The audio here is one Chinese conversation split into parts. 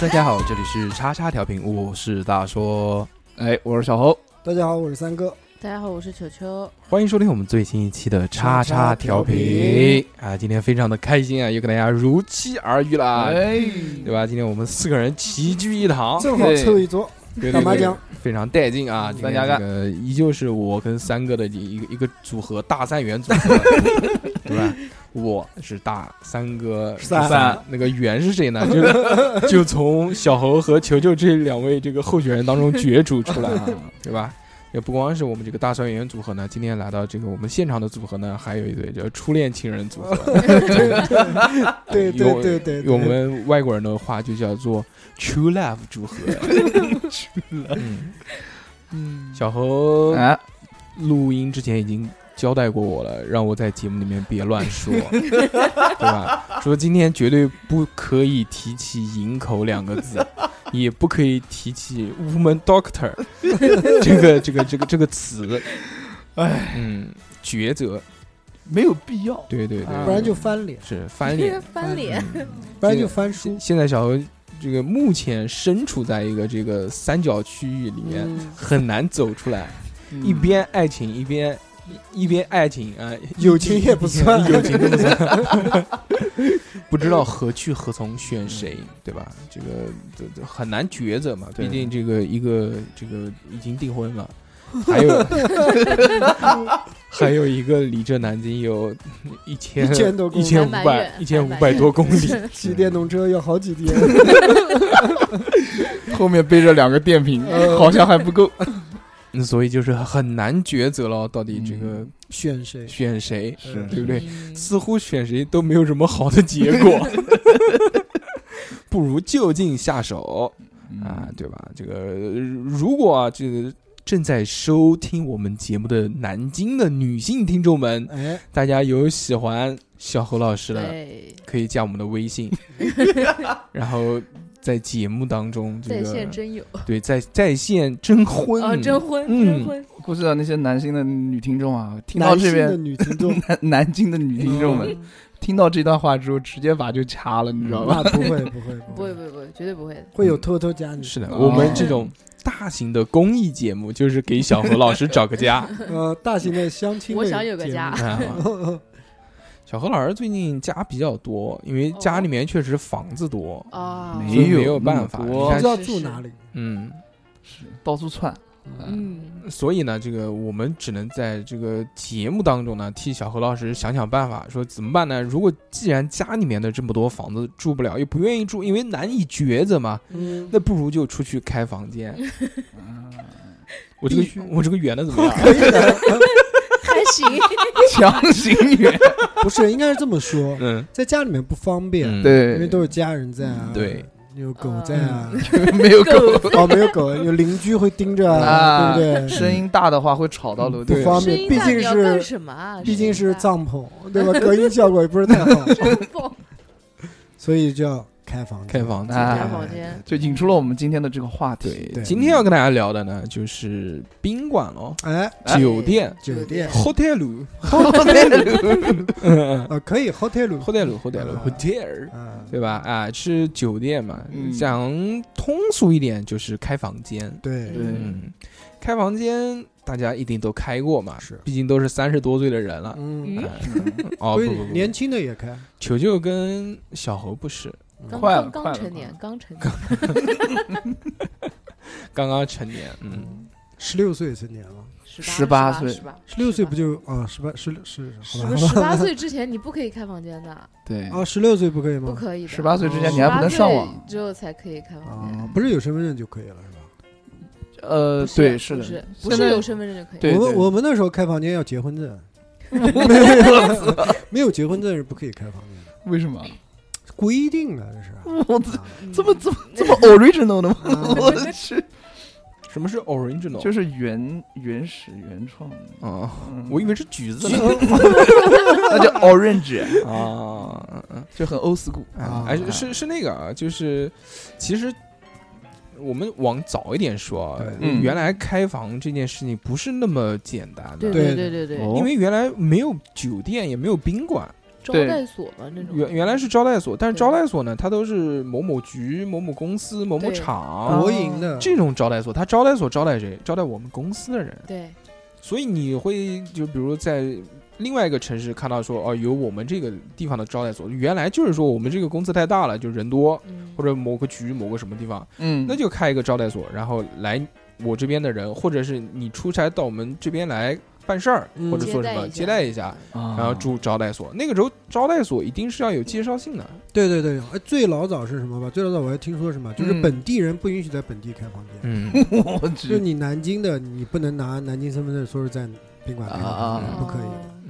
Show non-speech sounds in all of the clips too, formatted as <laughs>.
大家好，这里是叉叉调频，我是大说，哎，我是小侯，大家好，我是三哥。大家好，我是球球。欢迎收听我们最新一期的叉叉调频啊！今天非常的开心啊，又跟大家如期而遇啦，哎对吧？今天我们四个人齐聚一堂，正好凑一桌对对打麻对将，非常带劲啊！嗯大家这个依旧是我跟三哥的一个一个组合，大三元组合，对 <laughs> 吧？我是大三啊哥是三那个元是谁呢？就就从小猴和球球这两位这个候选人当中角逐出来 <laughs> 啊，对吧？也不光是我们这个大三元组合呢，今天来到这个我们现场的组合呢，还有一对叫初恋情人组 <laughs> 合，对对对对，用我们外国人的话就叫做 true love 组 <laughs> 合。嗯嗯，小猴啊，录音之前已经交代过我了，让我在节目里面别乱 <laughs> 说，对吧？说今天绝对不可以提起“营口”两个 <laughs> 字，也不可以提起 “woman doctor” <laughs> 这个这个这个这个词。哎，嗯，抉择，没有必要。对对嗯对，啊不然就翻脸，是翻脸。翻脸，嗯不然就翻书。现在小何这个目前身处在一个这个三角区域里面，嗯很难走出来。嗯一边爱情一边一边爱情啊，友情也不算友情也不算，不知道何去何从，选谁，对吧？这个这这很难抉择嘛，对毕竟这个一个这个已经订婚了。还有，还有一个离这南京有一千一千多公一里千五三百百远 <laughs> 一千五三百百远多公里，嗯骑电动车要好几天，嗯后面背着两个电瓶，好像还不 <laughs> 够。嗯所以就是很难抉择了，到底这个选谁？选谁，是对不对？ <laughs> 嗯似乎选谁都没有什么好的结果，不如就近下手嗯啊，对吧？这个呃如果啊，这个正在收听我们节目的南京的女性听众们，哎，大家有喜欢小侯老师的，对，可以加我们的 <laughs> 微信，然后在节目当中这在个线真有对在在线征婚哦，征婚，嗯征婚，不知道那些男性的女听众啊，听到男这性的边女 <laughs> 听众，南南京的女听众们嗯听到这段话之后，直接把就掐了，你知道吧？那不会不会不会不会不会，绝对不会的。会有偷偷加你。是的，哦我们这种大型的公益节目就是给小何老师找 <laughs> 个家呃，大型的相亲类我节目，想有个家啊。小何老师最近家比较多，因为家里面确实房子多，哦啊，没所以没有有那么办法。你多 <laughs> 不知看道住哪里。嗯，是到处 <laughs> 窜，嗯，所以呢，这个我们只能在这个节目当中呢，替小何老师想想办法，说怎么办呢？如果既然家里面的这么多房子住不了，又不愿意住，因为难以抉择嘛，嗯，那不如就出去开 <laughs> 房间。我这必须个我这个圆的怎么样？啊可以的， <laughs> 还行，强行圆。不是，应该是这么说，嗯，在家里面不方便，嗯，对，因为都有家人在啊，对，有狗在啊，嗯没有狗，哦，没有狗，有邻居会盯着啊，啊对嗯不对？声音大的话会吵到楼不顶。方声便音毕大竟你要是干什么啊？毕竟声是音大帐篷，对吧？隔音效果也不是太好，所以就要开房间。开房间。哎啊开房间，就引出了我们今天的这个话题。对，对今天要跟大家聊的呢，就是宾馆咯，哎，哎酒店酒店哎，hotel， <laughs> 啊，可以 hotel hotel，hotel，hotel，啊，对吧？啊，是酒店嘛嗯，讲通俗一点就是开房间。对，对嗯，开房间大家一定都开过嘛，是毕竟都是三十多岁的人了。嗯，嗯哎嗯哦，所不以不不，年轻的也开，嗯球球跟小猴不是，刚快了刚刚快了成年，刚成年，刚刚成年，嗯，十六岁成年了，十18岁十八十六岁不就啊，十八十六是好吧？十八岁之前你不可以开房间的，对，啊，十六岁不可以不吗？可以的。 18岁之前你还不能上网18岁之后才可以开房间。啊，不是有身份证就可以了是吧？呃，不对，是不的，不现是在有身份证就可以。对我们我们那时候开房间要结婚证，没有 <laughs> 没有结婚证是不可以开房间的，为什哎么？规定的这是啊。我这嗯这么这么这么 original 的吗？啊 <laughs> 我 <laughs> 去，什么是 original？就是原原始原创的。哦，嗯我以为是橘子呢 <laughs> 那 <laughs> 叫 orange，啊，嗯嗯。就很 old school。啊啊，哎，是是那个啊，就是其实我们往早一点说啊，对嗯原来开房这件事情不是那么简单的，对对对对对，哦因为原来没有酒店，也没有宾馆，招对待所嘛那种。原原来是招待所，但是对招待所呢，它都是某某局、某某公司、某某对厂国营的，这种招待所，它招待所招待谁？招待我们公司的人。对所以你会就比如在另外一个城市看到说，哦，有我们这个地方的招待所，原来就是说我们这个公司太大了，就人多，嗯，或者某个局、某个什么地方，嗯，那就开一个招待所，然后来我这边的人，或者是你出差到我们这边来办事儿，嗯或者做什么接待一下，啊然后住招待所。那个时候招待所一定是要有介绍信的，对对对，哎最老早是什么吧？最老早我还听说什么，就是嗯本地人不允许在本地开房间， <laughs> 嗯， <laughs> 我就去，是你南京的，你不能拿南京身份证说是在宾馆开房嗯啊间哦啊啊不可以的，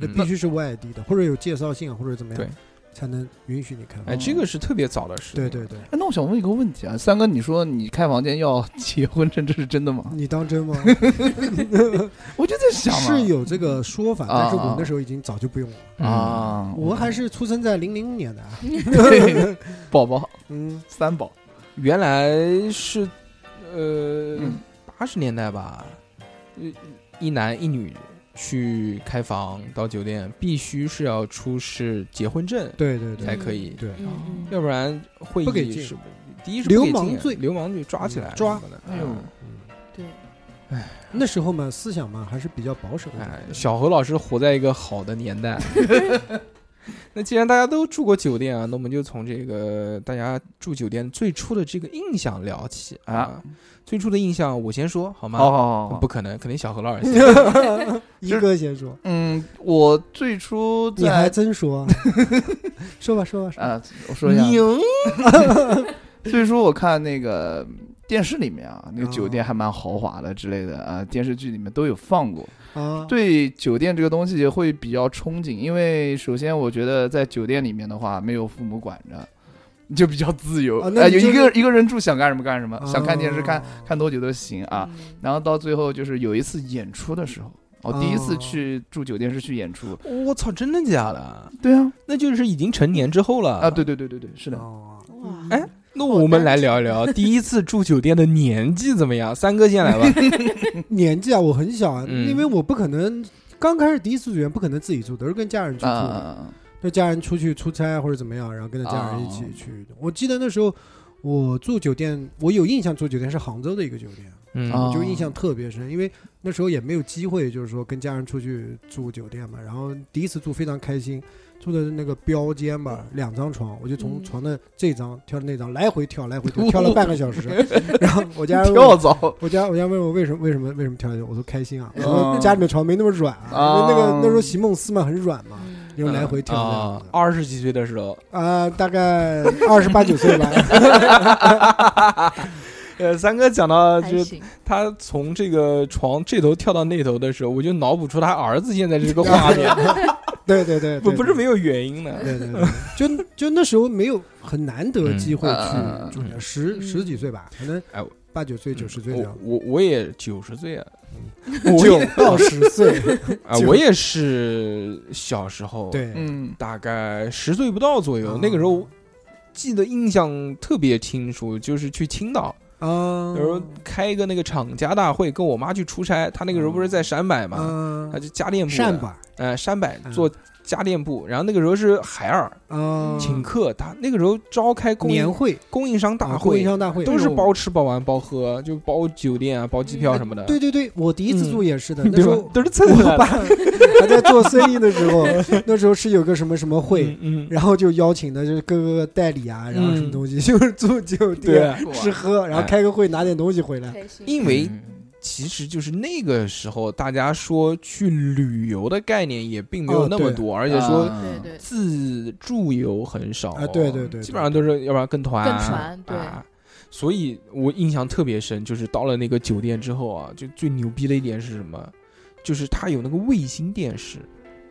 以。那必须是外地的，或者有介绍信啊，或者怎么对样，才能允许你开哎，房。这个是特别早的事。对对，对，哎，那我想问一个问题啊，三哥，你说你开房间要结婚证，这是真的吗？你当 <laughs> 真吗？ <laughs> 我就在想啊嘛，是有这个说法，啊但是我那时候已经早就不用了。啊，啊，嗯我还是出生在零零年的啊，对宝宝 <laughs> 嗯，三宝，原来是呃嗯八十年代吧，呃一男一女去开房到酒店，必须是要出示结婚证对对对才哎可以。对，嗯嗯哦要不然会不给议进是第一是不流给氓进罪流氓罪抓起来嗯抓什么的。哎呦嗯对，那时候嘛，思想嘛还是比较保守的。哎，小何老师活在一个好的年代。 <laughs> 那既然大家都住过酒店啊，那我们就从这个大家住酒店最初的这个印象聊起啊。最初的印象我先说好吗？好好好，不可能，肯定小何老师先。 <laughs> <laughs> 一哥先说，嗯，我最初你还在真说， <laughs> 说吧说吧说吧。啊，我说一下， <laughs> 最初我看那个电视里面啊，那个嗯酒店还蛮豪华的之类的啊，电视剧里面都有放过。啊，对酒店这个东西会比较憧憬，因为首先我觉得在酒店里面的话，没有父母管着， <laughs> 你就比较自由。啊哎、那你有就一是个一个人住想干什么干什么，想看电视哦看看多久都行啊。嗯然后到最后就是有一次演出的时候，我第一次哦去住酒店是去演出。我操，真的假的？对啊，那就是已经成年之后了啊对。对对对对，是的。哦哇，哎那我们来聊一哦聊第一次住酒店的年纪怎么样？三哥先来 <laughs> 吧。年纪啊，我很小啊，嗯因为我不可能刚开始第一次组员不可能自己住，都是跟家人去住的，啊，就家人出去出差或者怎么样，然后跟着家人一起去的。我记得那时候我住酒店，我有印象住酒店是杭州的一个酒店，嗯啊我就印象特别深，因为那时候也没有机会，就是说跟家人出去住酒店嘛，然后第一次住非常开心。住的那个标间吧，两张床，我就从嗯床的这张跳到那张，来回跳，来回跳，跳哦了半个 <laughs> 小时。然后我家人问我啊跳蚤我家我家问我为什么为什么为什么跳下去，我说开心啊，嗯我哦说家里面床没那么软啊啊，因为那个那时候席梦思嘛很软嘛，嗯就来回跳这样啊子，二十几岁的时候，啊，大概二十八九岁吧， <laughs> <laughs> 呃，三哥讲到还就是行他从这个床这头跳到那头的时候，我就脑补出他儿子现在这个画面，啊对对对，不对不是没有原因的。 <laughs> 对对对，就就那时候没有很难得机会嗯去住的，十嗯十几岁吧，可能哎我八九岁九十岁这我样，嗯我我也九十岁了，我九也到十岁， <laughs> 啊，我也是小时候，，对，嗯，大概十岁不到左右嗯，那个时候记得印象特别清楚，就是去青岛，啊有时候开一个那个厂家大会，跟我妈去出差，她那个时候不嗯是在陕北嘛，啊她，就家电部的，扇吧呃，陕北嗯做家电部，然后那个时候是海尔啊，请客，他那个时候召开供年应会供应商啊大供应会，商大会都是哎呦包吃包玩包喝，就包酒店啊，包机票什么的，对对对，我第一次嗯住也是 <laughs> 的，那对时吧候？都是蹭我的爸 <laughs> 还在做生意的 <laughs> 时候，那时候是有个什么什么会，嗯，嗯 <laughs> 然后就邀请的就是各个代理啊，然后什么东西， <laughs> 就是住酒店对。啊哎吃喝，然后开个会拿点东西回来。开心，因为嗯其实就是那个时候，大家说去旅游的概念也并没有哦那么对多，而且说对对自助游很少啊对对对基本上都是要不然跟团，跟团对啊所以我印象特别深，就是到了那个酒店之后啊，就最牛逼的一点是什么？就是它有那个卫星电视，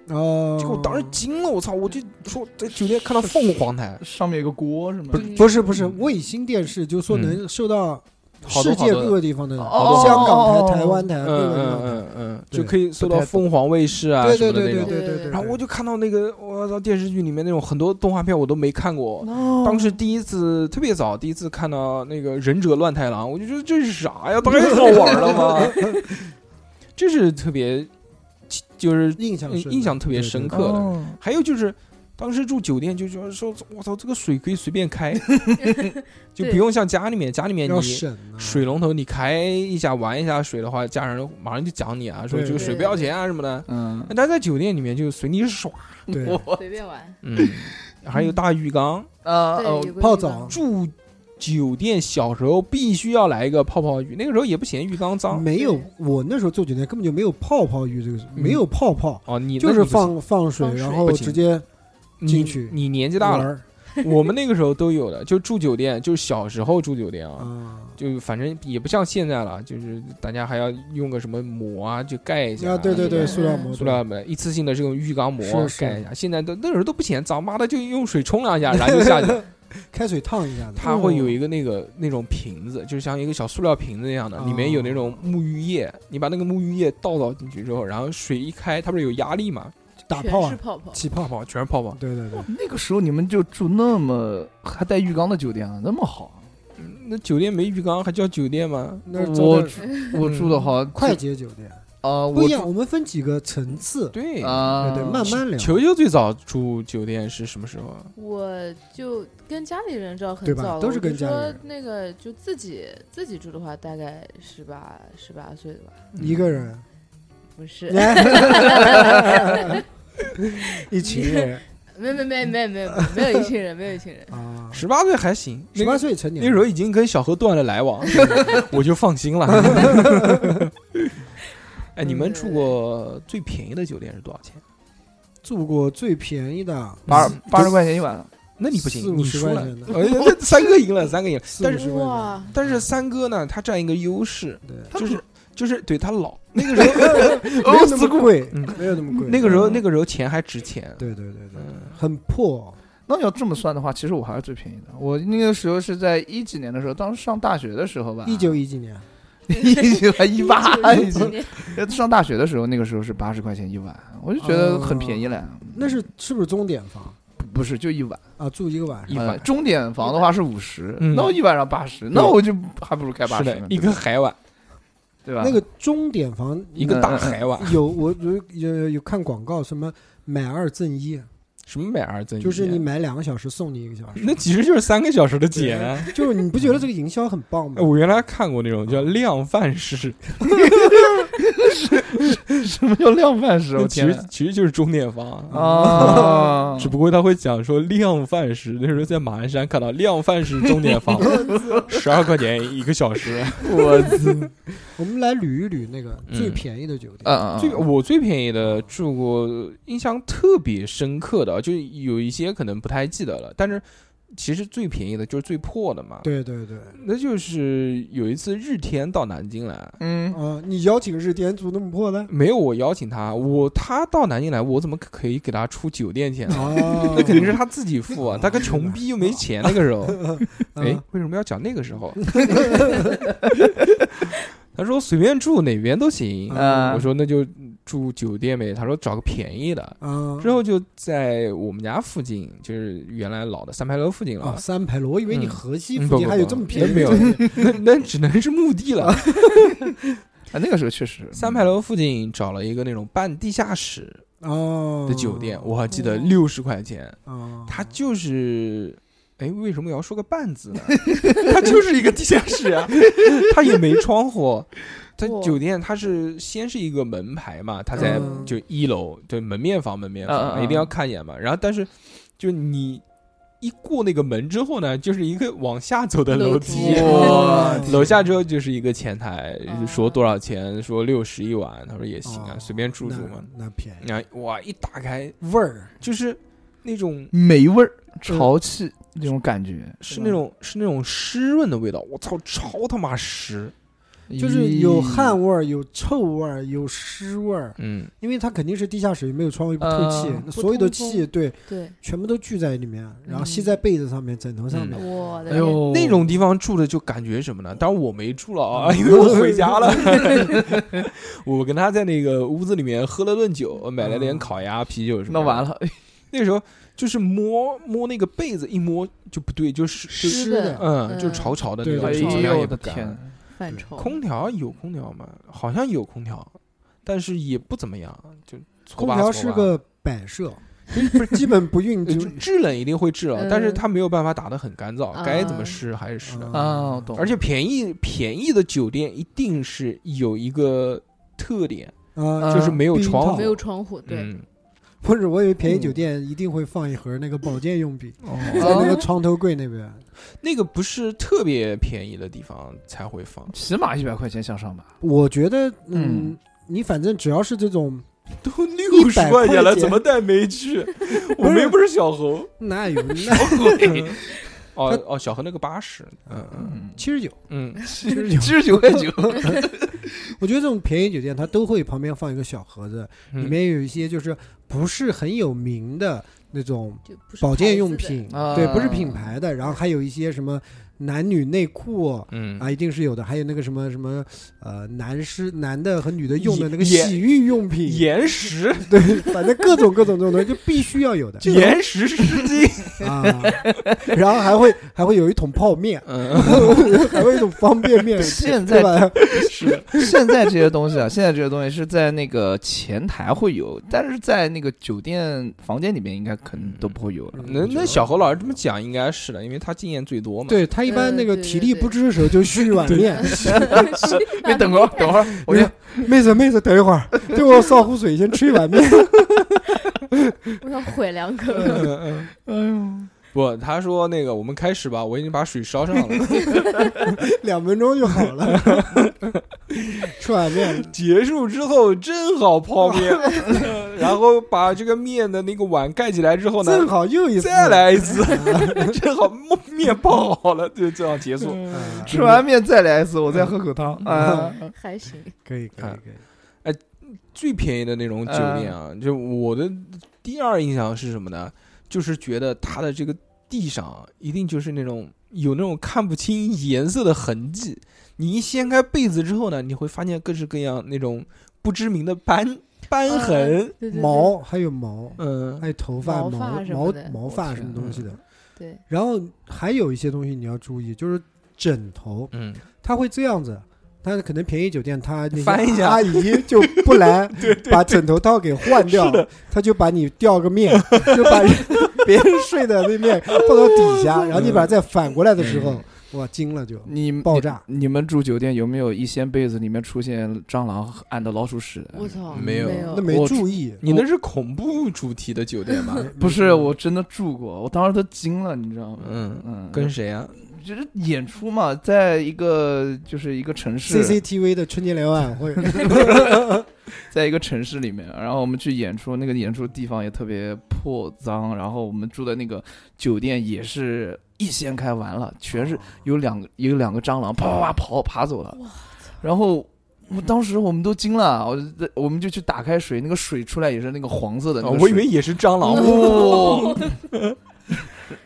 哦，哎结果我当时惊了，我操！我就说在酒店看到凤凰台，上面有个锅是吗？不嗯不是不是卫星电视，就说能受到嗯好多世好界多各个地方的，好多香港哦台、台湾台啊嗯各个嗯地方嗯嗯，对就可以搜不到太懂凤凰卫视啊台。对什对么的对那对种。对对对。嗯然后我就看到那个，我操，电视剧里面那种很多动画片我都没看过。哦当时第一次特别早，第一次看到那个忍者乱太郎，我就觉得这是啥呀？太好玩了 <laughs> 吗？这是特别，就是印象嗯印深象特别对对深哦对刻的。还有就是，当时住酒店就觉得说，我操，这个水可以随便 <laughs> 开，就不用像家里面，家里面要你省啊，水龙头你开一下玩一下水的话，家人马上就讲你啊，说对这个水不要钱啊什么的。嗯，但在酒店里面就随你耍，对我随便玩。 <laughs> 嗯，还有大浴缸。啊哦对，有个泡浴缸澡住酒店小时候必须要来一个泡泡浴，那个时候也不嫌浴缸脏没有对，我那时候做酒店根本就没有泡泡浴这个，嗯没有泡泡，哦。你就那时是候不行放放水，放水然后不行直接你进去你年纪大玩了，儿 <laughs> 我们那个时候都有的，就住酒店，就是小时候住酒店啊。啊就反正也不像现在了，就是大家还要用个什么膜啊，就盖一下啊！对对对，嗯塑料膜，塑料膜一次性的这种浴缸膜是是盖一下。现在都那时候都不嫌脏，妈的就用水冲两下，然后就下去了。开水烫一下子，哦它会有一个那个那种瓶子，就是像一个小塑料瓶子一样的，里面有那种沐浴液，你把那个沐浴液倒倒进去之后，然后水一开，它不是有压力嘛，打全泡是啊，泡泡，起泡泡。泡全是泡泡。对对对，那个时候你们就住那么还带浴缸的酒店啊，那么好。嗯那酒店没浴缸还叫酒店吗？那是我招待住我住的好快捷酒店啊，不我一样，我们分几个层次，对，啊，对对，慢慢聊。球球最早住酒店是什么时候啊？我就跟家里人知道很对吧早了，都是我就跟家里人说那个就自己自己住的话，大概十八十八岁吧，一个 <laughs> 人，不是，一群人没没没没没有没有一群人，没有一群人。啊，十八岁还行，十那八个岁成年那时候已经跟小何断了来往，我就放心了。哎，你们住过最便宜的酒店是多少钱？住过最便宜的八八十块钱一晚，那你不四行，五你十输块了钱。的哎呀，那三哥赢了，三哥赢了。四但五是十块钱。哇，但是三哥呢，他占一个优势，对，就是就是对他老那个时候没有那么贵哦嗯，没有那么贵。那个时候那个时候钱还值钱，对对对对，嗯，很破，哦那要这么算的话，其实我还是最便宜的。我那个时候是在一几年的时候，当时上大学的时候吧，一九一几年，一九还一 <laughs> 八已1999经年上大学的时候，那个时候是八十块钱一晚，我就觉得很便宜了。那是是不是钟点房不不是就一晚？啊？住一个晚上一晚呃钟点房的话是五十，嗯那我一晚上八十，那我就还不如开八是十的呢，，一个海碗，对吧？那个钟点房一个大海碗，有我有有有看广告，什么买二赠一，什么买二赠一，嗯就是你买两个小时送你一个小时，那其实就是三个小时的钱。就是你不觉得这个营销很棒吗哎？我原来看过那种嗯叫量贩式，什么叫量贩式？我那其天啊实其实就是钟点房 <laughs> 哪啊！只不过他会讲说量贩式，那时候在马鞍山看到量贩式钟点 <laughs> 房，十二块钱一个小时。我操！我们来捋一捋那个嗯最便宜的酒店，嗯最我最便宜的住过，印象特别深刻的，啊就有一些可能不太记得了，但是其实最便宜的就是最破的嘛。，对对对，那就是有一次日天到南京来。嗯啊，你邀请日天住那么破的？没有我邀请他，我他到南京来，我怎么可以给他出酒店 <laughs> 钱呢？哦，嗯 <laughs> 那肯定是他自己付啊，他跟穷逼又没钱那个时候。啊哎，为什么要讲那个时候？他说随便住哪边都行。嗯我说那就住酒店呗。他说找个便宜的。啊，嗯之后就在我们家附近，就是原来老的三牌楼附近哦啊了。三牌楼，我以为你嗯河西嗯附不近不还有不这么便宜的没有酒 <laughs> 店那那只能是墓地哦了。啊，那个时候确实三牌楼附近找了一个那种半地下室哦的酒店，我还记得哦六十块钱。啊，它就是，哎，为什么要说个半 <laughs> 字呢？它就是一个地下室啊，它也没窗户。它哇酒店它是先是一个门牌嘛，它在嗯就一楼，对门面房门面嗯嗯房嗯一定要看一眼嘛。然后但是就你一过那个门之后呢，就是一个往下走的楼楼梯 <laughs> 梯。哇啊楼下之后就是一个前台，哦说多少钱？说六十一晚，他说也行啊，哦随便住住嘛。那那便宜然后哇，一打开味儿，就是那种霉味儿、潮气那种感觉，是那种是那种湿润的味道，我操，超他妈湿！就是有汗味儿，有臭味儿，有湿味儿，嗯，因为它肯定是地下水，没有窗户不透气嗯，那呃所有的气对对，全部都聚在里面，然后嗯吸在被子上面、枕头上嗯面。我的哎呦那种地方住的就感觉什么呢？当然我没住了啊， <laughs> 因为我回家了。我跟他在那个屋子里面喝了顿酒，买了点烤鸭、啤酒什么。弄完。了，哎那时候就是摸摸那个被子，一摸就不对，就是就是湿的嗯，嗯就潮潮的那对种。哎哎冲凉呦也我不的干天！犯愁。空调有空调吗？好像有空调，但是也不怎么样，就搓空吧调搓是吧个摆设，不是基本不运呃 <laughs> 就就制冷一定会制啊，嗯但是它没有办法打得很干燥，啊该怎么湿还是湿的。啊，我懂。而且便宜便宜的酒店一定是有一个特点，啊，就是没有避窗套户，没有窗户，对，嗯，不是，我以为便宜酒店一定会放一盒那个保健用品在哦那 <laughs> 个床头柜那边，那个不是特别便宜的地方才会放，起码一百块钱向上吧。我觉得嗯嗯，你反正只要是这种，都六十块钱了， 100怎么带没去？我不们是又不是小猴，那有那对 <laughs> 哦哦，小何那个八十，嗯嗯嗯，七十九，嗯，七十九，七十九块九。我觉得这种便宜酒店它都会旁边放一个小盒子，嗯里面有一些就是不是很有名的那种就不是保健用牌子的品，啊对，不是品牌的，然后还有一些什么男女内裤。嗯，啊，一定是有的，还有那个什么什么，呃，男士男的和女的用的那个也洗浴用品，岩石对，反正各种各种这种东西就必须要有的岩石湿巾，啊。然后还会还会有一桶泡面， <laughs> 嗯，还会有一种方便面，现对在吧？ <laughs> 是的，现在这些东西啊，现在这些东西是在那个前台会有，但是在那个酒店房间里面应该可能都不会有了。 <laughs> 那那小何老师这么讲应该是的，因为他经验最多嘛。对他一般那个体力不支的时候就蓄碗面，哎，等 <laughs> 会儿，等会儿， <laughs> 我先妹子妹子等一会儿，对我烧壶水，先吃一碗面。我想毁两口。嗯，哎呦，不，他说那个我们开始吧，我已经把水烧上了，两分钟就好了。吃碗面，结束之后正好泡面，然后把这个面的那个碗盖起来之后呢，正好又一次 <laughs> 再。来一次， <laughs> 正好面泡好了，就这样结束。嗯啊嗯吃完面再来一次，我再喝口汤啊。还行，可以可以可以，最便宜的那种酒店啊，就我的第二印象是什么呢？就是觉得它的这个地上啊一定就是那种有那种看不清颜色的痕迹。你一掀开被子之后呢，你会发现各式各样那种不知名的斑斑痕。对对对毛还有毛，嗯还有头发、毛毛发什毛么的毛发什么东西的。对，然后还有一些东西你要注意，就是枕头，嗯，它会这样子。但是可能便宜酒店，它那些翻一下阿姨就不 <laughs> 来把枕头套给换掉，他就把你吊 <laughs> 个面，就把 <laughs> 人别人睡的那面放到 <laughs> 底下，然后你把它再反过来的时候，哇，惊了就。你们爆炸你！你们住酒店有没有一掀被子里面出现蟑螂按的老鼠屎？我操，没有没有那，没嗯我注意，哎嗯你那是恐怖主题的酒 <laughs> 店吧？不是，我真的住过，我当时都惊了，你知道吗？嗯嗯，跟谁啊？就是演出嘛，在一个就是一个城市 CCTV 的春节联欢 <laughs> 晚会，在一个城市里面，然后我们去演出，那个演出地方也特别破脏，然后我们住的那个酒店也是一掀开完了，全是有两个有两个蟑螂啪啪啪跑爬走了哇，然后。我当时我们都惊了，我就我们就去打开水，那个水出来也是那个黄色的那啊个水，我以为也是蟑螂。哦， <laughs>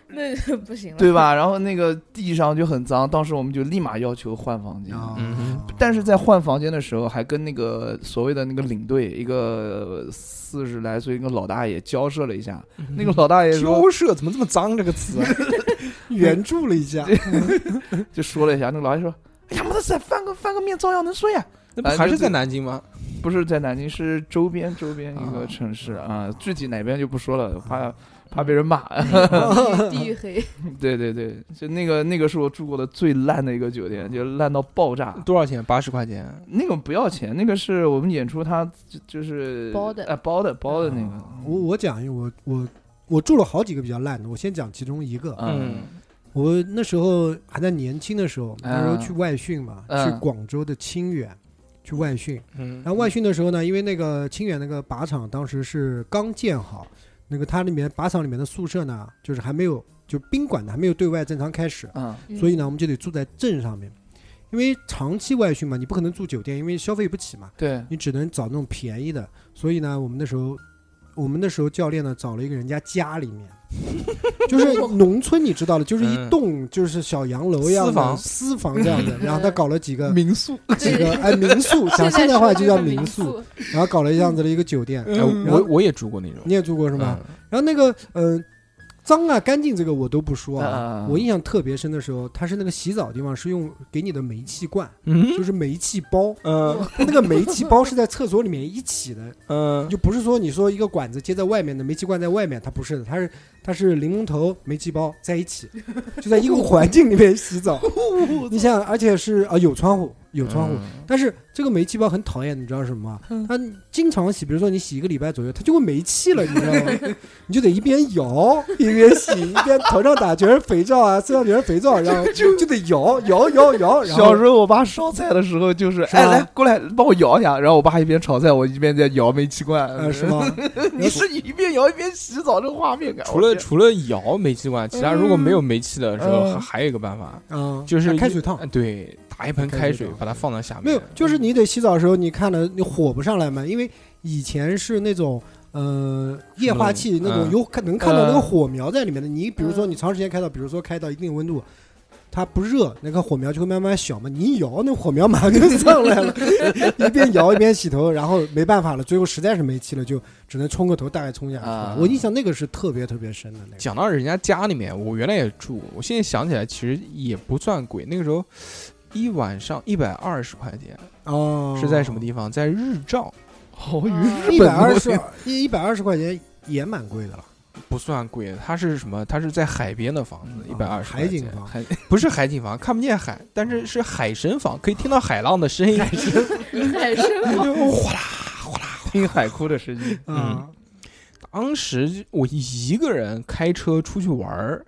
那就不行了，对？吧？然后那个地上就很脏，当时我们就立马要求换房间，嗯哦但是在换房间的时候，还跟那个所谓的那个领队，一个呃四十来岁一个老大爷交涉了一下。嗯那个老大爷说，交涉怎么这么脏这个词 <laughs> 啊？援助了一下，就说了一下，那个老爷说：“哎呀，没得事，翻个翻个面照样能睡呀。那不还是在南京吗？”哎不是在南京，是周边周边一啊个城市啊，具体哪边就不说了，怕怕被人骂。 <laughs> 地狱黑，对对对，就那个那个是我住过的最烂的一个酒店，就烂到爆炸。多少钱？八十块钱。那个不要钱，那个是我们演出他就就是包的哎包的包的那个，我我讲一个，我我我住了好几个比较烂的，我先讲其中一个。嗯我那时候还在年轻的时候，那时候嗯去外训嘛，嗯去广州的清远去外训。嗯然后外训的时候呢，因为那个清远那个靶场当时是刚建好，那个它里面靶场里面的宿舍呢，就是还没有就宾馆呢还没有对外正常开始，嗯 <laughs> 所以呢我们就得住在镇上面，因为长期外训嘛，你不可能住酒店，因为消费不起嘛。对，你只能找那种便宜的。所以呢，我们那时候，我们那时候教练呢找了一个人家家里面，就是农村你知道的，就是一嗯栋就是小洋楼一样的私房私房这样的。然后他搞了几嗯个民宿，几 <laughs> 个哎民宿，讲现代话就叫民宿，宿，然后搞了这样子的一个酒店。哎，嗯然我后我也住过那种，你也住过是吗？嗯？然后那个嗯、呃脏啊干净这个我都不说啊啊，我印象特别深的时候，它是那个洗澡的地方是用给你的煤气罐，嗯就是煤气包，嗯它那个煤气包是在厕所里面一起的，嗯就不是说你说一个管子接在外面的煤气罐在外面，它不是的，它是它是柠檬头煤气包在一 <laughs> 起，就在一个环境里面洗 <laughs> 澡。你想，而且是啊、有窗户，有窗户，嗯但是这个煤气包很讨厌，你知道是什么吗？它经常洗，比如说你洗一个礼拜左右，它就会没气了，你知道 <laughs> 吗？你就得一边摇一边洗，一边头上打全是肥皂啊，身上全是肥皂，然后就就得摇摇摇摇，然小后时候我爸烧菜的时候就是，是吧哎，来过来帮我摇一下，然后我爸一边炒菜，我一边在摇煤气罐，呃是？吗？你是你一边摇一边洗澡，这个画面感。除了我天除了摇煤气罐，其他如果没有煤气的时候，嗯还还有一个办法，嗯，就是开一水烫。呃对，打一盆开开水水烫，把它放到下面。没有，就是你得洗澡的时候，你看了你火不上来嘛，因为以前是那种呃液化气嗯那种有看能看到那个火苗在里面的。你比如说你长时间开到，比如说开到一定温度。它不热，那个火苗就会慢慢小嘛。你一摇，那火苗马上就上来了。 <laughs> 一边摇一边洗头，然后没办法了，最后实在是没气了，就只能冲个头，大概冲一下出来。啊我印象那个是特别特别深的那个。讲到人家家里面，我原来也住，我现在想起来其实也不算贵，那个时候一晚上一百二十块钱，哦，是在什么地方？在日照，哦，与一日百本 <laughs> 二的十，一一百二十块钱也蛮贵的了。不算贵，它是什么？它是在海边的房子，一百二十哦海景房，还不是海景房，看不见海，但是是海神房，可以听到海浪的声音，海参 <laughs> 房，哗啦。听海哭的声音，啊嗯当时我一个人开车出去玩儿，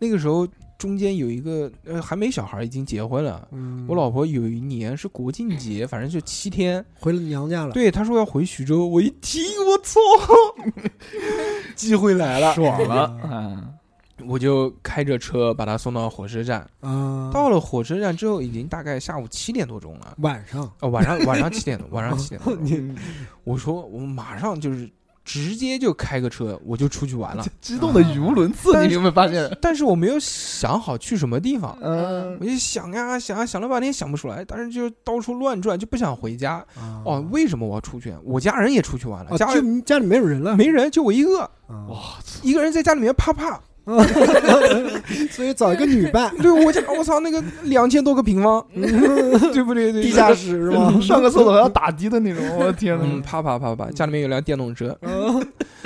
那个时候中间有一个呃还没小孩，已经结婚了。嗯，我老婆有一年是国庆节，反正就七天，回了娘家了，对，她说要回徐州，我一听，我 <laughs> 操，机会来了，爽好了啊，我就开着车把她送到火车站。啊！到了火车站之后，已经大概下午七点多钟了。晚上，哦，晚上晚上七 <laughs> 点多，晚上七点多钟。你我说我马上就是直接就开个车，我就出去 <laughs> 玩了。激动的语无伦次，但是你有没有发现？但是我没有想好去什么地方，嗯我就想呀想啊，想了半天想不出来，但是就到处乱转，就不想回家。哦，为什么我要出去？我家人也出去玩了，啊，家里就家里没有人哦了，没人，就我一个，哇，哇，一个人在家里面啪啪。 <laughs> 所以找一个女伴， <laughs> 对我家，我操，那个两千多个平 <laughs> 方，对不对？对地下室是吗？上个厕所还要打的的那种，我的天嗯，呐！啪啪啪啪，家里面有辆电动车，嗯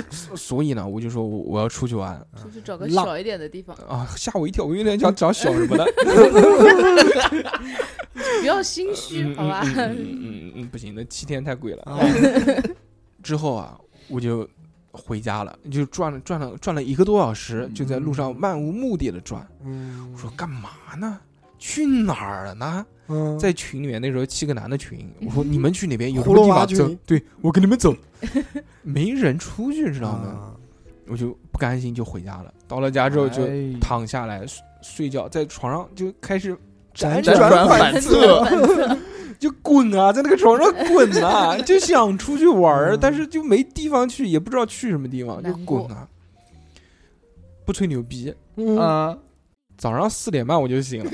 所所以呢，我就说我我要出去玩出去找个浪小一点的地方，啊，吓我一跳，我有点想找小什 <laughs> 么的，不要心虚，嗯好吧？嗯嗯嗯嗯嗯，不行，那七天太贵了。啊，之后啊，我就回家了，就转了转了转了一个多小时，就在路上漫无目的的转。嗯我说干嘛呢？去哪儿了呢？嗯，在群里面那时候七个男的群，我说你们去那边有什葫芦么地娃方群走？对我跟你们走，没人出去，知知道吗？我就不甘心，就回家了。到了家之后就哎躺下来睡睡觉，在床上就开始辗辗转转反反侧侧，就滚啊，在那个床上滚啊，就想出去玩儿，嗯但是就没地方去，也不知道去什么地方，就难过滚啊！不吹牛逼，嗯，啊，早上四点半我就醒了。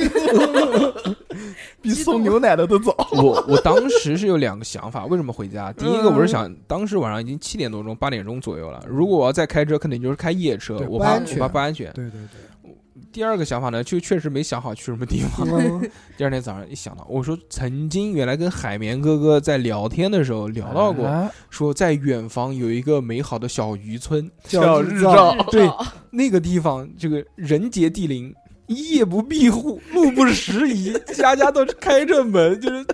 比送牛奶的都早。我我当时是有两个想法，为什么回家？第一个嗯我是想，当时晚上已经七点多钟、八点钟左右了，如果我要再开车，肯定就是开夜车对，我不怕安我全怕不安全。对对对，第二个想法呢，就确实没想好去什么地方。嗯第二天早上一想到，我说曾经原来跟海绵哥哥在聊天的时候聊到过，啊说在远方有一个美好的小渔村，叫 <laughs> 嗯日照照，对那个地方这个人杰地灵，夜不闭户，路不拾遗，家家都是开着门，就是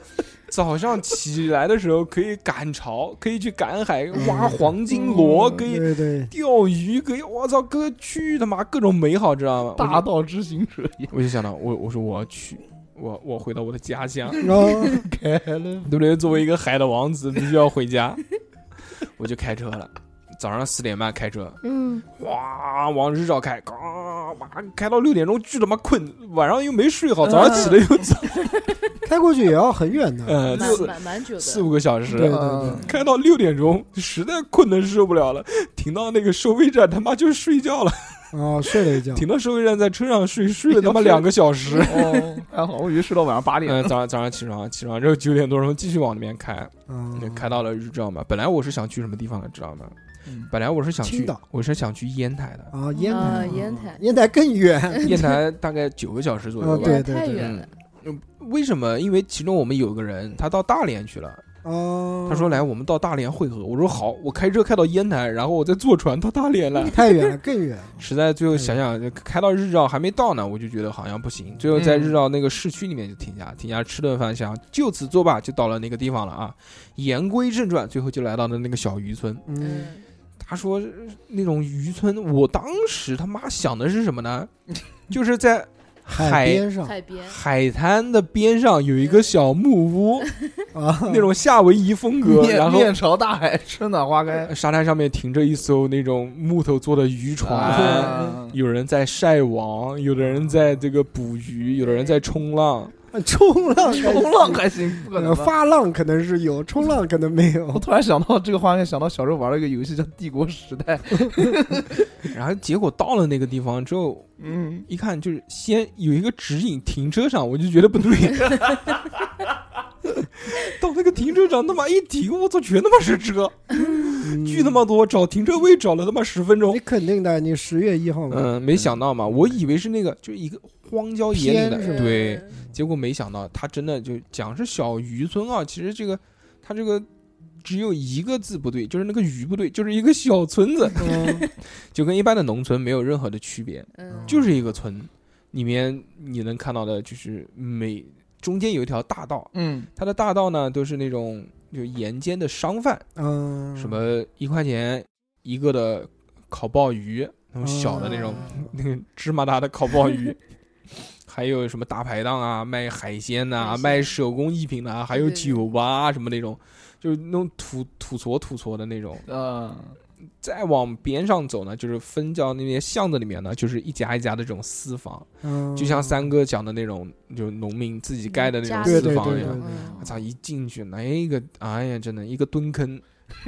早上起来的时候可以赶潮，可以去赶海挖黄金螺，可以对对，钓鱼，可以，我操，哥去他妈各种美好，知道吗？大道之行者也我就想到，我我说我要去，我我回到我的家乡。 <laughs> 然后开了。对不对？作为一个海的王子，必须要回家， <laughs> 我就开车了。早上四点半开车，嗯，哇，往日照开，嘎，哇，开到六点钟，巨他妈困，晚上又没睡嗯好，早上起来又早，开过去也要很远的， <laughs> 呃，蛮四蛮蛮久四的，五个小对对时，对嗯， <laughs> 开到六点钟，实在困的受不了了，停到那个收费站，他妈就睡觉了，啊，睡了一觉，停到收费站，在车上睡，睡了他妈两个小 <laughs> 时。哦，还好，我以为睡到晚上八 <laughs> 点。嗯，早上早上起床，起床之后九点多钟继续往那边开，嗯就，开到了日照嘛。本来我是想去什么地方的，知道吗？嗯本来我是想去青岛，我是想去烟台的，啊，烟台啊，烟台烟台更远，烟台大概九个小时左右啊吧。对太对远了，嗯，为什么？因为其中我们有个人他到大连去了，哦，嗯他说来我们到大连会合，我说好，我开车开到烟台，然后我再坐船到大连来。太远了，更远，实在最后想想，开到日照还没到呢，我就觉得好像不行。最后在日照那个市区里面就停下，停下吃顿饭，想就此作罢，就到了那个地方了啊。言归正传，最后就来到了那个小渔村。嗯，嗯，他说呃那种渔村，我当时他妈想的是什么呢？就是在海海边上海边，海滩的边上有一个小木屋，啊， <laughs> 那种夏威夷风格，然嗯面后哎面朝大海，春暖花开。沙滩上面停着一艘那种木头做的渔 <laughs> 船。啊 <laughs> 有人在晒网，有的人在这个捕鱼，有的人在冲浪。 <laughs> 冲 <laughs> 浪还行，冲浪还行，不可呃能吧。发浪可能是 <laughs> 有，冲浪可能没我有。突然想到这个画面，想到小时候玩了一个游戏叫《帝国时代》，然后结果到了那个地方之后，嗯，一看就是先有一个指引停车场，我就觉得不对。 <laughs> 到那个停车场，他妈一停，我操，全他妈是车，巨他妈多！找停车位找了他妈十分钟嗯你。肯定的，你十月一号嘛，嗯，没想到嘛，我以为是那个，就是一个荒郊野岭偏是的，吧对。嗯结果没想到，他真的就讲是小渔村啊，其实这个他这个只有一个字不对，就是那个鱼不对，就是一个小村子，嗯就跟一般的农村没有任何的区别，嗯，就是一个村。里面你能看到的就是每中间有一条大道，嗯，它的大道呢都是那种就沿街的商贩，嗯， <laughs> 什么一块钱一个的烤鲍鱼，那种小的那种嗯那个芝麻大的烤鲍 <laughs> 鱼，还有什么大排档啊，卖海鲜呐、海鲜卖手工艺品呐、还有对对对酒吧啊什么那种，就是那种土土矬土矬的那种。啊，再往边上走呢，就是分到那些巷子里面呢，就是一家一家的这种私房，嗯，就像三哥讲的那种，就是农民自己盖的那种家对私对房对一对样。嗯我操！一进去那个，哎呀，真的一个蹲坑， <laughs>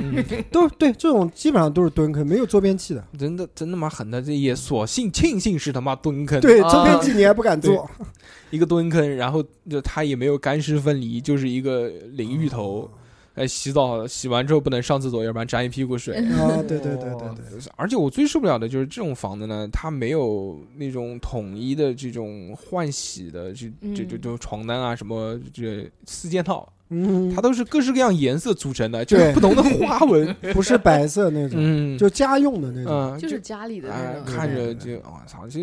都对，这种基本上都是蹲坑，没有坐便器的。真的真他妈狠的，这也索性庆幸是他妈蹲坑，对，啊坐便器你还不敢坐，一个蹲坑，然后就他也没有干湿分离，就是一个淋浴哦头，哎，洗澡洗完之后不能上厕所，要不然沾一屁股水。啊，对对对对对，而且我最受不了的就是这种房子呢，它没有那种统一的这种换洗的这这这嗯这床单啊什么这四件套，嗯，它都是各式各样颜色组成的，就是对不同的花纹。 <laughs> 不是白色那种，嗯，就家用的那种。嗯就是家里的哎那，种，看着就我操，这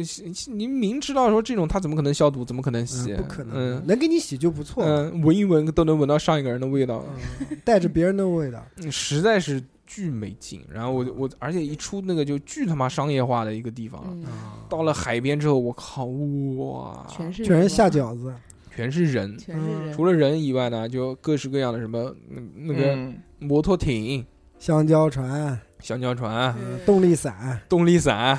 您明知道说这种它怎么可能消毒，怎么可能洗？嗯，不可能嗯，能给你洗就不错了，嗯，闻一闻都能闻到上一个人的味道，带着别人的味道。嗯实在是巨没劲。然后我我而且一出那个就巨他妈商业化的一个地方，嗯，啊到了海边之后，我靠，哇，全是全是人下嗯嘛，饺子，全是人。全是人，除了人以外呢，就各式各样的什么嗯那个嗯摩托艇、香蕉船、小轿船、嗯动力伞，动力伞，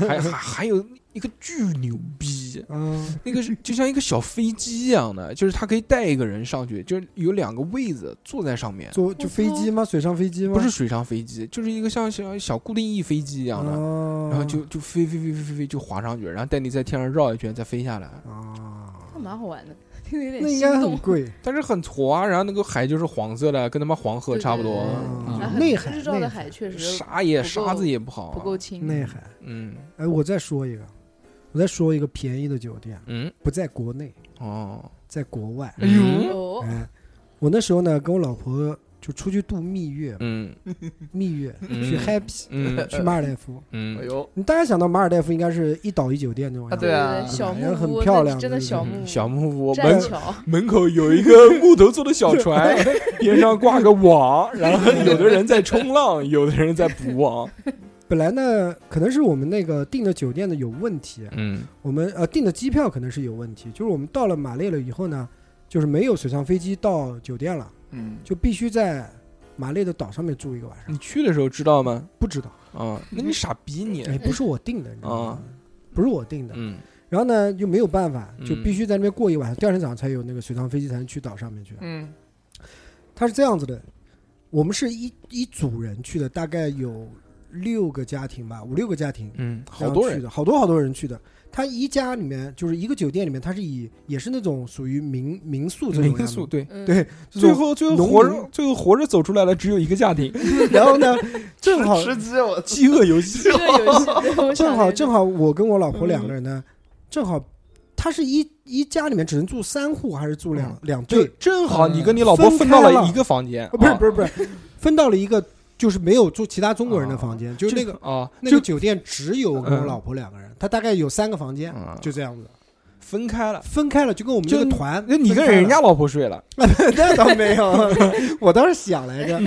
还还还有一个巨牛逼，嗯，那个是就像一个小飞机一样的，就是它可以带一个人上去，就是有两个位子坐在上面，坐就飞机吗？水上飞机吗？不是水上飞机，就是一个像小小固定翼飞机一样的，哦然后嗯就就飞飞飞飞飞飞就滑上去，然后带你在天上绕一圈再飞下来，啊，还蛮好玩的， <laughs> 听着有点那应心该很动贵，但是很挫啊，然后那个海就是黄色的，跟他妈黄河差不多，对嗯啊啊很内日海照内的海海确实沙也不够沙子也不好啊、不够清，内海。嗯哎，我再说一个，我再说一个便宜的酒店，嗯不在国内，哦，在国外。哎呦嗯哦，哎，我那时候呢，跟我老婆就出去度蜜月，嗯蜜月嗯去 happy，嗯去马尔代夫。 <laughs> 哎嗯，呦，你大家想到马尔代夫，应该是一岛一酒店那种样子。对啊小木也很屋，漂那亮真的的那小种木屋，嗯小木屋栈门桥，门口有一个木头做的小 <laughs> 船， <laughs> 边上挂个网，然后有的人在冲浪，有的人在捕 <laughs> 网。本来呢，可能是我们那个订的酒店的有问题，啊嗯我们呃订的机票可能是有问题，就是我们到了马累了以后呢，就是没有水上飞机到酒店了，嗯，就必须在马累的岛上面住一个晚上。你去的时候知道吗？不知道，啊，那你傻逼你。哎，不是我订的，你知道吗？不是我订的。哦嗯然后呢，就没有办法，嗯就必须在那边过一晚上，第二天早上才有那个水上飞机才能去岛上面去。嗯，它是这样子的，我们是一一组人去的，大概有六个家庭吧，五六个家庭，嗯，这好样多去人，的，好多好多人去的。他一家里面就是一个酒店里面，他是以也是那种属于民民宿这种样民子宿，对，嗯，对，这最种后最后农活民着最后活着走出来了，只有一个家 <laughs> 庭，然后 <laughs> 呢，正好吃鸡，啊我饥饿游戏，这个游戏对我正想好着正好我跟我老婆嗯两个人呢，正好他是一一家里面只能住三户还是住两嗯两就 <laughs> 对？正好你嗯跟你老婆分分开到了一个房间，啊不是啊不是不是，分到了一个就是没有住其他中国人的房间，就是那个哦啊，哦那就个酒店只有我跟我嗯老婆两个人，他大概有三个房间，嗯就这样子分开了。分开了，就跟我们这就个团那分开了，你跟人家老婆睡 <laughs> 了，那倒 <laughs> 没有，我当时想来着，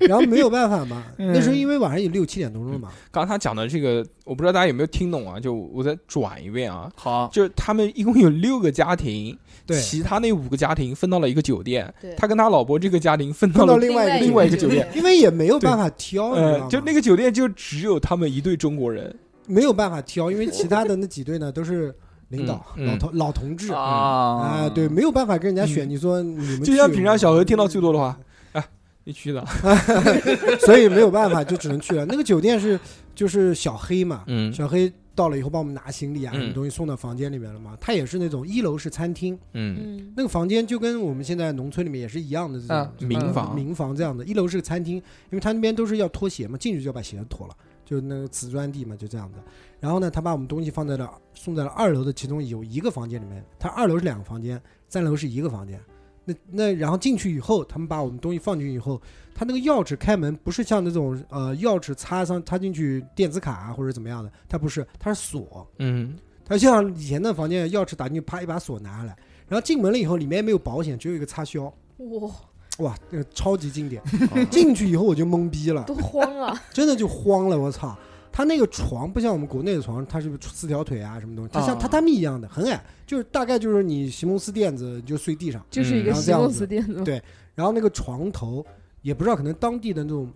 然后没有办法嘛，嗯那时候因为晚上也六七点多钟了嘛，刚刚他讲的这个，我不知道大家有没有听懂啊？就我再转一遍啊，好，就是他们一共有六个家庭，对，其他那五个家庭分到了一个酒店，对他跟他老婆这个家庭分到分到了，另外一个另外一个酒酒店，因为也没有办法挑，你知道呃吗，就那个酒店就只有他们一对中国人，没有办法挑，因为其他的那几队呢都是领导、嗯老嗯同老同志啊啊，对，没有办法跟人家选。嗯你说你们就像去嗯平常小何听到最多的话，哎，你去哪？ <laughs> 所以没有办法就只能去了。那个酒店是就是小黑嘛，嗯小黑到了以后帮我们拿行李啊，嗯什么东西送到房间里面了嘛。他也是那种一楼是餐厅，嗯嗯那个房间就跟我们现在农村里面也是一样的这啊种民房呃民房这样的，一楼是个餐厅，因为他那边都是要脱鞋嘛，进去就要把鞋子脱了，就那个瓷砖地嘛，就这样子。然后呢，他把我们东西放在了送在了二楼的其中有一个房间里面，他二楼是两个房间，三楼是一个房间。那那然后进去以后，他们把我们东西放进去以后，他那个钥匙开门不是像那种呃钥匙插上插进去电子卡、啊、或者怎么样的，它不是，它是锁，嗯，它像以前的房间钥匙打进去，啪一把锁拿下来，然后进门了以后，里面没有保险，只有一个插销，哇，哇，那个超级 <laughs> 经典。哦进去以后我就懵逼了，都慌了，真的就慌了，我操！他那个床不像我们国内的床，它是四条腿啊什么东西，它像啊榻榻米一样的，很矮，就是大概就是你席梦思垫子你就睡地上，就是一个嗯西蒙斯店子嘛对然后那个床头也不知道可能当地的那种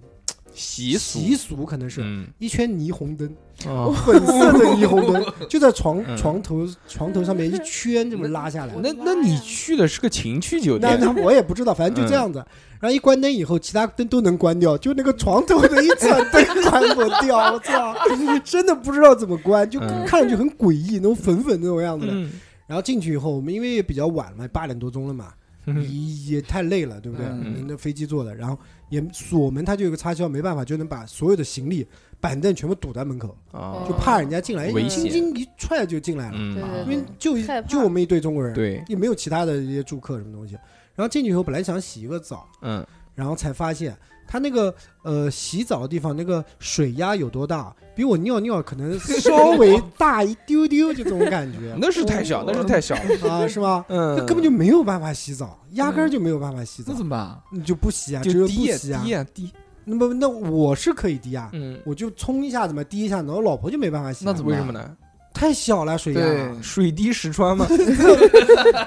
习俗习俗可能是。嗯一圈霓 <laughs> 虹灯，嗯哦粉色的霓虹 <laughs> 灯就在床嗯床头床头上面一圈这么拉下来，我那的妈那你呀去的是个情趣酒那店，嗯那我也不知道，反正就这样子。然后一关灯以后，其他灯都能关掉，就那个床头的一盏灯 <laughs> 关不掉。我操， <laughs> 真的不知道怎么关，就嗯看上去很诡异，那种粉粉那种样子的。嗯然后进去以后，我们因为也比较晚了嘛，八点多钟了嘛，嗯也也太累了，对不对？嗯那飞机坐的，然后也锁门，它就有个插销，没办法，就能把所有的行李、板凳全部堵在门口，啊就怕人家进来，危轻险轻一踹就进来了，嗯对对因对为就一害怕就我们一堆中国人，对，也没有其他的一些住客什么东西。然后进去以后，本来想洗一个澡，嗯然后才发现他那个呃洗澡的地方那个水压有多大，比我尿尿可能稍微大一丢丢，就这种感觉 <laughs> 那是太小，那是太小，啊，是吗？嗯，那根本就没有办法洗澡，压根儿嗯就没有办法洗澡那，怎么办？你就不洗啊，只就有低不呀洗啊低。呀低，那么那我是可以滴啊，嗯，我就冲一下子嘛，滴一下子，然后老婆就没办法洗啊。那怎为什么呢？太小了水对压？，水滴石穿嘛，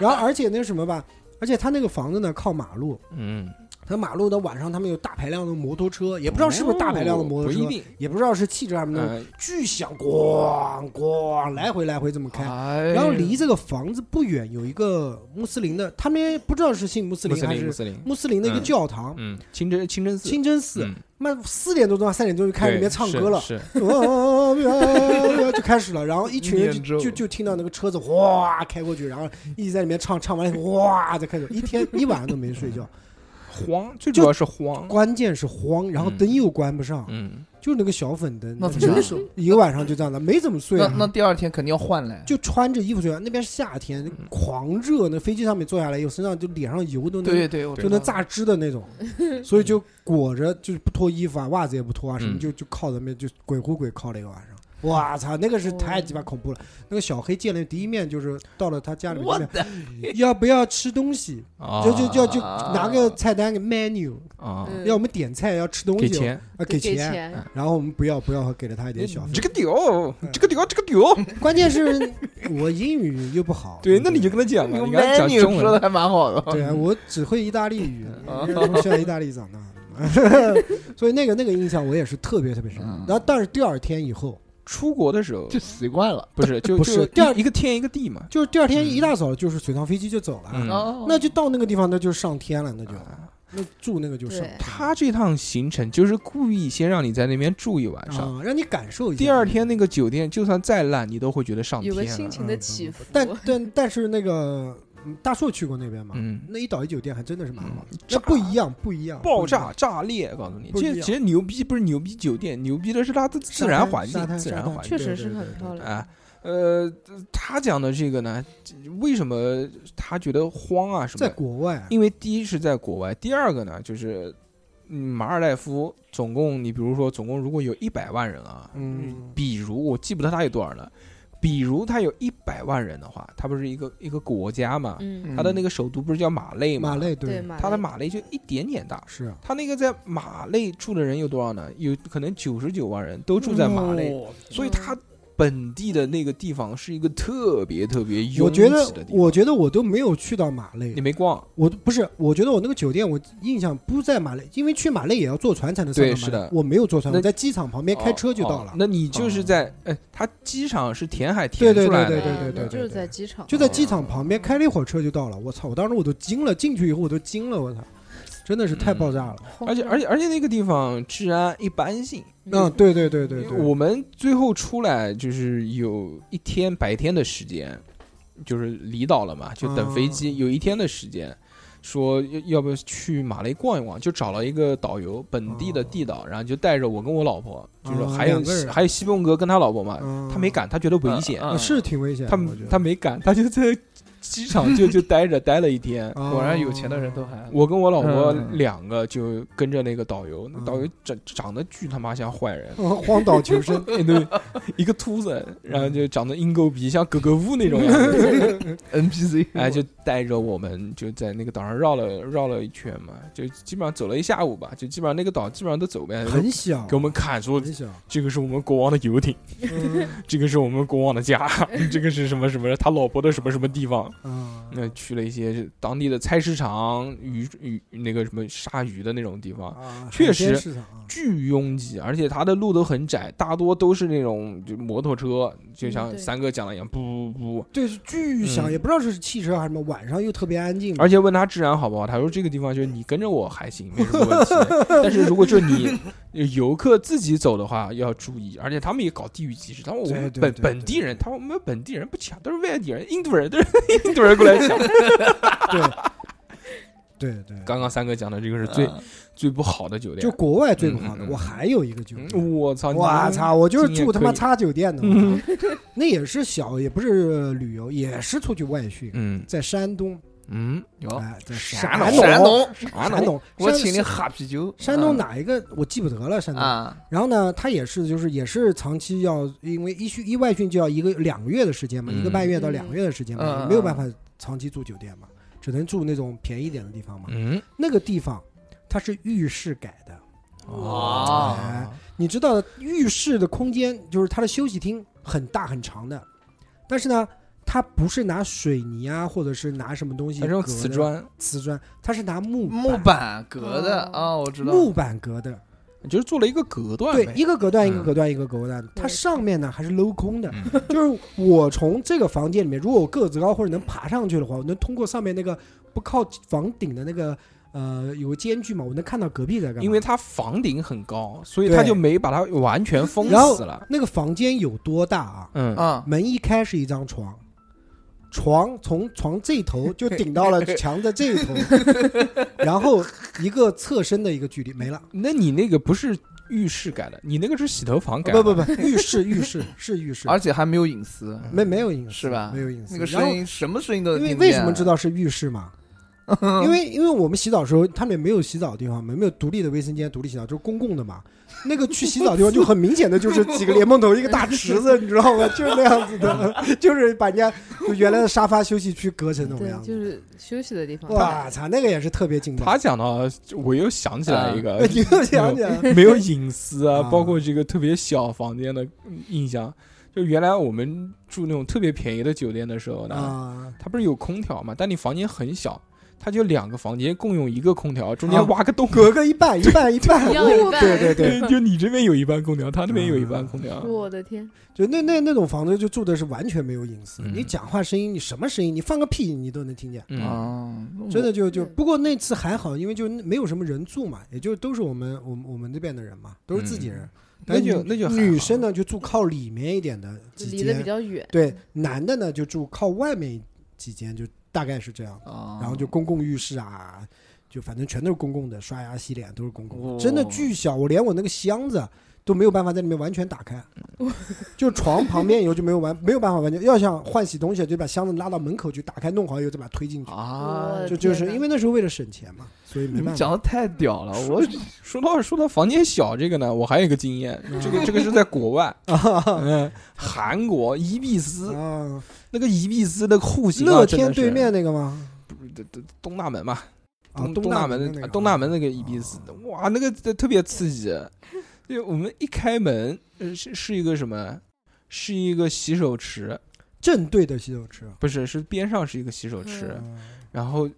然后而且那什么吧，而且他那个房子呢靠马路，嗯，他马路的晚上，他们有大排量的摩托车，也不知道是不是大排量的摩不托车，一定，也不知道是汽车还是那种，嗯巨响，咣咣，来回来回这么开。哎然后离这个房子不远有一个穆斯林的，他们也不知道是信穆斯穆林斯还林穆是斯林，穆斯林的一个教堂，嗯，清真清真寺，清真寺。嗯妈，四点多钟、三点钟就开始里面唱歌了，是是就开始了。然后一群人就就就听到那个车子哗开过去，然后一直在里面唱，唱完了哗再开走，一天一晚上都没睡觉。慌，最主要是慌，关键是慌，然后灯又关不上，嗯，就是那个小粉灯，那怎你么知办道啊吗？？一个晚上就这样的，没怎么睡、那啊。那第二天肯定要换嘞。就穿着衣服睡啊觉，那边是夏天，嗯狂热，那飞机上面坐下来以后，身上就脸上油都能对对，我就能榨汁的那种，所以就裹着就是不脱衣服啊，袜子也不脱啊，什么嗯就就靠着面就鬼乎鬼靠了一个晚上。哇操，那个是太鸡巴恐怖了！那个小黑见了第一面就是到了他家里我面，的要不要吃东西？啊就就就就拿个菜单给 menu，啊，嗯要我们点菜要吃东给西，钱，嗯啊给给钱，钱，然后我们不要不要，给了他一点你小费嗯这。个屌，这个屌，这个屌，关键是我英语又不好，对，那你就就跟他讲嘛，那个你跟哎他讲 menu 中说的文，还蛮好的。对啊，我只会意大利语，啊因为从小在意大利长大的 <laughs> 嘛，所以那个那个印象我也是特别特别深嗯。然后但是第二天以后，出国的时候就习惯了。不是就不是就第二一个天一个地嘛，就是第二天一大早就是水上飞机就走了，嗯哦那就到那个地方那就上天了，那就啊那住那个就少对，他这趟行程就是故意先让你在那边住一晚上，啊，让你感受一下。第二天那个酒店就算再烂，你都会觉得上天啊有个了心。情的起伏。但但但是那个嗯大硕去过那边嘛，嗯，那一岛一酒店还真的是蛮好，嗯那不一样，不一样，爆不一炸样，炸裂！告诉你，不一这样其实牛逼不是牛逼酒店，牛逼的是它的自沙然滩环沙境，滩自沙然滩环境确实是对对很对漂亮啊。呃，他讲的这个呢，为什么他觉得慌啊什么在的？国外因为第一是在国外，第二个呢就是，嗯，马尔代夫总共你比如说总共如果有一百万人啊，嗯比如我记不得他有多少了，比如他有一百万人的话，他不是一个一个国家嘛，嗯，他的那个首都不是叫马累嘛，马累对，对马他的累马累就一点点大。是啊他那个在马累住的人有多少呢？有可能九十九万人都住在嗯马累，哦所以他本地的那个地方是一个特别特别拥我挤觉的得地，方。我觉得我都没有去到马累你，没逛，我都不是，我觉得我那个酒店我印象不在马累，因为去马累也要坐船才能上对到马是累的我没有坐船，那我在机场旁边开车就到哦了哦，那你就是在哎，它机场是填海填出来的，对对嗯对对就是对在机场，就在机场旁边开了一会儿车就到了，我操！我当时我都惊了，进去以后我都惊了，我操！真的是太爆炸了。嗯而且而且而且那个地方治安一般性。嗯，对对对对对，我们最后出来就是有一天白天的时间，就是离岛了嘛，就等飞机，嗯有一天的时间。说要要不去马累逛一逛，就找了一个导游，本地的地导，然后就带着我跟我老婆，就是哦还有两个人还有西蒙哥跟他老婆嘛，嗯他没敢，他觉得危险，嗯啊是挺危险的。他我觉得他没敢，他就在机场 <laughs> 就就待着待了一天，啊果然有钱的人都还我跟我老婆嗯两个就跟着那个导游，那嗯，导游长长得巨他妈像坏人，<laughs> 荒岛求生 <laughs> 对，一个秃子，然后就长得鹰钩鼻，像格格巫那种样 <laughs> 子， NPC，哎，就带着我们就在那个岛上绕了绕了一圈嘛，就基本上走了一下午吧，就基本上那个岛基本上都走遍，很小，给我们看说很小。这个是我们国王的游艇， <laughs> 嗯这个是我们国王的家， <laughs> 这个是什么什么他老婆的什么什么地方，啊，那去了一些当地的菜市场、鱼鱼那个什么杀鱼的那种地方。啊确实海鲜市场啊巨拥挤，而且它的路都很窄，大多都是那种就摩托车，嗯就像对三哥讲的一样，不不不。对，是巨响，嗯也不知道是汽车还是什么，晚上又特别安静。而且问他治安好不好，他说这个地方就是你跟着我还行，没什么问题。但是如果就是你游客自己走的话，要注意。而且他们也搞地域歧视，他们我们对对本对本对地人，他们我们本地人不抢，都是外地人，印度人，都是 <laughs> 印度人过来抢。对对，刚刚三哥讲的这个是最嗯最不好的酒店就。国外最不好的嗯嗯，嗯我还有一个酒店。嗯我操！你我操！我就是今年住他妈可以差酒店 <laughs> 的，嗯那也是小，也不是旅游，也是出去外训，嗯在山东，嗯，有哎，在山东东，山山东，山东，我山请你喝啤酒。山东啊嗯哪一个我记不得了，山东。啊？然后呢，他也是就是也是长期要因为一训一外训就要一个两个月的时间嘛，嗯一个半月到两个月的时间嘛，嗯没有办法长期住酒店嘛，只能住那种便宜点的地方嘛。嗯那个地方它是浴室改的，哦哎你知道的，浴室的空间就是它的休息厅很大很长的，但是呢，它不是拿水泥啊，或者是拿什么东西，它是用瓷，砖，瓷砖，它是拿木木板隔的哦啊，我知道。木板隔的，就是做了一个隔断对呗。，一个隔断一嗯个隔断一个隔断，它对上面呢还是镂空的，嗯就是我从这个房间里面，如果我个子高或者能爬上去的话，我能通过上面那个不靠房顶的那个呃有个间距嘛，我能看到隔壁在干嘛。因为它房顶很高，所以它就没把它完全封然后死了。那个房间有多大啊？嗯，啊，门一开是一张床，床从床这头就顶到了墙的这一头，然后一个侧身的一个距离没了。那你那个不是浴室改的，你那个是洗头房改的。不不不，浴室浴室是浴室，而且还没有隐私，没没有隐私是吧没有隐私。那个然后声音什么声音都因能为听为见什么知？道是浴室 <laughs> 嘛？因为因为我们洗澡的时候，他们也没有洗澡的地方嘛，没有独立的卫生间、独立洗澡，就是公共的嘛。那个去洗澡的地方就很明显的就是几个莲蓬头、一个大池子，你知道吗？就是那样子的，就是把人家就原来的沙发休息区隔成那种对样，就子。是休息的地方。哇操，那个也是特别劲爆他。讲到，我又想起来一个，你又想起来 <laughs> 了，没有隐私啊， <laughs> 啊包括这个特别小房间的嗯印象。就原来我们住那种特别便宜的酒店的时候呢，啊，它不是有空调嘛，但你房间很小，它就两个房间共用一个空调，中间啊挖个洞。隔个一半一半一半，一样一半对对对， <laughs> 就你这边有一半空调，他那边有一半空调。我的天，就那那那种房子就住的是完全没有隐私，嗯你讲话声音，你什么声音，你放个屁你都能听见。嗯，哦，嗯，真的就就嗯不过那次还好，因为就没有什么人住嘛，也就都是我们我们我们这边的人嘛，都是自己人。但嗯那就女那就还女好生呢就住靠里面一点的就几离得比间，较远。对，男的呢就住靠外面几间，就大概是这样。啊，然后就公共浴室啊，就反正全都是公共的，刷牙洗脸都是公共哦的，真的巨小，我连我那个箱子都没有办法在里面完全打开，就床旁边以后就没有完没有办法完全，要想换洗东西就把箱子拉到门口去打开，弄好以后再把它推进去，啊我，就就是天哪因为那时候为了省钱嘛，所以没你们办讲法。的太屌了，我说到说到房间小这个呢，我还有一个经验，这 <laughs> 个这个是在国外，嗯，韩国伊比斯啊，那个伊比斯的户型啊，乐真的天是对面那个吗？东大门嘛，啊，东大大门门的那个，啊东大门那个伊比斯，哇，那个特特别刺激。就我们一开门，呃是是一个什么？是一个洗手池，正对的洗手池。不是，是边上是一个洗手池，嗯然后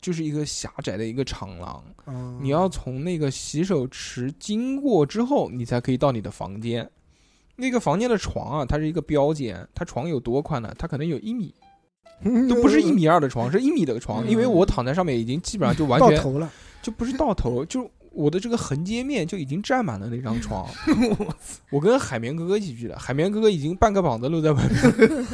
就是一个狭窄的一个长廊，啊，你要从那个洗手池经过之后，你才可以到你的房间。那个房间的床啊，它是一个标间，它床有多宽呢？它可能有一米，都不是一米二的床，是一米的床。嗯因为我躺在上面已经基本上就完到全头了，就不是到头，就是我的这个横截面就已经占满了那张床。我跟海绵哥哥一起去的，海绵哥哥已经半个膀子露在外面。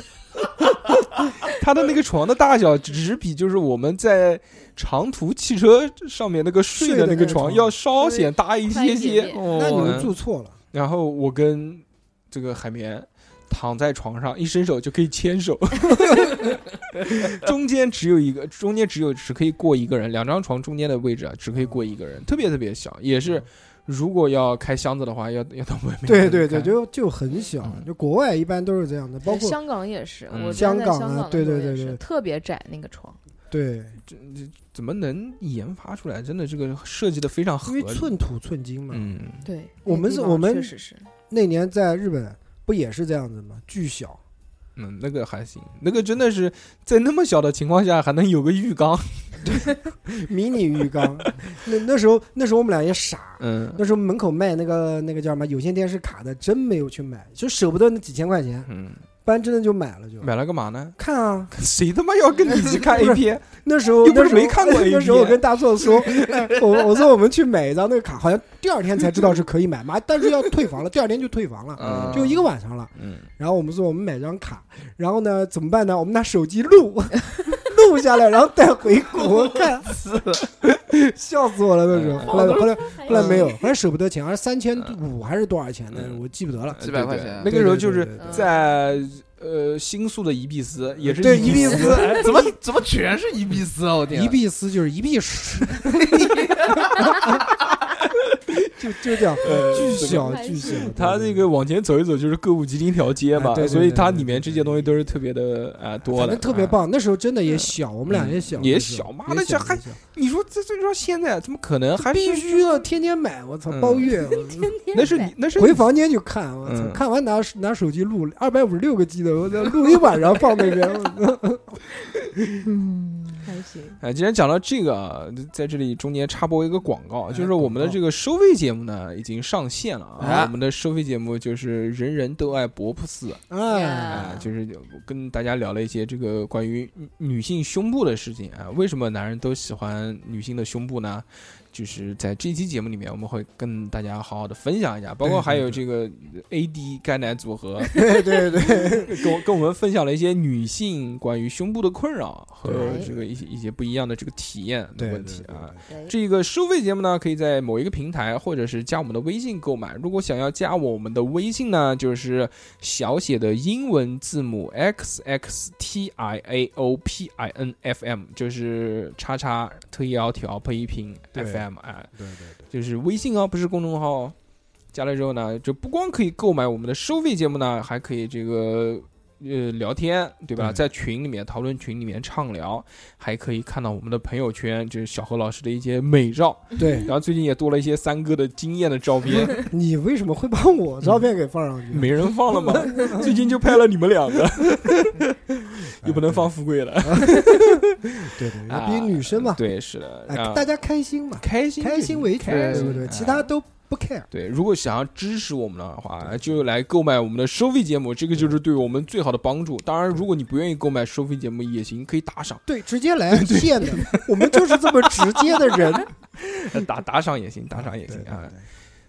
<laughs> 他的那个床的大小，只比就是我们在长途汽车上面那个睡的那个床睡的那个床要稍显大 <laughs> 一宽些一点些。点那你们嗯住错了。然后我跟这个海绵躺在床上，一伸手就可以牵 <laughs> 手，中间只有一个，中间只有只可以过一个人，两张床中间的位置啊，只可以过一个人，特别特别小，也是如果要开箱子的话，要要到外面。嗯对对对，就就很小嗯，就国外一般都是这样的，包括香港也是，嗯我之香前在港香啊港的对时候对也对是对特别窄那个床，对，怎么能研发出来？真的这个设计的非常合因理为。寸土寸金嘛。嗯，对，我那们地是方我们确实是那年在日本不也是这样子吗？巨 <laughs> 小，嗯，那个还行，那个真的是在那么小的情况下还能有个浴缸，迷你浴缸。那那时候那时候我们俩也傻，嗯那时候门口卖那个那个叫什么有线电视卡的，真没有去买，就舍不得那几千块钱，嗯，不然真的就买了就。买了干嘛呢？ <laughs> 看啊，谁他妈要跟你一起看不 A 是片？ <laughs> 那时候又不是那时候没看过 A <laughs> 那时候我片跟大硕说，哎我我说我们去买一张那个卡，好像第二天才知道是可以买，妈，但是要退房了，第二天就退房了，嗯就一个晚上了。嗯，然后我们说我们买张卡，然后呢怎么办呢？我们拿手机录， <laughs> 录下来，然后带回国看，笑死我了那时哎候。后来后来后来没有，后来舍不得钱，好像三千五还是多少钱的，嗯我记不得了。几百块对对钱那个时候就是对对对对在呃新宿的伊比斯，也是对伊伊比斯斯，哎 <laughs> 怎么怎么全是一比四啊！我天，一币斯就是一 <laughs> 币屎，就就这样，呃巨怎么小还巨小是。它那个往前走一走就是购物吉林条街嘛哎，对对所以它对对里面这些东西都是特别的啊多反的，正特别啊。棒，那时候真的也小，我们俩也小，也那时候小妈也的小这还也小你说这这说现在怎么可能还必是须要天天买，我操，嗯包月，我 <laughs> 那是你那是回房间就看，我操嗯，看完拿拿手机录二百五十六个 G 的，我操，录一晚上放那 <laughs> 边，嗯还行，啊，既然讲到这个啊，在这里中间插播一个广告，哎就是我们的这个收费节目呢已经上线了啊，哎我们的收费节目就是人人都爱博普斯。哎，啊啊，就是跟大家聊了一些这个关于女女性胸部的事情啊，为什么男人都喜欢女性的胸部呢？就是在这期节目里面，我们会跟大家好好的分享一下，包括对对还有这个 AD 钙奶组合 <laughs> 对对对，跟我跟我们分享了一些女性关于胸部的困扰和对这个一些一些不一样的这个体验的对问题啊。，对这个收费节目呢，可以在某一个平台，或者是加我们的微信购买。如果想要加我们的微信呢，就是小写的英文字母 x x t i a o p i n f m，就是叉叉特一檪调配一拼对 f m 啊，对对就是微信哦，不是公众号哦。加了之后呢，就不光可以购买我们的收费节目呢，还可以这个呃聊天，对吧？对在群里面讨论群里面畅聊，还可以看到我们的朋友圈，就是小何老师的一些美照。 <laughs> 对对，然后最近也多了一些三哥的惊艳的照片， <laughs> 你为什么会把我照片给放上去？没人放了嘛？最近就拍了你们两个， <laughs> 又不能放富贵了。对对，啊毕竟女生嘛， <laughs> 对，是的，啊哎然后，大家开心嘛，开心开心为主，开对心不对？其他都不 care。对，如果想要支持我们的话，就来购买我们的收费节目，这个就是对我们最好的帮助。当然，如果你不愿意购买收费节目也行，可以打赏，对，直接来现的，我们就是这么直接的 <laughs> 人。呃打打赏也行，打赏也行啊。对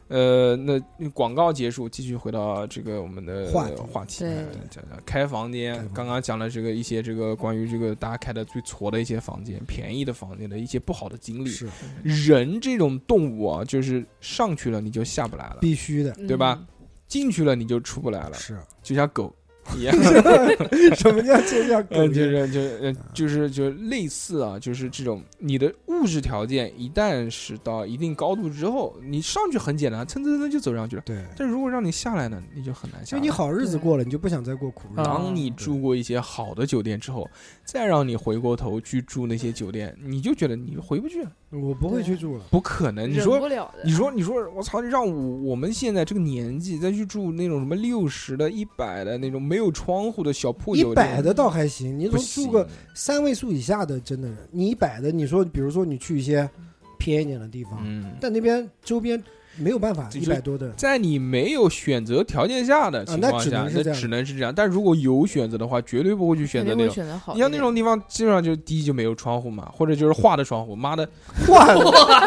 呃，那广告结束，继续回到这个我们的话题话题，对呃讲讲开房开间。房刚刚讲了这个一些这个关于这个大家开的最挫的一些房间，便宜的房间的一些不好的经历。是人这种动物啊，就是上去了你就下不来了，必须嗯的，对吧进去了你就出不来了，是就像狗一样。 <laughs> 什么叫这叫狗嗯，就日？是就呃就是就类似啊，就是这种你的物质条件一旦是到一定高度之后，你上去很简单，蹭蹭蹭就走上去了。对，但如果让你下来呢，你就很难下就来。你好日子过了，你就不想再过苦日子。啊当你住过一些好的酒店之后，再让你回过头去住那些酒店，你就觉得你回不去了，我不会去住了。不可能。你忍说不了的，你说，你说，我操！让我我们现在这个年纪再去住那种什么六十的、一百的那种没有窗户的小破一酒店，百的倒还行，你不从住个行三位数以下的，真的，你一百的，你说，比如说你去一些偏一点的地方，嗯，但那边周边没有办法，就一是百 <laughs> 多的，在你没有选择条件下的情况下，啊那只能是那这样只能是这样。但如果有选择的话，绝对不会去选肯择定那会种。选择好一你点。像那种地方，基本上就是第一就没有窗户嘛，或者就是画的窗户。妈的， <laughs> 哇， <laughs>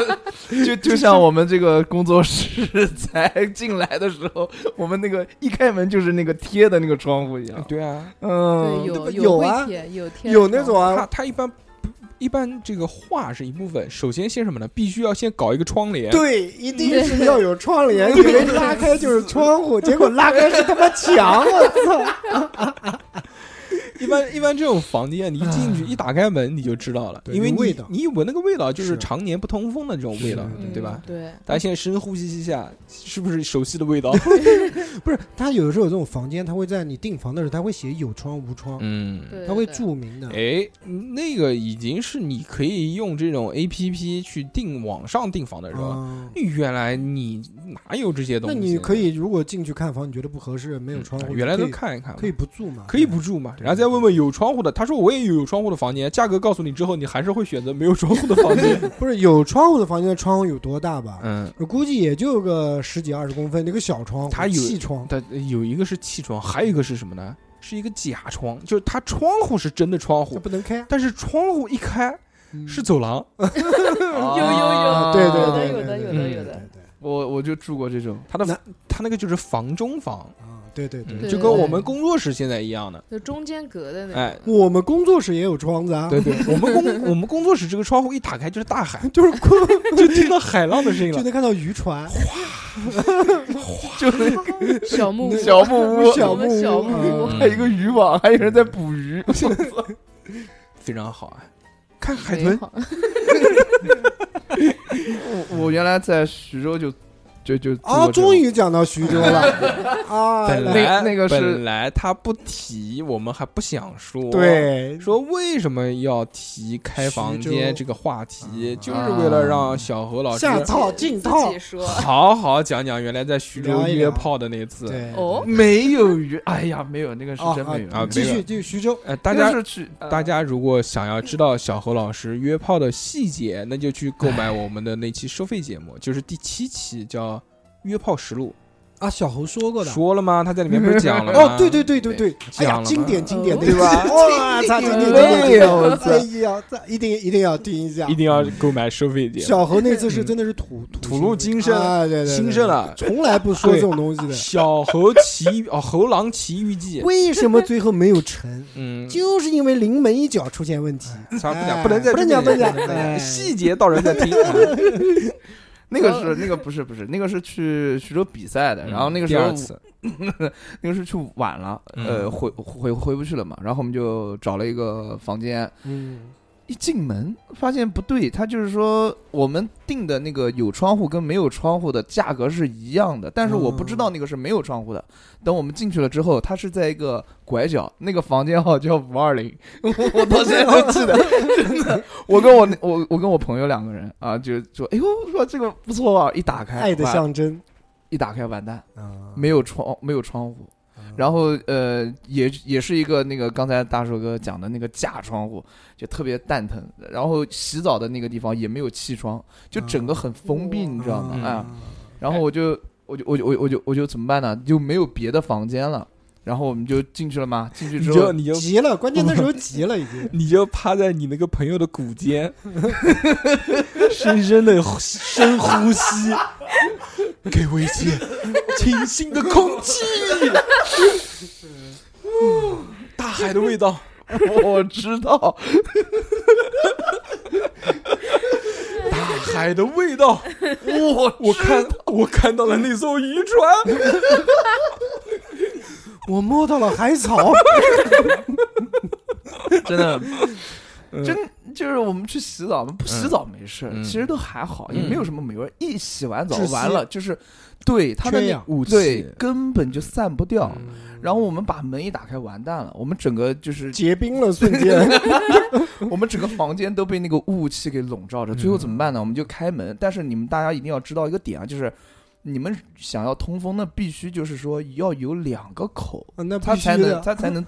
就就像我们这个工作室 <laughs> 才进来的时候，我们那个一开门就是那个贴的那个窗户一样。对啊，嗯，对有那不有啊会贴有贴有那种它啊，它一般一般这个画是一部分，首先先什么呢？必须要先搞一个窗帘。对，一定是要有窗帘，以为拉开就是窗户，结果拉开是他妈墙，我操！ <laughs> 一般一般这种房间，你一进去一打开门你就知道了，对因为有你味道你一闻那个味道就是是常年不通风的这种味道是，嗯对吧？对，大家现在深呼吸一下，是不是熟悉的味 <laughs> 道？不是，他有的时候有这种房间，他会在你订房的时候，他会写有窗无窗，嗯对他会对注明的。哎，那个已经是你可以用这种 A P P 去订网上订房的人了。啊，原来你哪有这些东西？那嗯你可以如果进去看房，你觉得不合适，没有窗户，原来可都以看一看嘛，嗯可以不住嘛？可以不住嘛， <laughs> 然后再问问有窗户的。他说我也有有窗户的房间，价格告诉你之后，你还是会选择没有窗户的房间。不是有窗户的房间的窗户有多大吧？嗯，我估计也就个十几二十公分，那个小窗户，它有气窗，但呃有一个是气窗，还有一个是什么呢？是一个假窗，就是它窗户是真的窗它户，不能开，但是窗户一开是走廊。有有啊啊有对有对的对，有的有的嗯有对的，对对我我就住过这种，它的那它那个就是房中房，啊，对对嗯对，就跟我们工作室现在一样的。就中间隔的那哎种，我们工作室也有窗子啊，对 <laughs> 对，我们工我们工作室这个窗户一打开就是大海，就是就听到海浪的声音 <laughs> 就了。能看到渔船，就那个小 <laughs> 木屋，小木屋我小木们小屋木屋嗯还有一个渔网，还有人在捕 <laughs> 鱼。非常好啊！看海美豚，好，我我原来在徐州就就就住啊，过这种终于讲到徐 <laughs> 州了啊，本来来那个是本来他不提，我们还不想说。，对，说为什么要提开房徐间州这个话题，啊就是为了让小何老师下套自进套己， <laughs> 说，好好讲讲原来在徐州聊一约聊炮的那次。对，哦 <laughs> 没有鱼，哎呀，没有那个是啊真没有啊啊，继续继续徐州，呃，大家就是去大家如果想要知道小何老师约炮的细节，那就去购买我们的那期收费节目，就是第七期叫《约炮实录啊，小猴说过》。的，说了吗？他在里面不是讲了吗？哦，对对对对对，哎讲了呀，吗经典经典哦那个，对吧哇，操，经典经典，哎经呦典哎呀，这一定一定要听一下一。定要购买收费节目。小猴那次是真的是吐吐露金身啊，对对，对新生，了，啊从来不说这种东西的。小猴奇哦，猴狼奇遇记。为什么最后没有成？嗯，就是因为临门一脚出现问题。咱不讲，哎不能再不能讲，不能讲，哎细节到时候再 <laughs> 听。那个是嗯那个不是不是那个是去徐州比赛的，然后那个时第候二次，那个是去晚了，呃，嗯回回回不去了嘛，然后我们就找了一个房间，嗯，一进门发现不对，他就是说我们订的那个有窗户跟没有窗户的价格是一样的，但是我不知道那个是没有窗户的。等我们进去了之后，它是在一个拐角，那个房间号叫五二零，我到现在都记得，真的。我跟我我我跟我朋友两个人啊，就说哎呦，说这个不错啊，一打开，爱的哇象征一打开完蛋，啊没有窗没有窗户，嗯然后呃，也也是一个那个刚才大寿哥讲的那个假窗户，就特别蛋疼。然后洗澡的那个地方也没有气窗，就整个很封闭，你知道吗？啊、嗯哎，然后我就我就我就我就我就我就怎么办呢？就没有别的房间了，然后我们就进去了嘛。进去你之后就，你就急了，关键那时候急了已 <laughs>。<laughs> 经你就趴在你那个朋友的骨间，深深的深呼吸，给我一些清新的空气，呜，大海的味道。我知 <laughs> 道，大海的味道，我我看我看到了那艘渔船，我摸到了海草， <laughs> 真的，嗯真就是我们去洗澡嘛，不洗澡没事，嗯其实都还好，嗯也没有什么美味。一洗完澡窒息完了，就是对他的缺那氧雾气对根本就散不掉。嗯，然后我们把门一打开，完蛋了，我们整个就是结冰了瞬间。我们整个房间都被那个雾气给笼罩着。最后怎么办呢？我们就开门，但是你们大家一定要知道一个点啊，就是你们想要通风，那必须就是说要有两个口，啊那它必须才能的它才能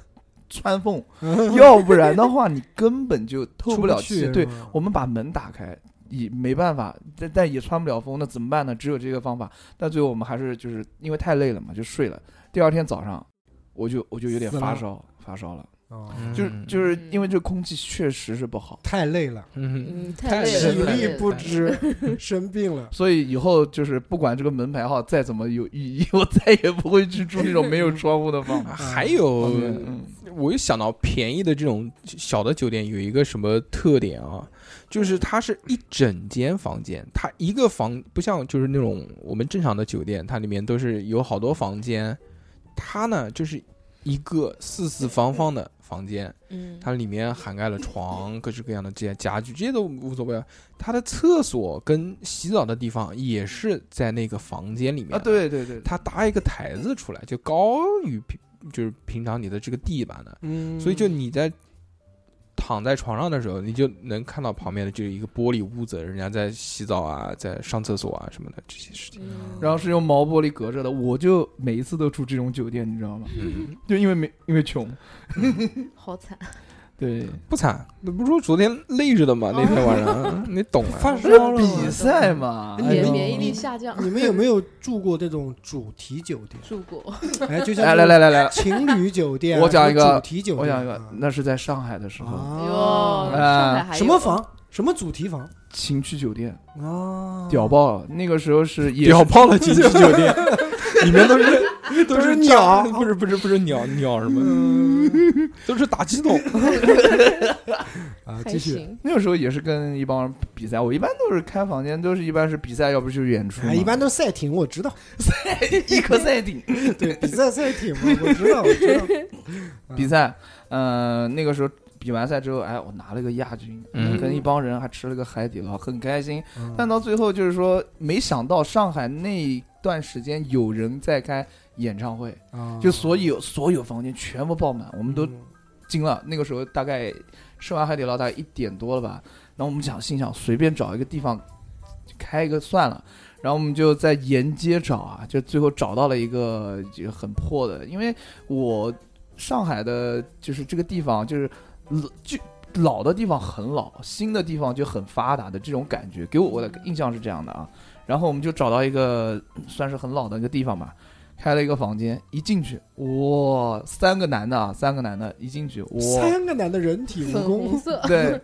穿 <laughs> 缝，嗯要不然的话你根本就透出不了去气。是对吧，我们把门打开。也没办法，但但也穿不了风，那怎么办呢？只有这个方法。但最后我们还是就是因为太累了嘛，就睡了。第二天早上，我就我就有点死了发烧，发烧了，哦嗯就是就是是因为这个空气确实是不好。太累了，嗯嗯，太累体深了，了力不支， <laughs> 生病了。所以以后就是不管这个门牌号再怎么有意义， <laughs> 我再也不会去住那种没有窗户的 <laughs> 房啊了。还有，嗯，我又想到便宜的这种小的酒店有一个什么特点啊，就是它是一整间房间，它一个房不像就是那种我们正常的酒店，它里面都是有好多房间，它呢就是一个四四方方的房间，嗯，它里面涵盖了床、各式各样的这些家具，这些都无所谓啊。它的厕所跟洗澡的地方也是在那个房间里面啊，的对对对，它搭一个台子出来，就高于平就是平常你的这个地板的，嗯，所以就你在躺在床上的时候，你就能看到旁边的就是一个玻璃屋子，人家在洗澡啊，在上厕所啊什么的这些事情。嗯然后是用毛玻璃隔着的，我就每一次都住这种酒店，你知道吗？嗯，就因为没因为穷，好惨，对，不惨，那不是说昨天累着的吗？那天晚上你懂啊。发这烧了比吗。赛嘛，哎哎免呦免疫力下降，？<laughs> 嗯你们有没有住过这种主题酒店住过？哎，就像来来来来来，情侣酒店啊，我讲一个主题酒我店，讲一个，嗯那是在上海的时候，哎啊呦，哎上海还有什么？房？什么主题房？情趣酒店啊，屌爆了，那个时候是也是屌爆了情趣酒店，里面都是都是鸟，鸟不是不是不是鸟鸟什么，都是打气筒。 <laughs> 啊！还继续，行，那个时候也是跟一帮人比赛，我一般都是开房间，都是一般是比赛，要不就是演出嘛。哎，一般都嗯赛艇，我知道，一颗赛艇对，比赛赛艇嘛，我知道，我 <laughs> 知道。比赛，呃，那个时候比完赛之后，哎，我拿了个亚军，嗯跟一帮人还吃了个海底捞，很开心。嗯但到最后就是说，没想到上海那段时间有人在开演唱会，啊就所有所有房间全部爆满，我们都嗯惊了。那个时候大概吃完海底捞大概一点多了吧，然后我们想心想随便找一个地方开一个算了，然后我们就在沿街找啊，就最后找到了一个就很破的，因为我上海的就是这个地方就是老就。老的地方很老，新的地方就很发达的这种感觉，给我的印象是这样的啊。然后我们就找到一个算是很老的一个地方吧，开了一个房间，一进去，哇，三个男的啊，三个男的，一进去，哇，三个男的人体蜈粉红蚣，色， <laughs> 对，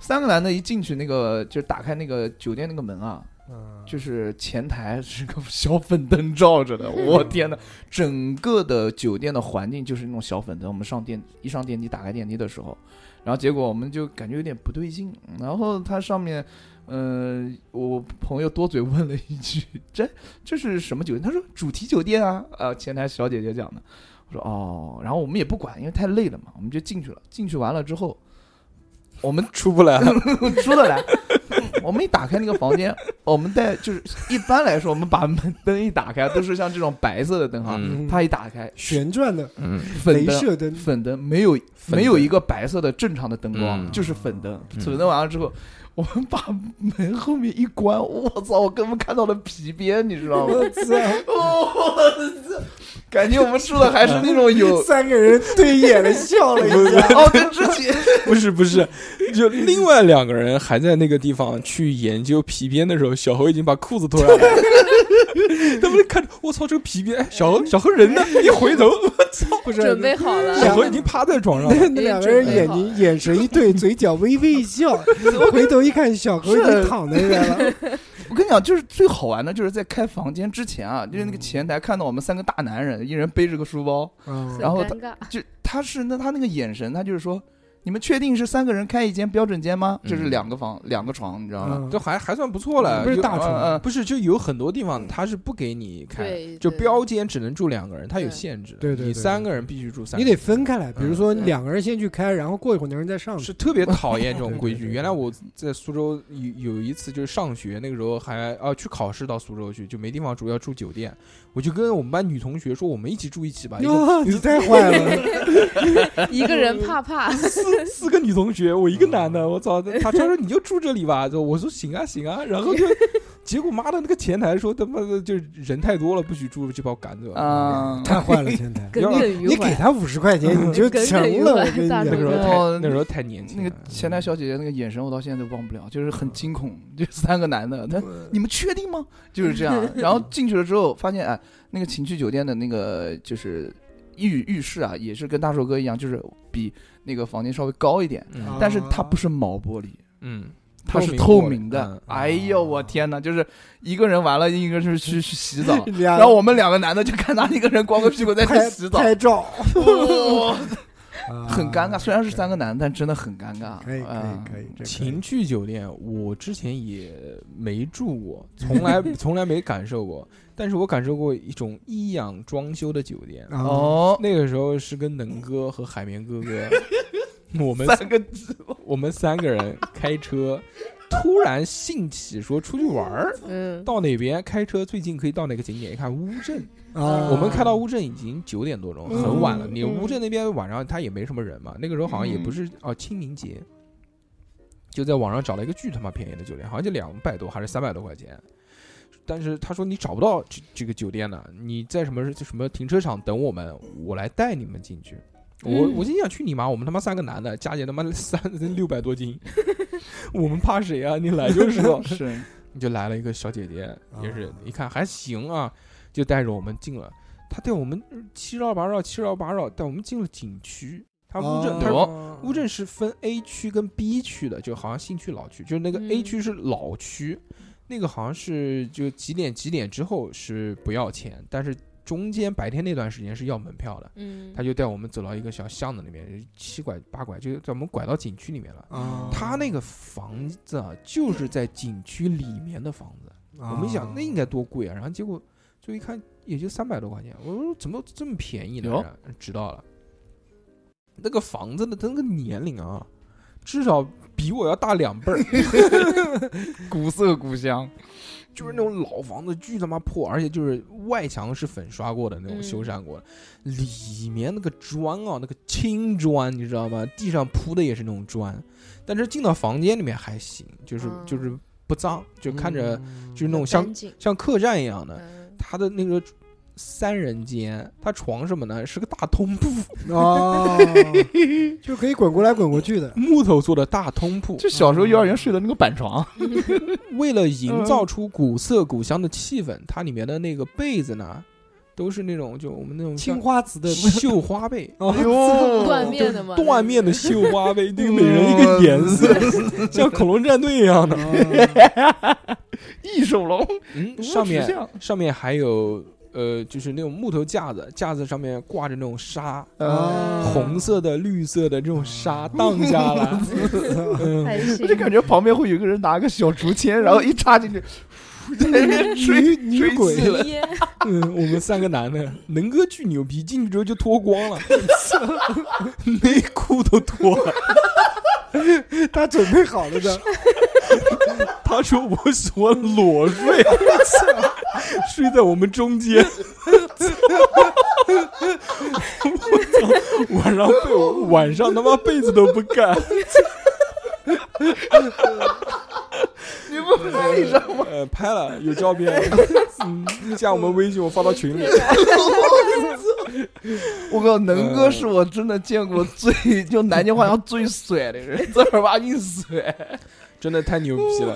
三个男的一进去，那个就是打开那个酒店那个门啊，嗯就是前台是个小粉灯照着的， <laughs> 我天呐，整个的酒店的环境就是那种小粉灯。我们上电一上电梯，打开电梯的时候，然后结果我们就感觉有点不对劲。然后它上面，呃，我朋友多嘴问了一句：“这这是什么酒店？”他说：“主题酒店啊。”呃，前台小姐姐讲的。我说：“哦。”然后我们也不管，因为太累了嘛，我们就进去了。进去完了之后，我们出不来了， <laughs> 出得来。我们一打开那个房间，我们带就是一般来说，我们把门灯一打开，都是像这种白色的灯啊。嗯它一打开，旋转的 <laughs> 嗯，粉镭灯，射灯，粉灯没有粉灯没有一个白色的正常的灯光，嗯就是粉灯。嗯粉灯完了之后，我们把门后面一关，我操！我根本看到了皮鞭，你知道吗？ <laughs> <laughs> 我操！我操！感觉我们住的还是那 <laughs> 种有 <laughs> 三个人对眼了笑 <laughs> 了一下，哦，跟之前 <laughs> 不是不是，就另外两个人还在那个地方去研究皮鞭的时候，小何已经把裤子脱下来了。 <laughs> 他们看着，我操，这个皮鞭！哎小何，小何人呢？一回头，不是准备好了，小何已经趴在床上了。那那两个人眼睛眼神一对，嘴角微微一 <laughs> 笑，回头一看，小狗已经躺在那了。我跟你讲，就是最好玩的，就是在开房间之前啊，就是那个前台看到我们三个大男人，一人背着个书 <laughs> 包， <laughs> 嗯然后很尴尬，就他是那他那个眼神，他就是说，你们确定是三个人开一间标准间吗？嗯就是两个房两个床，你知道吗？嗯这还还算不错了，不是就大床嗯嗯不是就有很多地方他是不给你开，对，就对标间只能住两个人，他有对限制。对对对你对三个人必须住三你个人，得分开来，比如说嗯两个人先去开，然后过一会儿两个人再上去。是特别讨厌这种对对规矩。嗯对对原来我在苏州有有一次就是上学那个时候还啊去考试到苏州去就没地方住要住酒店，我就跟我们班女同学说我们一起住一 <laughs> 起吧，一共哟，你太坏 <laughs> 了！一个人怕 <laughs> 怕，四四个女同学，我一个啊男的，我操！他他说你就住这里吧，就我说行啊行啊，然后就结果妈的那个前台说他妈的就人太多了不许住，就把我赶走了。啊、太坏了，前台，耿要耿于你给怀。他五十块钱你就成了，我跟你大那个 <laughs> 时讲。，候太、哦那时候太年轻那了，个前台小姐姐那个眼神，我到现在都忘不了，就是很惊恐，就三个男的，他你们确定吗？就是这样。然后进去了之后，发现哎，那个情趣酒店的那个就是浴浴室啊，也是跟大寿哥一样，就是比那个房间稍微高一点，嗯但是它不是毛玻璃，嗯，它是透明玻璃的嗯。哎呦我天哪！就是一个人完了，一个是去去洗澡 <laughs> 然然后我们两个男的就看他一个人光个屁股在拍那洗澡，拍照，哇啊很尴尬。虽然是三个男的，但真的很尴尬。可以可嗯以可以，这可以情趣酒店我之前也没住过，从来从来没感受过，但是我感受过一种异样装修的酒店。啊哦，那个时候是跟能哥和海绵哥哥，我们三个。我们三个人开车，突然兴起说出去玩儿，嗯，到哪边开车最近可以到哪个景点？一看乌镇，啊！我们开到乌镇已经九点多钟，嗯很晚了。你嗯乌镇那边晚上他也没什么人嘛，那个时候好像也不是哦清明节，就在网上找了一个巨他妈便宜的酒店，好像就两百多还是三百多块钱。但是他说你找不到这这个酒店呢，你在什么什么停车场等我们，我来带你们进去。我嗯我心想去你妈！我们他妈三个男的，加起来他妈三六百多斤， <laughs> 我们怕谁啊？你来就知道是就来了一个小姐姐，也是一看还行啊，就带着我们进了。她带我们七绕八绕，七绕八绕带我们进了景区。她乌镇，她哦乌镇是分 A 区跟 B 区的，就好像新区老区，就是那个嗯 A 区是老区，那个好像是就几点几点之后是不要钱，但是中间白天那段时间是要门票的。嗯，他就带我们走到一个小巷子里面，七拐八拐就在我们拐到景区里面了。啊，他那个房子啊，就是在景区里面的房子，啊我们一想那应该多贵啊，然后结果就一看也就三百多块钱，我说怎么这么便宜呢？哟然后知道了，那个房子的那个年龄啊，至少比我要大两倍儿， <laughs> 古色古香，就是那种老房子巨他妈破，而且就是外墙是粉刷过的那种嗯修缮过的，里面那个砖啊，那个青砖你知道吗？地上铺的也是那种砖，但是进到房间里面还行，就是、嗯就是不脏，就看着、就是嗯那种像干净，像客栈一样呃的，嗯，他的那个三人间，他床什么呢？是个大通铺， <laughs> <laughs> 哦，就可以滚过来滚过去的。木头做的大通铺。就小时候幼儿园睡的那个板床。为了营造出古色古香的气氛，它里面的那个被子呢，都是那种就我们那种青像 <laughs> 花瓷的，。绣花被 <laughs> 哦哎 <laughs> 呦缎面的嘛，缎面的绣花被，那个每人一个颜色，像恐龙战队一样的。异兽龙，嗯，多上吃面相上面还有呃，就是那种木头架子，架子上面挂着那种纱，啊 <laughs> 红色的、绿色的这种纱荡下来。哦 <laughs> 嗯，还我行就，感觉旁边会有一个人拿个小竹签，然后一插 <laughs> 进去，在那边吹女女鬼吹气 <laughs> 了。 <laughs> 烟嗯，我们三个男的，能哥巨牛逼，进去之后就脱光了，内裤都脱了。他准备好了的，他说我喜欢裸睡，啊 <laughs> 睡在我们中间。 <laughs> 我操！晚上被我晚上他妈被子都不盖。你不拍一张吗？呃，拍了有照片，嗯，你加我们微信，我发到群里。我靠，能哥是我真的见过最就南京话讲最帅的人，正儿八经帅。真的太牛逼了。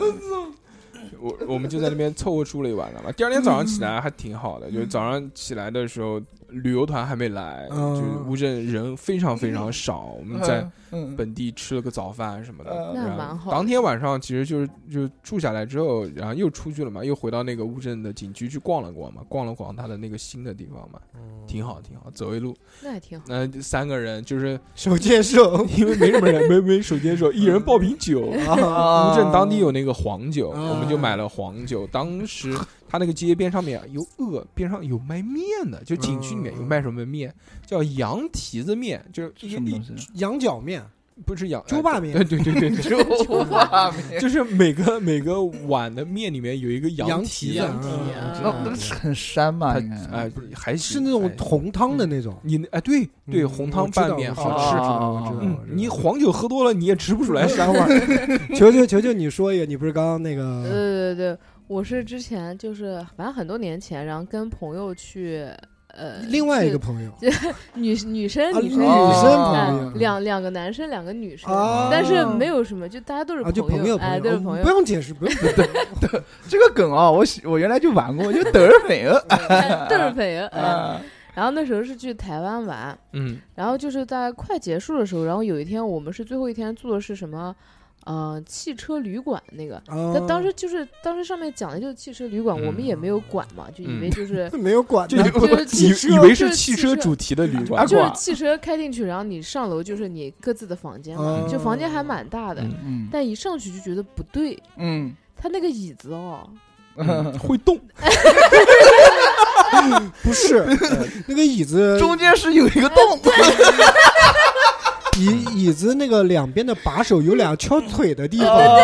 我我们就在那边凑合住了一晚上吧。第二天早上起来还挺好的，就是早上起来的时候，旅游团还没来，嗯就是乌镇人非常非常少。我们在嗯本地吃了个早饭什么的，嗯然后那蛮好的当天晚上其实就是就住下来之后，然后又出去了嘛，又回到那个乌镇的景区去逛了逛嘛，逛了逛它的那个新的地方嘛， <laughs> 挺好挺好，走一路。那也挺好。那三个人就是手牵手 <laughs> 因为没什么人，没没手接手，一人抱瓶酒。啊，啊乌镇当地有那个黄酒，啊我们就买了黄酒。当时他那个街边上面有饿，边上有卖面的，就景区里面有卖什么面，叫羊蹄子面，就是一什么东西？啊 <laughs> 羊角面，不是羊猪爸面哎哎对对对对对，就画 <laughs> 就是每个每个碗的面里面有一个羊蹄蹄蹄子，嗯啊那那是很膻嘛？它应该哎还行是那种还行红汤的那种，你那哎对对嗯红我汤知拌道面我知好道吃。我知道我知道嗯我，知道你黄酒喝多了你也吃不出来膻味 <laughs> <laughs> 儿。球球球球，你说一个，你不是刚刚那对对个对，我是之前就是反正很多年前，然后跟朋友去呃另外一去个朋友女女生啊，女生生哦哎朋友，两两个男生两个女生，啊，但是没有什么，就大家都是啊，就朋友嗯哎，都是朋友。不用解释，<laughs> 不用解释，这个梗啊，我喜我原来就玩过，就德尔粉 <laughs> 啊哎都是朋 <laughs> 友，嗯哎啊，然后那时候是去台湾玩，嗯，然后就是在快结束的时候，然后有一天我们是最后一天住的是什么，呃，汽车旅馆那个。啊但当时就是当时上面讲的就是汽车旅馆，我们也没有嗯管嘛，就以为就是、 <laughs> 没有管就他以就为是汽车以以为是就是汽汽车车主题的旅啊馆，就是管汽车开进去，然后你上楼就是你各自的房间嘛，啊就房间还蛮大的，嗯嗯但一上去就觉得不对，嗯，他那个椅子哦，嗯会动。不是 <laughs> 呃那个椅子中间是有一个洞，椅椅子那个两边的把手有两翘腿的地方，哦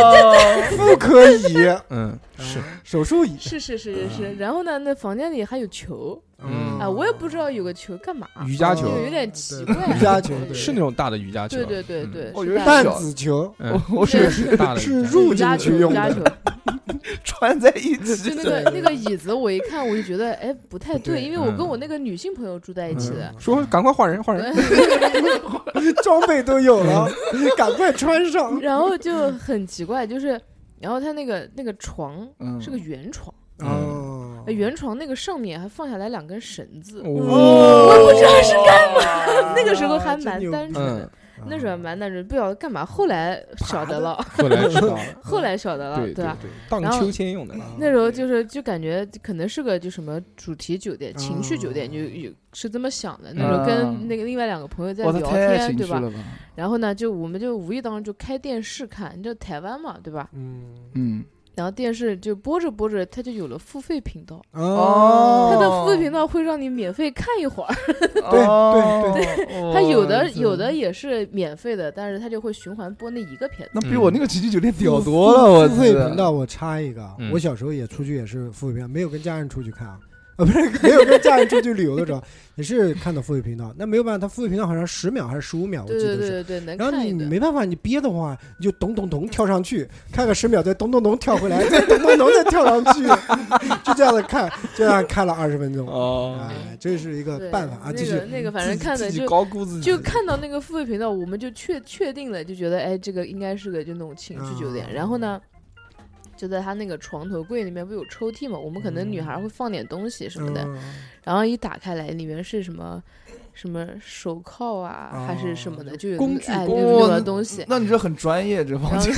对 <laughs> 妇 <laughs> 科椅、嗯，是手术椅，是是是是嗯是，然后呢，那房间里还有球嗯啊，我也不知道有个球干嘛，瑜伽球就哦有点奇怪，瑜嗯伽球对是那种大的瑜伽球，对对对嗯对，我是觉得大弹的 <laughs> 子球嗯，我我是是大的是瑜伽球入瑜伽进球去瑜用伽的，球，穿在一起就那个那个椅子，我一看我就觉得哎不太对，因为嗯我跟我那个女性朋友住在一起的，说赶快换 <laughs> 人换人，装备都有了，嗯赶快穿上。然后就很奇怪，就是然后他那个那个床嗯是个圆床，哦哎，圆床那个上面还放下来两根绳子，哦，我不知道是干嘛， <laughs> 那个时候还蛮单纯嗯的，，那时候还蛮单纯，不晓得干嘛，后来晓得了，后 <laughs> 来知道了，后来晓得了，对吧？对，荡秋千用的， <laughs> 嗯那时候就是就感觉可能是个就什么主题酒店、情趣酒店，哦就有是这么想的。那嗯时候跟那个另外两个朋友在我聊太天，情对绪吧？了吧？然后呢，就我们就无意当中就开电视看，你知道台湾嘛，对吧？嗯，嗯，然后电视就播着播着，它就有了付费频道，哦，它的付费频道会让你免费看一会儿。对哦对它有的有的也是免费的，但是它就会循环播那一个片子。那比我那个奇迹酒店屌多了，我付费操频道我插一个嗯，我小时候也出去也是付费频道，没有跟家人出 <laughs> 去看啊。啊，不是没有跟家人出去旅游的时候，也是看到付费频道。那没有办法，它付费频道好像十秒还是十五秒，我对记对得对是。对对，能然后看你一你顿。没办法，你憋的话，你就咚咚咚跳上去，看个十秒，再咚咚咚跳回来，再咚咚咚再跳上去， <laughs> 就这样的看，就这样看了二十分钟。哦，哎，这是一个对办法啊，继那续个。那个，反正看的就高估自己，就看到那个付费频道，我们就确确定了，就觉得哎，这个应该是个就那种情趣酒店。嗯然后呢，就在他那个床头柜里面不有抽屉嘛，我们可能女孩会放点东西什么的，嗯然后一打开来，里面是什么什么手铐啊，哦还是什么的，就有工具哎，就工有哦了东西。那你这很专业，这然房后间。，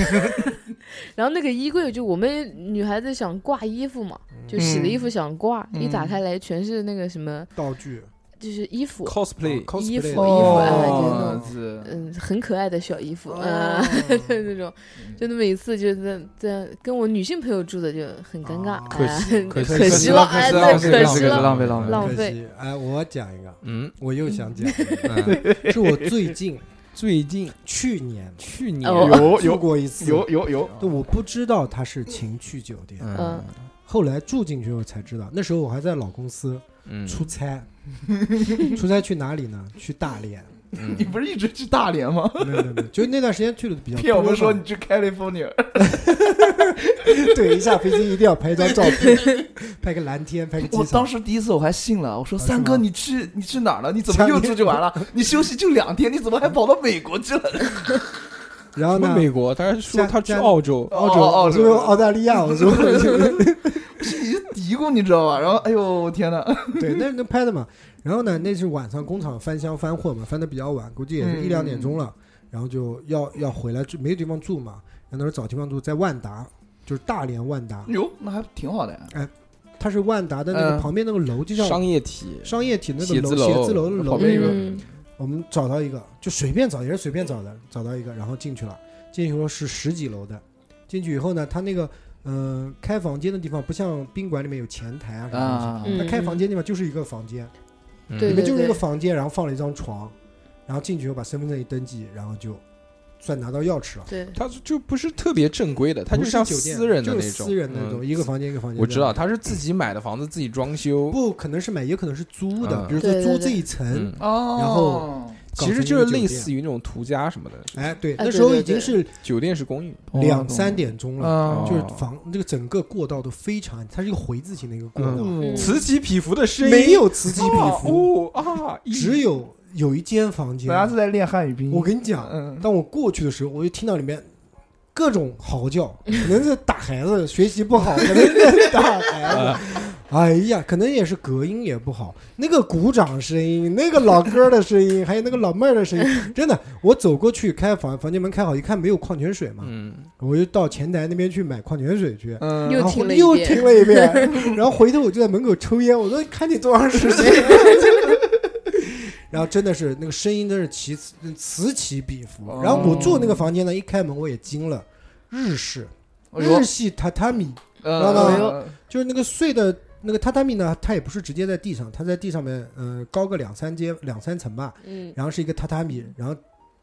然后那个衣柜就我们女孩子想挂衣服嘛，嗯就洗的衣服想挂，嗯一打开来全是那个什么，道具啊就是衣服， cosplay，衣服啊哦，是嗯，很可爱的小衣服，哦哦嗯。 <laughs> 嗯，那种，就那么一次，就在在跟我女性朋友住的就很尴尬哦，哎可惜很惜可惜惜了，哎，对，浪费可浪惜费了。浪费浪费浪可费惜。哎，我讲一个，嗯，我又想讲 <laughs> 一个，哎嗯是我最近最近去年去年哦有住有过一次，有有有，对，我不知道它是情趣酒店，嗯后来住进去我才知道，那时候我还在老公司嗯 <laughs> 出差，出差去哪里呢？去大连。嗯你不是一直去大连吗？没有没有没有，就那段时间去的比 <laughs> 较骗我们说你多去 California，嘛对一下飞机一定要拍一张照片，拍个蓝天，拍个我机当场。时第一次我还信了，我说啊三是哥吗你去你去哪儿了？你怎么又出去玩了？你休息就两天，你怎么还跑到美国去 <laughs> 了？然后什么呢，美国，他说啊加他去加澳洲，澳洲，澳我说洲澳大利亚，<laughs> 我说一嘀咕你知道吧？然后哎呦天哪， <laughs> 对，那那拍的嘛。然后呢，那是晚上工厂翻箱翻货嘛，翻的比较晚，估计也是一两点钟了。然后就要要回来住，没地方住嘛。然后那时候找地方住，在万达，就是大连万达，哟那还挺好的呀。它是万达的那个嗯旁边那个楼，就像商业体，商业体那个写楼，字楼写字楼的楼旁边一个嗯我们找到一个，就随便找，也是随便找的，找到一个，然后进去了。进去以后是十几楼的，进去以后呢，它那个呃开房间的地方不像宾馆里面有前台啊什么东西，啊，嗯它开房间的地方就是一个房间，嗯对里面就是一个房间，然后放了一张床，然后进去以后把身份证一登记，然后就算拿到钥匙了。对，他就不是特别正规的，他不就是像酒店私人的就那是种，私人那嗯种，一个房间一个房间。我知道，，他是自己买的房子，自己装修，不可能是买，也可能是租的，嗯比如说对对租对这一层嗯，哦，然后搞其成实一就个是酒类店似于那种途家什么的，哎，对，哎那对时候对已经对是酒店式公寓，两三点钟了，啊，哦就是房这个整个过道都非常，它是一个回字形的一个过道，嗯此起彼伏的声音，没有此起彼伏，嗯哦啊，一只有有一间房间本。来是在练汉语拼音。我跟你讲，嗯，当我过去的时候，我就听到里面各种嚎叫，可能是打孩子学习不好，可能是打孩子。哎呀，可能也是隔音也不好，那个鼓掌声音，那个老哥的声音，还有那个老妹儿的声音，真的，我走过去开房房间门开好，一看没有矿泉水嘛，嗯，我就到前台那边去买矿泉水去。嗯，又然后听了一又遍听了一遍，然后回头我就在门口抽烟，我说看你多长时间。 <laughs> 然后真的是那个声音真是起此起彼伏。然后我住那哦个房间呢，一开门我也惊了，日式哎呦日系榻榻米，嗯然后呢嗯就是那个睡的那个榻榻米呢，它也不是直接在地上，它在地上面，嗯、高个两三阶两三层吧，嗯然后是一个榻榻米，然后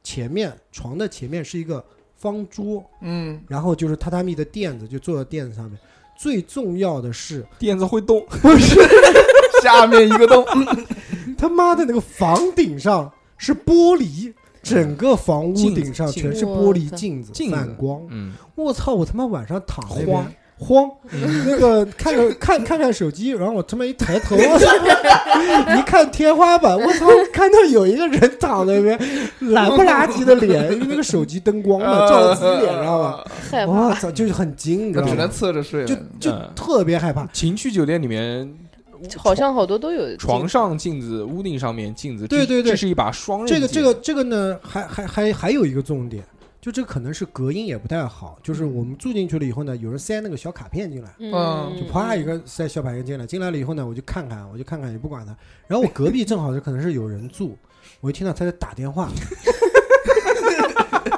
前面床的前面是一个方桌，嗯，然后就是榻榻米的垫子，就坐在垫子上面。最重要的是，垫子会动，不是 <laughs> 下面一个 <laughs> 洞，他妈的那个房顶上是玻璃，整个房屋顶嗯镜上子全是玻镜璃子镜子镜子反光。嗯，我操！我他妈晚上躺在那慌嗯边慌，那个看个看看看手机，然后我他妈一抬 <laughs> 头，我操！一看天花板，我操！看到有一个人躺在那边，懒不拉几的脸，因为那个手机灯光嗯嘛，照自己脸，知道吧？害怕我操，就是很惊，你那知道嗯只能吗？侧着睡了。就就嗯特别害怕。 <laughs> 情趣酒店里面，好像好多都有床上镜子、屋顶上面镜子，对这对对这是一把双刃这个剑这个这个呢，还还还还有一个重点，就这可能是隔音也不太好。就是我嗯们住进去了以后呢，有人塞那个小卡片进来，嗯嗯就啪一个塞小卡片进来，进来了以后呢，我就看看，我就看看也不管他。然后我隔壁正好是可能是有人住，我一听到他在打电话。 <laughs>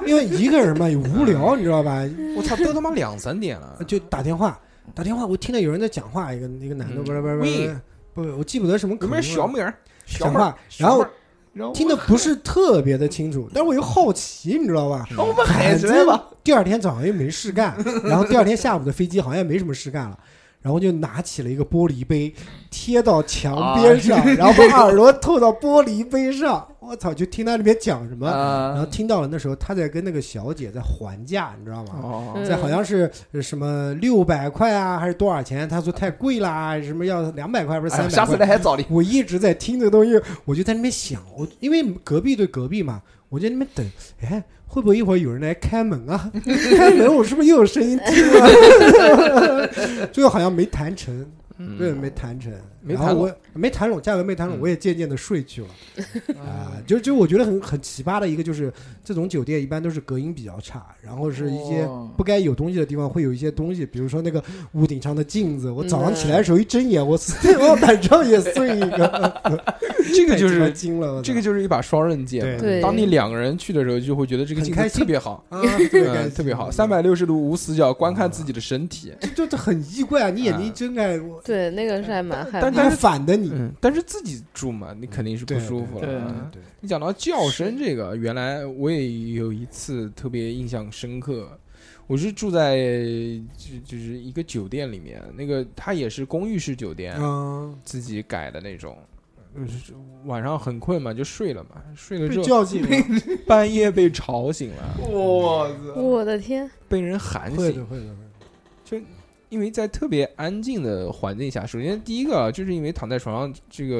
因为一个人嘛，也无聊，嗯你知道吧？我操，都他妈两三点了， <laughs> 就打电话，打电话，我听到有人在讲话，一个一个男的，嗯不是不是不喂是，不是，我记不得什么有口没音有了，小妹儿、小讲妹儿，话，然后然后听得不是特别的清楚，但是我又好奇，你知道吧？嗯我们海反来正吧，第二天早上又没 <laughs> 事干，然后第二天下午的飞机好像也没什么事干了。然后就拿起了一个玻璃杯，贴到墙边啊上，然后把耳朵透到玻璃杯上。我操！就听他那边讲什么，然后啊，听到了那时候他在跟那个小姐在还价，你知道吗？哦，嗯在好像是呃什么六百块啊，还是多少钱？他说太贵啦，什么要两百块，不是哎呀三百块？下次来还早点。我一直在听这个东西，我就在那边想，我因为隔壁对隔壁嘛，我就在那边等，哎，会不会一会儿有人来开门啊？ <laughs> 开门，我是不是又有声音进 <laughs> 了？最后好像没谈成，嗯对，没谈成，没然后谈拢我没谈拢，价格没谈拢，嗯我也渐渐的睡去了。啊、就就我觉得很很奇葩的一个，就是这种酒店一般都是隔音比较差，然后是一些哦不该有东西的地方会有一些东西，比如说那个屋顶上的镜子。我嗯早上起来的时候一睁眼，我碎， <laughs> 我晚上也碎一个， <laughs> 这个就太鸡巴是惊了，我操 <laughs> 这个就是一把双刃剑嘛。对当你两个人去的时候，就会觉得这个镜很子开心特别 <laughs> 好，啊，特别开嗯，心特别好，三，百六十度无死角观看自己的身体。就就就很奇怪啊！你眼睛一睁开，我对那个是还蛮害怕但你但还是反的你，嗯，但是自己住嘛，你肯定是不对舒服了。对对嗯对，你讲到叫声这个，原来我也有一次特别印象深刻。我是住在就就是一个酒店里面，那个它也是公寓式酒店，嗯，自己改的那种。嗯是晚上很困嘛，就睡了嘛，睡了被之后叫醒了，半夜被吵醒了，我操！我的天，被人喊会醒的，，会的，会的。因为在特别安静的环境下，首先第一个啊就是因为躺在床上这个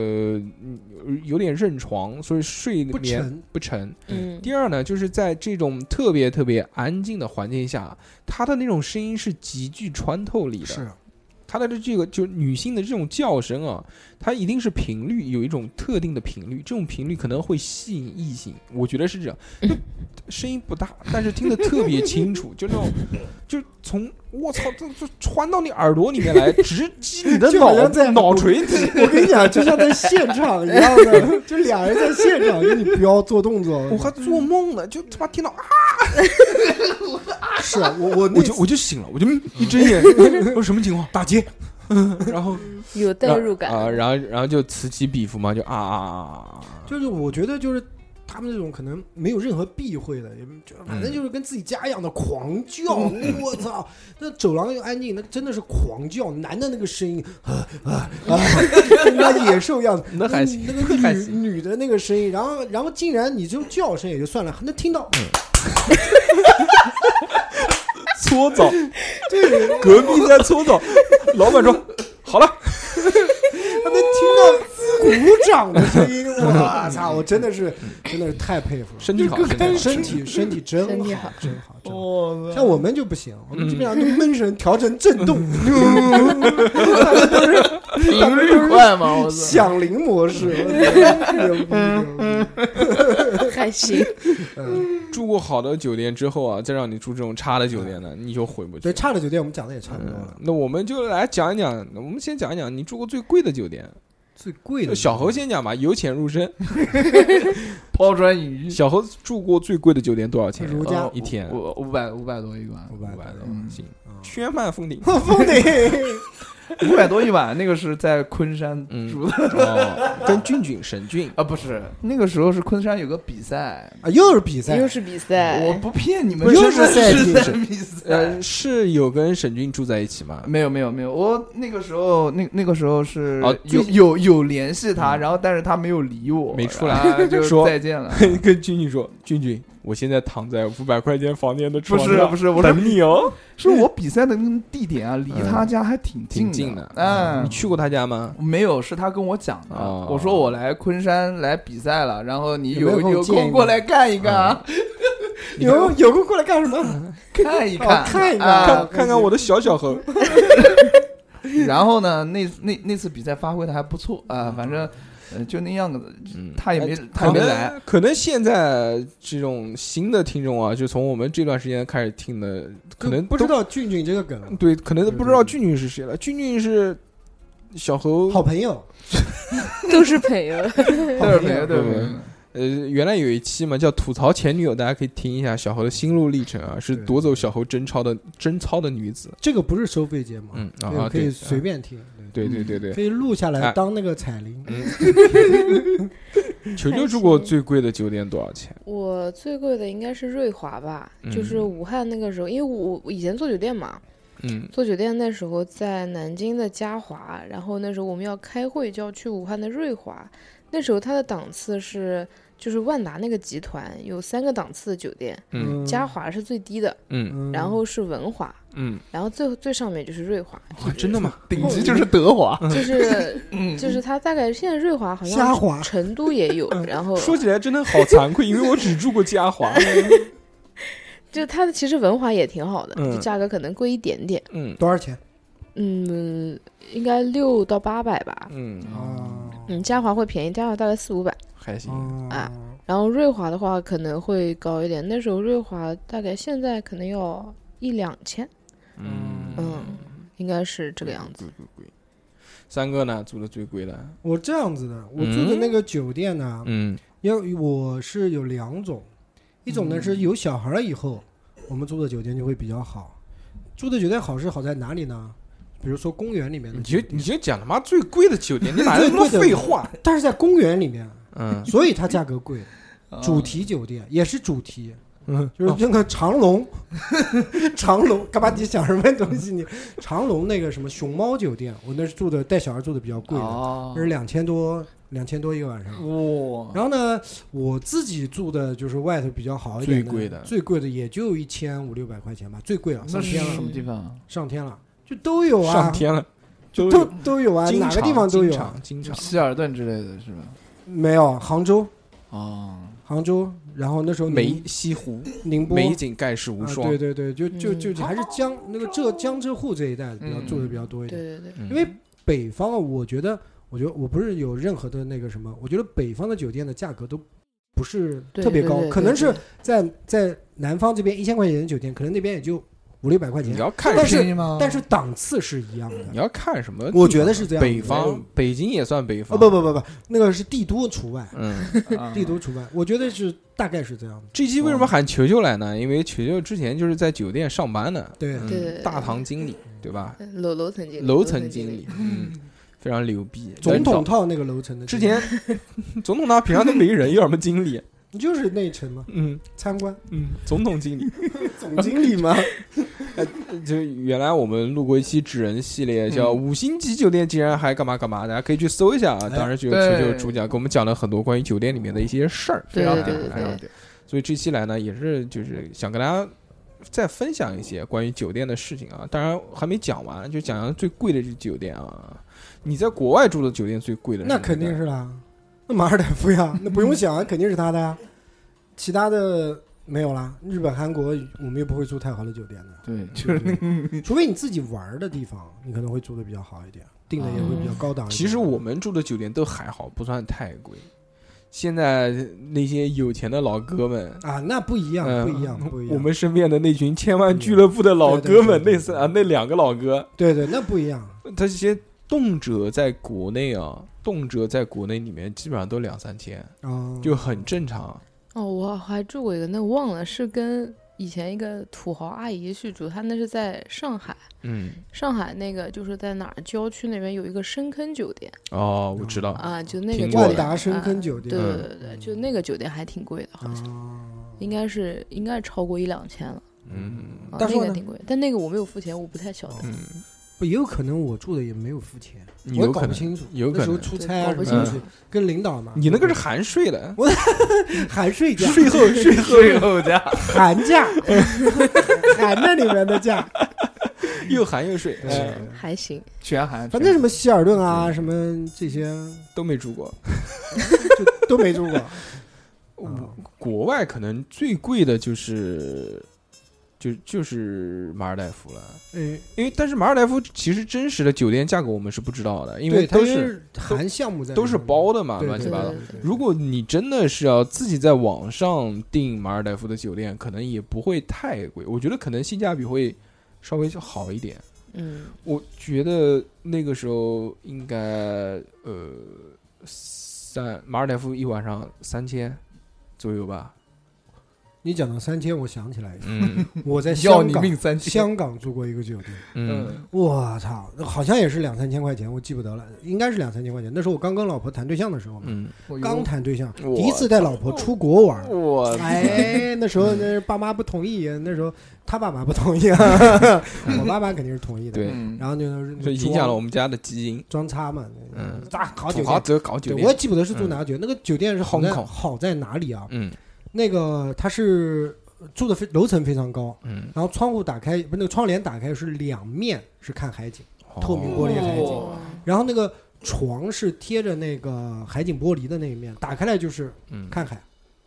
嗯有点认床，所以睡不眠沉，不沉。嗯，第二呢，就是在这种特别特别安静的环境下，她的那种声音是极具穿透力的。是她的这个就是女性的这种叫声啊，它一定是频率有一种特定的频率，这种频率可能会吸引异性，我觉得是这样。就声音不 <laughs> 大，但是听得特别清 <laughs> 楚，就那种，就从我操，就就穿到你耳朵里面 <laughs> 来，直击你的就好像在脑脑垂体。 <laughs> 我跟你讲，就像在现场一样的， <laughs> 就俩人在现场给你飙做动作。我还做梦呢，就他妈听到啊，是啊我我那我就我就醒了，我就 <laughs> 嗯一睁眼，我说什么情况？ <laughs> 打劫。然后有代入感啊、然后然后就此起彼伏嘛，就啊啊啊啊啊！就是我觉得就是他们这种可能没有任何避讳的，也就反嗯正就是跟自己家一样的狂叫，我操！那走廊又安静，那真的是狂叫，男的那个声音啊啊啊，跟那野兽一样。那还行，那个还女行女的那个声音，然后然后竟然你就叫声也就算了，还能听到，嗯搓澡，对，隔壁在搓澡，老板说好了，还能听到鼓掌的声音， <laughs> 我操！我真的是真的是太佩服了。身体好，身体好身体身体真身体好好，真好，真好。我像我们就不行，嗯我们基本上都闷声调成震 <laughs> 动，大家都是频率快嘛！我操！响铃模式。 <laughs> 我操还行，嗯住过好的酒店之后啊，再让你住这种差的酒店呢，你就回不去对，。差的酒店我们讲的也差不多嗯了，。那我们就来讲一讲，我们先讲一讲你住过最贵的酒店。最贵的小侯先讲吧，由浅入 <laughs> 深。抛砖引玉，小侯住过最贵的酒店多少钱？如家一天我五百五百多一晚，五五百百多嗯，行。嗯。宣曼风顶 <laughs> 风顶五百多一晚，那个是在昆山嗯住的哦，跟俊俊、沈 <laughs> 俊，啊，不是，那个时候是昆山有个比赛，啊，又是比赛又，是比赛，我不骗你们，不是真的赛季是在是比赛哎呃，。是有跟沈俊住在一起吗？没有没有没有，我那个时候那那个时候是哦有最有有联系他，嗯然后但是他没有理我，没出来然后就说再见了。 <laughs> 跟俊俊说：“俊俊，我现在躺在五百块钱房间的不床是上，不是，我说等你哦。是我比赛的那个地点啊，离他家还挺挺近近的嗯你，去过他家吗？没有，是他跟我讲的。哦我说我来昆山来比赛了，然后你有没有有空有见一嗯空面过来看一看啊，你看有有空过来干什么？ <laughs> 看一看，哦看一看啊看看看我的小小猴，然后呢，那那那次比赛发挥的还不错啊、反正呃就那样子，他也没哎他也没来。可能可能现在这种新的听众啊，就从我们这段时间开始听的， <laughs> 可能不知都道俊俊这个梗，对，可能嗯都不知道对对俊俊是谁了。俊俊是小猴，好朋友，都是朋友， <laughs> 对好不朋对？友，对不 <laughs> 对对？呃，原来有一期嘛叫吐槽前女友，大家可以听一下小猴的心路历程啊，是对夺走小猴贞操的贞操的女子。这个不是收费节目，嗯对啊，可以对随啊便听，对对对对，可以录下哎嗯来当那个彩铃。球球住过最贵的酒店多少钱？我最贵的应该是瑞华吧，嗯就是武汉那个时候，因为我我以前做酒店嘛，嗯做酒店那时候在南京的嘉华，然后那时候我们要开会就要去武汉的瑞华，那时候它的档次是就是万达那个集团有三个档次的酒店，嗯嘉华是最低的，嗯嗯然后是文华，嗯，然后最最上面就是瑞华，哇，真的吗？顶级就是德华，就是嗯，就是它大概现在瑞华好虾像滑，成都也有，然后 <laughs> 嗯说起来真的好惭愧，因为我只住过嘉华。就它的其实文华也挺好的，嗯就价格可能贵一点点。嗯多少钱嗯，应该六到八百吧。嗯，啊？嗯，嘉华会便宜，嘉华大概四五百。还行。啊啊，然后瑞华的话可能会高一点，那时候瑞华大概现在可能要一两千，嗯嗯，应该是这个样子。子。贵贵贵。三哥呢，住的最贵的。我这样子的，我住的那个酒店呢，嗯因为我是有两种，一种呢是有小孩了以后，我们住的酒店就会比较好。住的酒店好是好在哪里呢？比如说公园里面的你酒就店，你就讲他妈最贵的酒店，你哪来那么多废话？但是在公园里面，嗯所以它价格贵。啊 <laughs> 主题酒店也是主题，嗯，哦就是那个长隆， <laughs> 长隆干嘛？你想什么东西？你长隆那个什么熊猫酒店，我那是住的带小孩住的比较贵的，哦那是两千多两千多一个晚上。啊哇，然后呢，我自己住的就是外头比较好一点最贵的最贵的也就一千五六百块钱吧，最贵了，那上是天什了，么地方啊？上天了，就都 <laughs> 有啊，上天了，就都都有啊，哪个地方都有啊，经就常希尔顿之类的是吧？没有杭州，哦，杭州，然后那时候梅宁西湖，宁波美景盖世无啊，双。对对对，就就就嗯就还是江那个浙江浙沪这一带比较嗯住的比较多一对点，对对，嗯因为北方啊，我觉得，我觉得我不是有任何的那个什么，我觉得北方的酒店的价格都不是对特别对高，对可对能对是在在南方这边一千块钱的酒店，可能那边也就五六百块你钱，要看但谁是便宜吗？但是档次是一样你的。要看什么地方？啊我觉得是这样北我觉方，北京也算北啊方。不不不不，那个是帝都除外，嗯啊帝都除外，我觉得是大概是这样的。这期为什么喊球球来呢？因为球球之前就是在酒店上班的，对嗯对对对大堂经理，对吧？嗯楼楼层经理，楼层经经理，，嗯，非常牛逼。总能统找套那个楼层的，之前，总统他平常都没人，要什么经理？就是内城嘛，嗯参观嗯，总统经理。 <laughs> 呃总经 <laughs> 理嘛，就原来我们录过一期纸人系列，叫《嗯五星级酒店竟然还干嘛干嘛》，大家可以去搜一下啊。哎当时就对就就主讲给我们讲了很多关于酒店里面的一些事儿，非对常对屌对对，非常对屌。所以这期来呢，也是就是想跟大家再分享一些关于酒店的事情啊。当然还没讲完，就讲讲最贵的这酒店啊。你在国外住的酒店最贵的是那哪个肯定是啦，那马尔代夫 <laughs> 呀，那不用想，肯定是他的呀。其他的没有啦，日本、韩国我们又不会住太好的酒店的，对，就是那对个不 <laughs> 对除非你自己玩儿的地方，你可能会住的比较好一点，订的也会比较高档一点。其实我们住的酒店都还好，不算太贵。现在那些有钱的老哥们，啊，那不一样，嗯不一样，不一样。我们身边的那群千万俱乐部的老哥们，对对对那三啊那两个老哥，对对，那不一样。他这些动辄在国内啊，动辄在国内里面基本上都两三千，啊，就很正常。哦，我还住过一个，那忘了是跟以前一个土豪阿姨去住，她那是在上海，嗯，上海那个就是在哪儿郊区那边有一个深坑酒店哦，我知道，啊，就那个听过酒万店达深坑酒对店对嗯对对对，就那个酒店还挺贵的，好像啊，应该是应该是超过一两千了，嗯啊，但是那个呢挺贵，但那个我没有付钱，我不太晓得。嗯，不也有可能我住的也没有付钱，我也有可搞不能，清楚，有可那时候能，出对差啊搞不什么清的跟领导嘛。你那个是含税的，嗯 <laughs> 含税价，税后税后 <laughs> 税后价，寒假， <laughs> 含着里面的假。 <laughs> 又含又税，对哎还行，全含，反正什么希尔顿啊，什么这些都没住过。都没住过。 <laughs> 啊我嗯国外可能最贵的就是，就就是马尔代夫了。嗯，因为但是马尔代夫其实真实的酒店价格我们是不知道的，因为对，它都是含项目在里面，都是包的嘛，对，乱对七对八对糟。对对对如果你真的是要自己在网上订马尔代夫的酒店，可能也不会太贵，我觉得可能性价比会稍微好一点。嗯，我觉得那个时候应该呃三马尔代夫一晚上三千左右吧。你讲到三千，我想起 <laughs> 来一个，嗯我在要香你港命三千，香港住过一个酒店，嗯，我操，好像也是两三千块钱，我记不得了，应该是两三千块钱。那时候我刚跟老婆谈对象的时候嘛，嗯，我有刚谈对象，我第一次带老婆出国玩。我哎，那时候那爸妈不同意，那时候他爸妈不同 <laughs> 意啊，我爸妈肯定是同意的。对嗯然后就是这影响了我们家的基因。装叉嘛，嗯，大好酒土豪店，则搞酒对，我也店。嗯记不得是住哪个酒店，那个酒店是好在 Hong Kong 好在哪里啊？嗯那个它是呃住的非楼层非常高，嗯，然后窗户打开不是那个窗帘打开是两面是看海景，透明哦玻璃海景，哦然后那个床是贴着那个海景玻璃的那一面，打开来就是嗯，看海，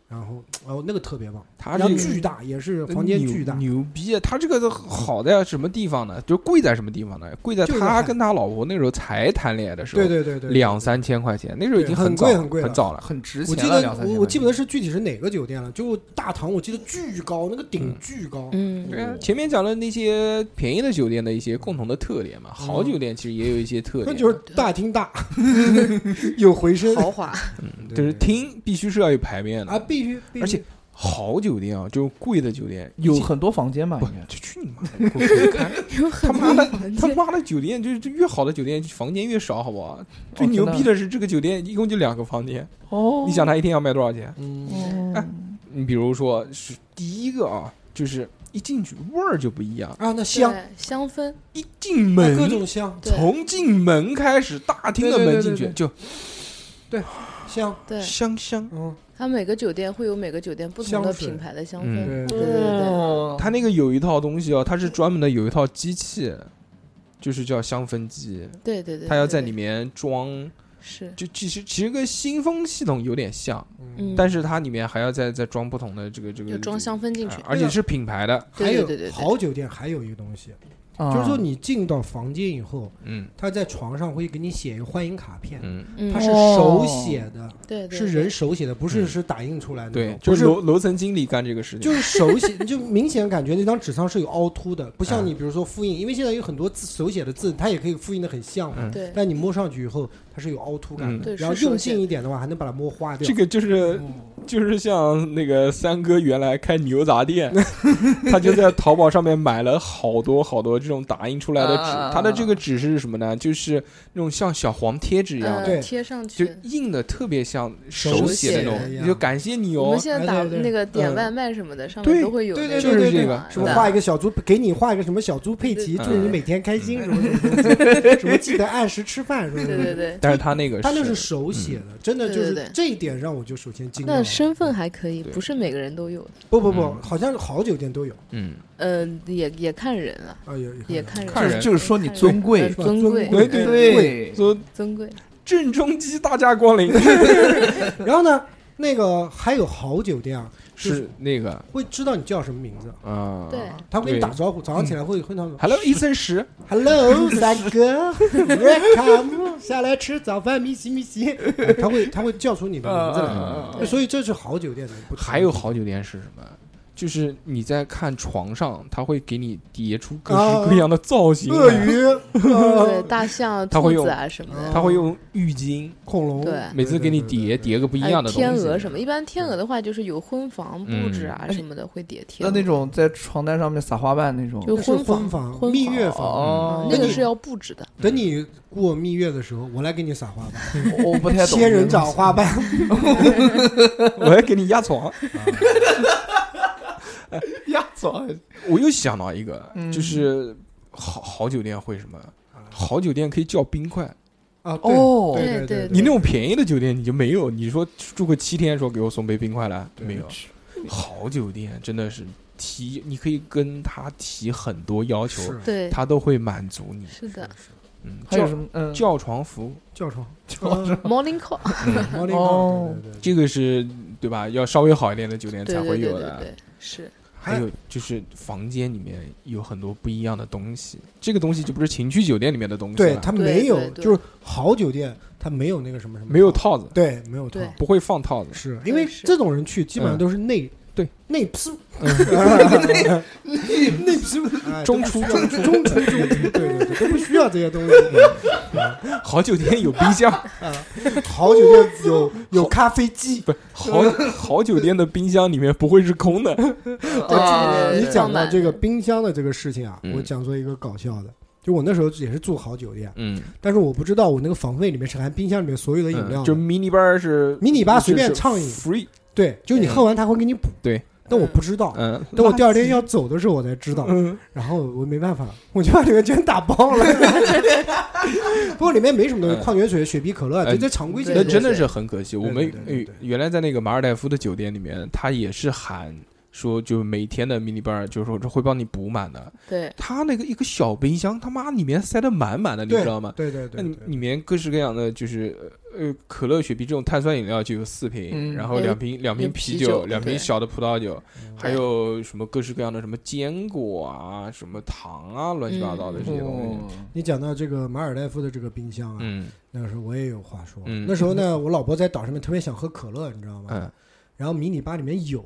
然后哦那个特别棒，它然后这个嗯巨大也是房间巨大，牛逼！他这个好在什么地方呢？就贵在什么地方呢？贵在就是他海跟他老婆那时候才谈恋爱的时候，对对对对，两三千块钱，那时候已经对很早贵很贵了早了。很值我钱记了，得两三千块我钱我记不得是具体是哪个酒店了，就大堂我记得巨高，那个顶巨高，嗯，对啊，前面讲了那些便宜的酒店的一些共同的特点嘛，好酒店其实也有一些特那点，就是大厅大，嗯 <laughs> 有回声，嗯豪华，就是厅必须是要有排面啊，的。必须，必须而且好酒店啊，就是贵的酒店有一很多房间吧，不应该就去你妈的！滚滚开！ <laughs> 有很他妈的多房，他 <laughs> 间，妈的酒店就是越好的酒店房间越少，好不好？最哦牛真的逼的是这个酒店一共就两个房间，哦你想他一天要卖多少钱？嗯，哦哎你比如说是第一个啊，就是一进去味儿就不一样，啊，那对香，香氛，一进啊各门种香，对从进门开始，大厅的门进对对对去对就香，对，香香，嗯，它每个酒店会有每个酒店不同香的水品牌的香嗯氛，对对对对，它那个有一套东西哦，它是专门的有一套机器，就是叫香氛机，对对对，它要对在对里面装，是，就其实其实跟新风系统有点像，嗯，但是它里面还要再再装不同的这个这个要装香氛进啊去，而且是品牌的，对还有对对对对好酒店还有一个东西，就就是说你进到房间以后，嗯他在床上会给你写一个欢迎卡片，嗯，嗯它，是手写的，哦对对嗯是人对手写的，不是嗯是打印出来的那对就种，，是不楼楼层经理干这个事情， <laughs> 就是手写，你就明显感觉那张纸上是有凹凸的，不像嗯你比如说复印，因为现在有很多字手写的字，它也可以复印的很像嘛，嗯对但你摸上去以后，它是有凹凸感嗯的，对然后是手用写劲的一点的话，还能把它摸花掉。这个就是就是像那个三哥原来开牛杂店，他就在淘宝上面买了好多好多这种打印出来的啊啊啊纸，他的这个纸是什么呢？就是那种像小黄贴纸一嗯样的，对贴上就去。印的特别像手写写那的种，一样就感谢你我哦们，现在哎打对对那个点嗯外卖什么的，上对面都会有对那个，对就对是对这对个什么画一个小猪，给你画一个什么小猪佩奇，嗯祝你每天开心，什么什么东西，什么记得按时吃饭，什么嗯对什么。对对。但是嗯他那个他那是手写的，真的就对对是对这一点让我就首先惊那讶。身份还可以，对不是每个人都有的。不不不，嗯好像好酒店都有嗯，嗯，也也看人啊，啊，有也也看人，看人就是说你尊贵呃是吧尊尊贵，贵对对，说尊贵，郑中基大驾光临然后呢，那个还有好酒店啊，是那个会知道你叫什么名字，啊，对， <laughs> 他会跟你对嗯打招呼，早上起来会会那种，Hello，一森石， Hello，三 <laughs> 哥，Welcome，下来吃早饭，米奇米奇， <laughs> 哎他会他会叫出你的名字嗯嗯嗯来，啊嗯对所以这是好酒店的不同。还有好酒店是什么？就是你在看床上，他会给你叠出各式各样的造型来，啊嗯鳄鱼、对呃大象、他会兔子用啊什么的，他会用浴巾，恐龙，对每次给你叠对对对对叠个不一还样有的东西。天鹅什么。一般天鹅的话，就是有婚房布置啊嗯什么的，会叠天那鹅。那种在床单上面撒花瓣那种，就那是婚婚房婚蜜月房。哦嗯，那个是要布置的，等你过蜜月的时候，我来给你撒花瓣，我我不太懂。仙人掌花瓣， <laughs> 我要给你压床。压床，我又想到一个，嗯就是好好酒店会什么？嗯好酒店可以叫冰块，啊，对哦对对对对对，你那种便宜的酒店你就没有。你说住个七天，说给我送杯冰块来，对没有。好酒店真的是提，你可以跟他提很多要求，是对，他都会满足你。是的嗯，还有叫什么？嗯，叫床服务，叫床，叫床， ，morning call，毛 <laughs> 利哦高，对对对这个是对吧？要稍微好一点的酒店对才对会对有对的。对，是还有就是房间里面有很多不一样的东西，这个东西就不是情趣酒店里面的东西啊对了，他对没有对，对就是好酒店，他没有那个什么什么，没有，套子，对，没有套对。不会放套子。是对因为是这种人去基本上嗯都是内对内批，嗯内内批中出中出哎中出中出，对对对，都不需要这些东西。好酒店有冰箱， <laughs> 好酒店有有咖啡机，不是好好酒店的冰箱里面不会是空的。啊对你对讲放到满这个冰箱的这个事情啊呃嗯，我讲做一个搞笑的，就我那时候也是住好酒店，嗯，但是我不知道我那个房费里面是含冰箱里面所有的饮料就的，迷你吧是迷你吧随便畅饮 free，对，就你喝完他会给你补，对，但我不知道。嗯，等我第二天要走的时候，我才知道，嗯，然后我没办法，我就把这个券打 <laughs> 包了。 <laughs> 不过里面没什么东西，矿泉水、雪碧、可乐，嗯哎这这常规性那的对东西。真的是很可惜。对我们对对呃对原来在那个马尔代夫的酒店里面，他也是喊说，就每天的 mini bar 就是说这会帮你补满的。 <laughs> 对，他那个一个小冰箱，他妈里面塞的满满的，你知道吗？对对对那对里里面各式各样的就是呃呃可乐、雪碧这种碳酸饮料就有四瓶，嗯然后有两瓶两瓶啤啤酒两瓶对小的葡萄酒，还对有什么各式各样的什么坚果啊、什么糖啊，乱七八糟的这些嗯东西。你讲到这个马尔代夫的这个冰箱啊，嗯那个时候我也有话说。嗯那时 <laughs> 候呢，我老婆在岛上面特别想喝可乐，你知道吗？嗯，然后迷你吧里面有，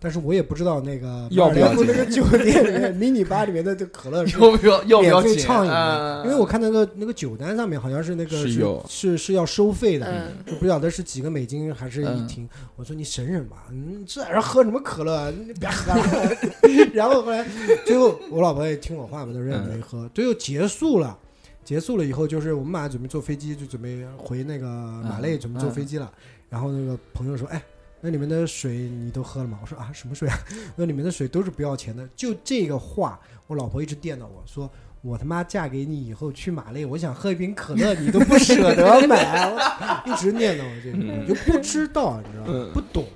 但是我也不知道那个要不要马尔代夫那个酒店里面迷你吧里面的这可 <laughs> 乐是。要不要要不要免费紧畅饮啊的，因为我看那个那个酒单上面好像是那个是是有是是要收费的，嗯，就不晓得是几个美金还是一听，我说你省省吧，你这人喝什么可乐， <laughs> 你别喝了。然后后来最后我老婆也听我话嘛，她说也没喝。最后结束了，结束了以后就是我们马上准备坐飞机，就准备回那个马累，嗯准备坐飞机了。然后那个朋友说，哎，那你们的水你都喝了吗？我说啊，什么水啊？那你们的水都是不要钱的。就这个话，我老婆一直电到我说，我他妈嫁给你以后去马累，我想喝一瓶可乐，你都不舍得买，我一直念叨我这个，嗯我就不知道，你知道吗嗯？不懂，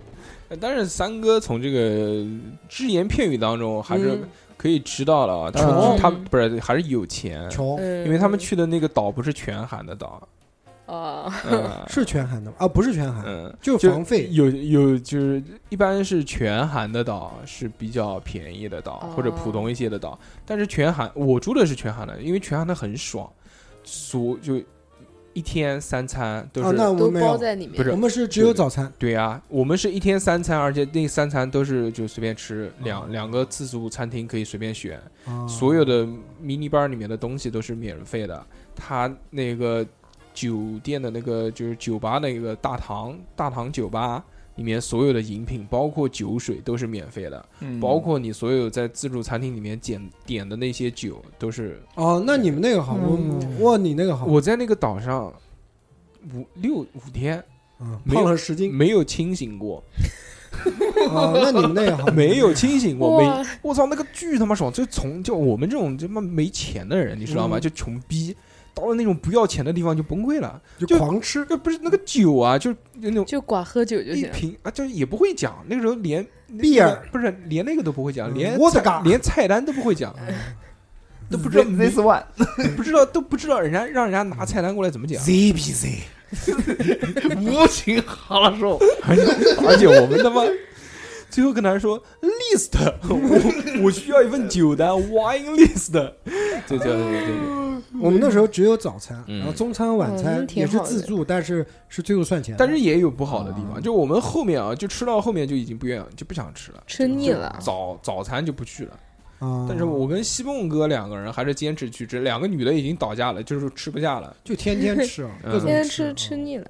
但是三哥从这个只言片语当中还是嗯可以知道了啊，他穷他不是还是有钱，穷嗯，因为他们去的那个岛不是全韩的岛，啊，嗯是全韩的吗啊，不是全韩，嗯，就就房费有有就是一般是全韩的岛是比较便宜的岛哦或者普通一些的岛，但是全韩我住的是全韩的，因为全韩的很爽，所就一天三餐都啊，是那我都们没包有，在里面。不是我们是只有对早餐，对啊，我们是一天三餐，而且那三餐都是就随便吃，两、两个自助餐厅可以随便选，啊所有的迷你吧里面的东西都是免费的。它那个酒店的那个就是酒吧那个大堂大堂酒吧里面所有的饮品，包括酒水都是免费的，嗯包括你所有在自助餐厅里面点点的那些酒都是。哦，那你们那个好，我嗯哇，你那个好，我在那个岛上五六五天嗯没有胖了十斤没有清醒过。啊，那你们那个好，没有清醒过，哇没，我操，那个巨他妈爽！就从就我们这种他妈没钱的人，你知道吗？嗯就穷逼，到了那种不要钱的地方就崩溃了。就就狂吃，那不是那个酒啊，就那种就光喝酒就一行。瓶啊，就也不会讲。那个时候连 Beer 不是连那个都不会讲，嗯哎连 Vodka 菜连菜单都不会讲，都不知道 this one 不知道都不知道人家让人家拿菜单过来怎么讲。 ZPC 无情哈拉兽，而且 <laughs> 而且我们他妈最后跟他说 list，我 <laughs> 我需要一份酒单 wine list，对对对对对。嗯我们那时候只有早餐，嗯然后中餐、晚哦那餐挺也是好的自助，但是是最后算钱的。但是也有不好的地啊方，就我们后面啊，就吃到后面就已经不愿就不想吃了，吃腻了，早早餐就不去了。啊，但是我跟西梦哥两个人还是坚持去吃，两个女的已经倒下了，就是吃不下了，就天天吃啊，嗯各种天天吃吃吃腻了。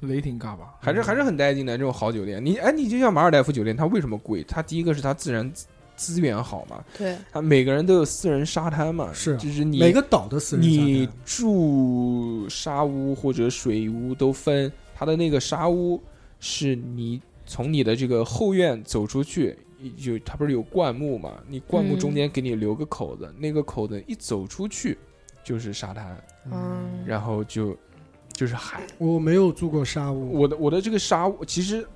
雷霆嘎巴，还是还是很带劲的这种好酒店。你哎，你就像马尔代夫酒店，它为什么贵？它第一个是它自然资资源好嘛，对，它每个人都有私人沙滩嘛，是就是你每个岛的私人沙你滩住沙屋或者水屋都分，它的那个沙屋是你从你的这个后院走出去，有它不是有灌木嘛？你灌木嗯中间给你留个口嗯子，那个口子一走出去就是沙滩，嗯，然后就就是海。我没有住过沙屋，我的我的这个沙屋其实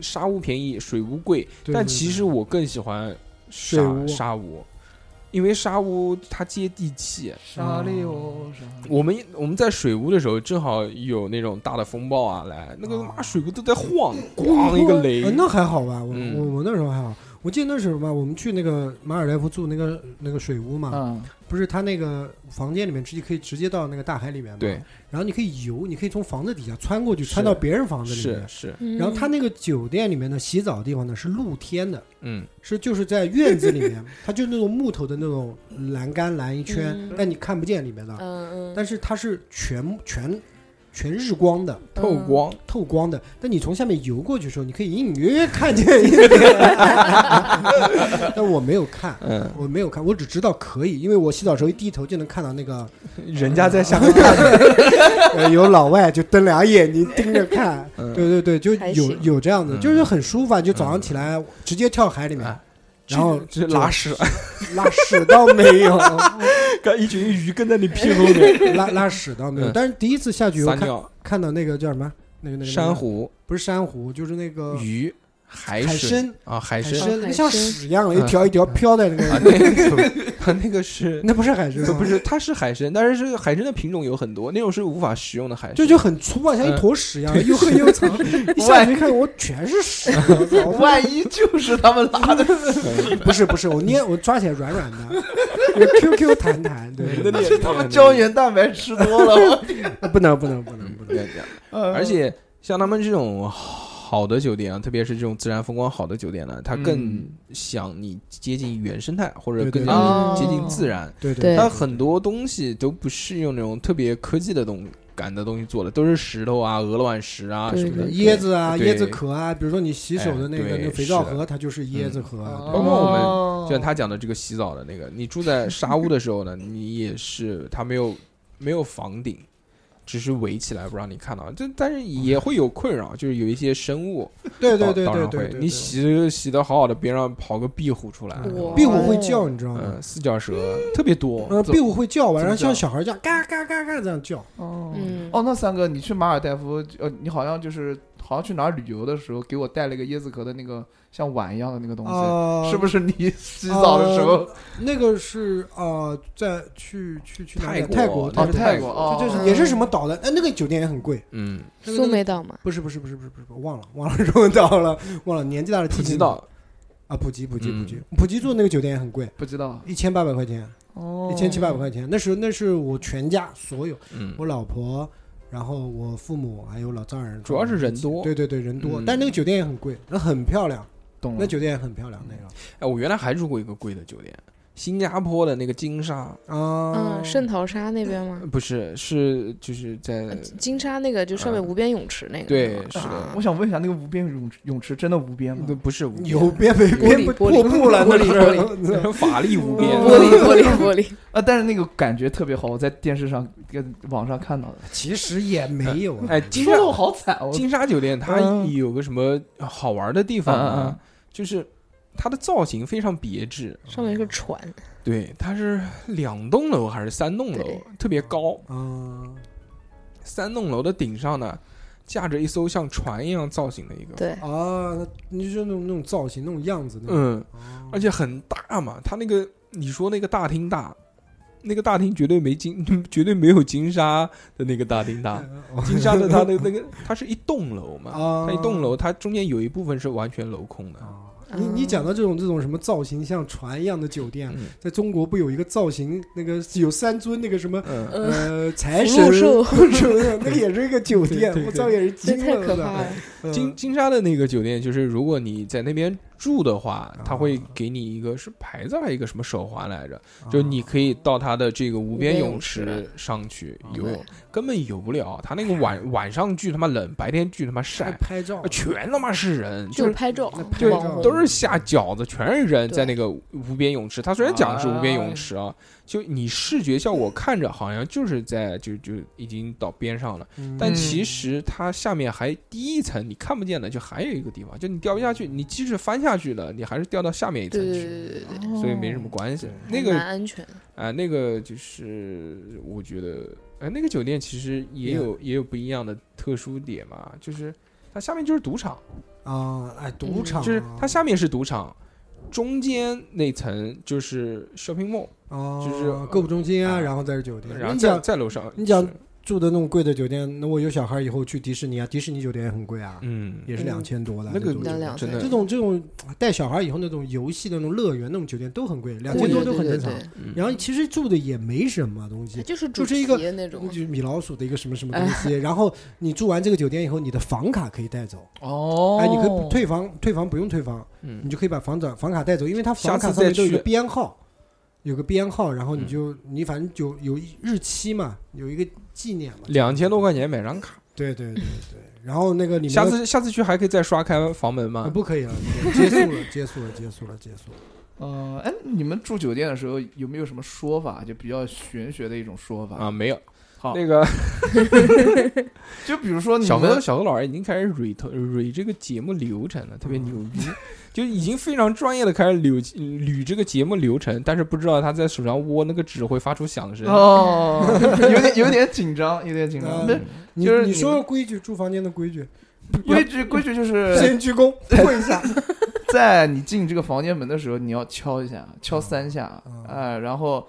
沙屋便宜，水屋贵，对但对其对实我更喜欢水沙屋沙屋，因为沙屋它接地气。沙利欧沙利我们我们在水屋的时候，正好有那种大的风暴啊来，那个哦妈水屋都在晃，咣一个雷呃，那还好吧，我嗯我我那时候还好。我记得那时候吧，我们去那个马尔代夫住那个那个水屋嘛，嗯，不是他那个房间里面直接可以直接到那个大海里面嘛，对，然后你可以游，你可以从房子底下穿过去，是穿到别人房子里是面。是，然后他那个酒店里面的洗澡地方呢是露天的，嗯，是就是在院子里 <laughs> 面，它就那种木头的那种栏杆拦一圈，嗯但你看不见里面的，嗯嗯，但是它是全全全日光的，透光，透光的。但你从下面游过去的时候，你可以隐隐约约看见一点， <laughs> 但我没有看。嗯，我没有看，我只知道可以，因为我洗澡时候一低头就能看到那个啊人家在下面看， <laughs> 呃，有老外就瞪俩眼睛盯着看，嗯对对对，就还有行有这样子，嗯就是很舒服啊，就早上起来直接跳海里面啊，然后这就拉屎，拉屎倒没有，看一群鱼跟在你屁股后面拉拉屎倒没有，嗯但是第一次下去我撒看尿，看到那个叫什么，那个那个珊，那个瑚、不是珊瑚，就是那个鱼、海海水参，啊，海海参参参海像参屎一样的，嗯一条一条飘在那啊，个，那个那个是那不是海参吗，不是，它是海参，但是是海参的品种有很多，那种是无法食用的海参，就就很粗啊，像一嗯坨屎一样，又黑又长。一下去一看，我全是屎！我操我万一就是他们 <laughs> 拉的，不是不是，我捏我抓起来软软的，有 QQ 弹弹，对对那对，你也他们胶原蛋白吃多 <laughs> 了，嗯啊不能不能不能不嗯对能，对。嗯而且像他们这种好的酒店啊，特别是这种自然风光好的酒店呢，它更想你接近原生态，或者对更对对想哦你接近自然。对对对它很多东西都不是用那种特别科技的东感的东西做的，都是石头啊、鹅卵石啊对什么的。对椰子啊，对椰子壳啊，比如说你洗手的那哎个对那个肥皂是嗯盒，它就是椰子盒啊。哦包括我们们就像他讲的这个洗澡 <laughs> 的那个，你住在沙屋的时候呢，你也是它没有没有房顶，只是围起来不让你看到，这但是也会有困扰，就是有一些生物，对对对当对然对会对，，你洗洗的好好的，别让跑个壁虎出来，哇壁虎会叫，你知道吗？嗯，四脚蛇特别多，嗯，怎壁虎会叫，晚上怎么叫像小孩叫，嘎嘎嘎嘎这样叫。哦嗯哦，那三哥，你去马尔代夫，呃，你好像就是好像去哪儿旅游的时候，给我带了一个椰子壳的那个像碗一样的那个东西，哦啊，是不是你洗澡的时候？那个是啊，在去去去哪里啊泰泰国泰那哦，国是泰泰国国哦，这就是嗯也是什么岛的？哎，那个酒店也很贵。嗯，那个苏那个梅岛嘛，不是不是不是不是不是，忘了忘了什么岛了，忘了年纪大了记不性知道，啊，普吉普吉普吉嗯普吉住的那个酒店也很贵，不知道一千八百块钱，哦一千七八百块钱。那时候那是我全家所有，嗯，我老婆，然后我父母还有老丈人，主要是人多对对对，人多嗯，但那个酒店也很贵，那很漂亮，懂那了。酒店也很漂亮那个哎，我原来还住过一个贵的酒店，新加坡的那个金沙，啊嗯，，圣淘沙那边吗呃呃？不是，是就是哎在金沙那个就上嗯面无边泳池那个，对吗是的啊我想问一下，那个无边泳池泳池真的无边吗不？不是无边有边没玻璃边玻破璃布了，玻璃那是法力无边，玻哦璃玻璃玻璃，啊，但是那个感觉特别好，我在电视上跟网上看到的。 <laughs> 其实也没有啊， <laughs> 哎，金沙说的我好惨，哦我金沙酒店它嗯有个什么好玩的地方嗯嗯啊嗯？就是它的造型非常别致，上面是个船，哦对，它是两栋楼还是三栋楼对，特别高。啊，三栋楼的顶上呢，架着一艘像船一样造型的一个，对，啊，那你就那种那种造型、那种样子，那种，嗯，哦而且很大嘛。它那个你说那个大厅大，那个大厅绝对没金， <laughs> 绝对没有金沙的那个大厅大。金沙的它的那个，它是一栋楼嘛，啊，它一栋楼，它中间有一部分是完全镂空的。啊。嗯你你讲到这种这种什么造型像船一样的酒店，嗯在中国不有一个造型，那个有三尊那个什么嗯，呃，呃财福禄神，寿什么 <laughs> 的，那个也是一个酒店对对，我对操也是这惊太了可的。怕了，嗯金金沙的那个酒店，就是如果你在那边住的话，他会给你一个是牌子还是一个什么手环来着？啊就你可以到他的这个无边泳无边池上去游啊对泳，根本游不了。他那个 <laughs> 晚晚上巨他妈冷，白天巨他妈晒，拍照啊，全他妈是人，就就是拍照那，拍就照网红都是下饺子，全是人对在那个无边泳池。他虽然讲是无边泳池啊，就你视觉效果看着好像就是在就就已经到边上了。嗯但其实它下面还第一层你看不见的，就还有一个地方，就你掉不下去，你即使翻下去了，你还是掉到下面一层对对去，啊对对哦对，所以没什么关系对。那还个蛮安全的，啊，那个就是我觉得，哎，那个酒店其实也有也有不一样的特殊点嘛，就是它下面就是赌场，啊，哎，赌嗯场就是它下面是赌场。中间那层就是 shopping mall，啊，就是购物中心啊，啊然后再是酒店。然后你在讲在楼上是，你讲住的那种贵的酒店，那我有小孩以后去迪士尼啊，迪士尼酒店也很贵啊，嗯，也是嗯两千多的那个种酒两店两真的这种这种带小孩以后那种游戏的那种乐园哦那种酒店都很贵，两千多都很正常。对对对嗯然后其实住的也没什么东对西，就是就主是一个题那种，就是米老鼠的一个什么什么东 <laughs> 西。然后你住完这个酒店以后，你的房卡可以带走，哦，哎，你可以退房，退房不用退房，嗯你就可以把房转房卡带走，因为它下房卡次上面再都有个去编号，有个编号，然后你嗯就你反正有有一日期嘛，有一个纪念嘛。两千多块钱买张卡，对对对对。然后那个里面下的次下嗯次去还可以再刷开房门啊吗？不可以了，结束了，结束了，结束了，结束了。呃，哎，你们住酒店的时候有没有什么说法，就比较玄学的一种说法？啊，没有，好，那个就比如说你小何们小何老师已经开始捋头捋这个节目流程了，特嗯别牛逼，就已经非常专业的开始捋捋这个节目流程，但是不知道他在手上握那个纸会发出响声。哦，有点有点紧张，有点紧张。嗯那你就是你你说们说规矩，住房间的规矩，规矩规矩就是先鞠躬跪一下， <laughs> 在你进这个房间门的时候，你要敲一下，敲三下嗯，哎，然后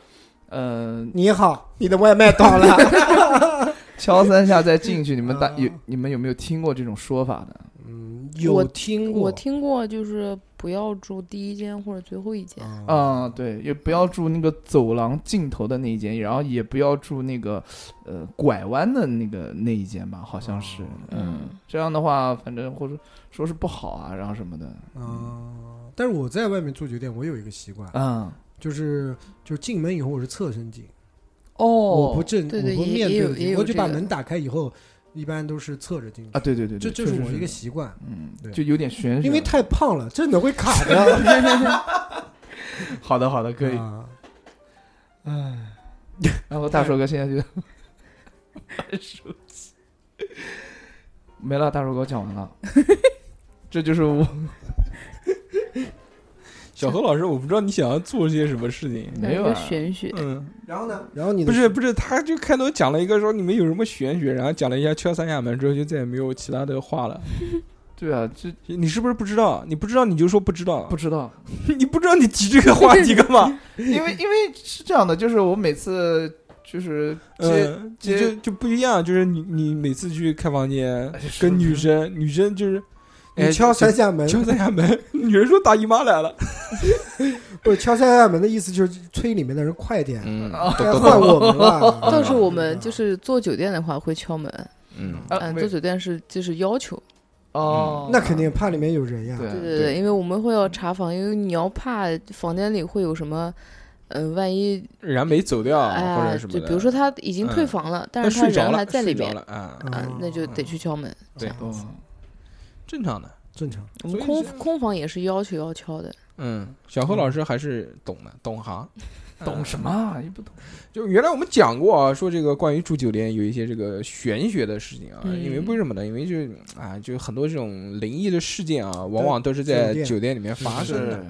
嗯，你好，你的外卖到了。敲三下再进去。你们大啊有你们有没有听过这种说法呢？嗯，我有听过我听过，就是不要住第一间或者最后一间，啊嗯，对，也不要住那个走廊尽头的那一间，然后也不要住那个呃拐弯的那个那一间吧，好像是哦，嗯嗯，这样的话，反正或者说是不好啊，然后什么的，啊！但是我在外面住酒店，我有一个习惯，嗯，就是就是进门以后我是侧身进，哦，我不正，对对我不也面也有着也进，有我就把这个门打开以后，一般都是侧着进啊，去。对对对这对，这确是实我一个习惯，嗯对，就有点玄学，因为 <laughs> 太胖了，真的会卡 <laughs> 的。好的好的可以，啊 <laughs> 唉，然后大硕哥现在就手机。 <laughs> 没了，大叔给我讲完 <laughs> 了，这就是我小何老师，我不知道你想要做些什么事情。没有一个啊。玄学，嗯，然后呢？然后你的不是不是，他就开头讲了一个说你们有什么玄学，然后讲了一下敲三下门之后就再也没有其他的话了。对啊，这你是不是不知道？你不知道你就说不知道，不知道，你不知道你提这个话题干 <laughs> 嘛？因为因为是这样的，就是我每次就是接嗯，接就就不一样，就是你你每次去开房间哎是跟女生，女生哎就是你敲三下门，敲三下门， <laughs> 女人说大姨妈来了，不是敲三下门的意思就是催里面的人快点，嗯该换我们了。啊倒是我们就是做酒店的话会敲门，嗯啊嗯，没做酒店是就是要求，哦，嗯那肯定怕里面有人呀。对对对嗯对对，因为我们会要查房，因为你要怕房间里会有什么，嗯、万一人家没走掉哎啊或呀，者什么就的，比如说他已经退嗯房了，但他是他睡着人了，还在里面睡着，了啊，嗯啊，那就得去敲门。这对样哦子，正常的，啊正常。我们所以空是空房也是要求要敲的，嗯，小何老师还是懂的，懂行，嗯懂什么啊？也不懂。就原来我们讲过啊，说这个关于住酒店有一些这个玄学的事情啊，嗯因为为什么呢？因为就是啊，就很多这种灵异的事件啊，往往都是在酒店酒店里面发生的。是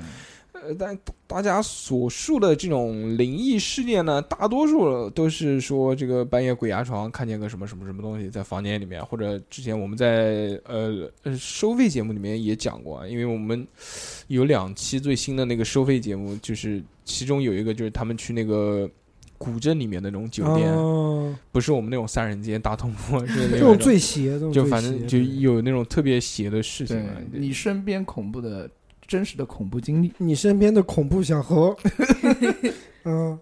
呃，但大家所述的这种灵异事件呢，大多数都是说这个半夜鬼压床，看见个什么什么什么东西在房间里面，或者之前我们在呃呃收费节目里面也讲过啊，因为我们有两期最新的那个收费节目，就是其中有一个就是他们去那个古镇里面的那种酒店，哦不是我们那种三人间大通铺， <laughs> 是那这种最邪，这种就最反邪正就有那种特别邪的事情对啊，你身边恐怖的真实的恐怖经历，你身边的恐怖 <laughs> 小猴，嗯，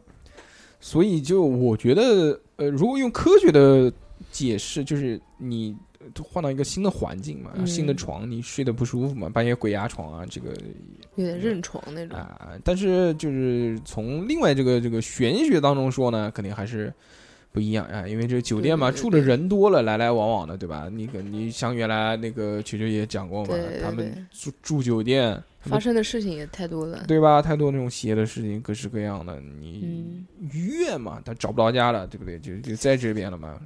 所以就我觉得，呃，如果用科学的解释，就是你呃换到一个新的环境嘛，嗯新的床，你睡得不舒服嘛，半夜鬼压床啊，这个有点认床那种。啊、但是就是从另外这个这个玄学当中说呢，肯定还是。不一样啊，因为这酒店嘛，对对对住的人多了，来来往往的，对吧？你可你像原来那个球球也讲过嘛，对对对他们住住酒店，发他们生的事情也太多了。对吧？太多那种邪的事情，各式各样的，你、嗯，愉悦嘛，他找不到家了，对不对？就就在这边了嘛。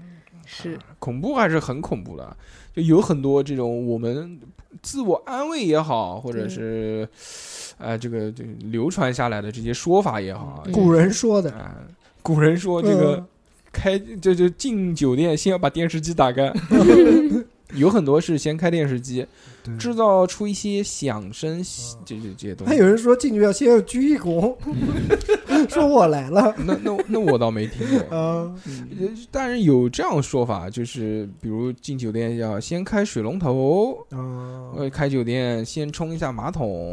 是，恐怖还是很恐怖的，啊就有很多这种我们自我安慰也好，或者对是呃这个这个流传下来的这些说法也好啊，嗯古人说的，啊、古人说这个嗯开就就进酒店先要把电视机打 <laughs> 开，有很多是先开电视机，对制造出一些响声，嗯这这这些东还西有。人说进去要先要鞠 <laughs> 一躬，说我来了，那那那我倒没听过，啊，呃但是有这样说法，就是比如进酒店要先开水龙头，啊，呃，开酒店先冲一下马桶，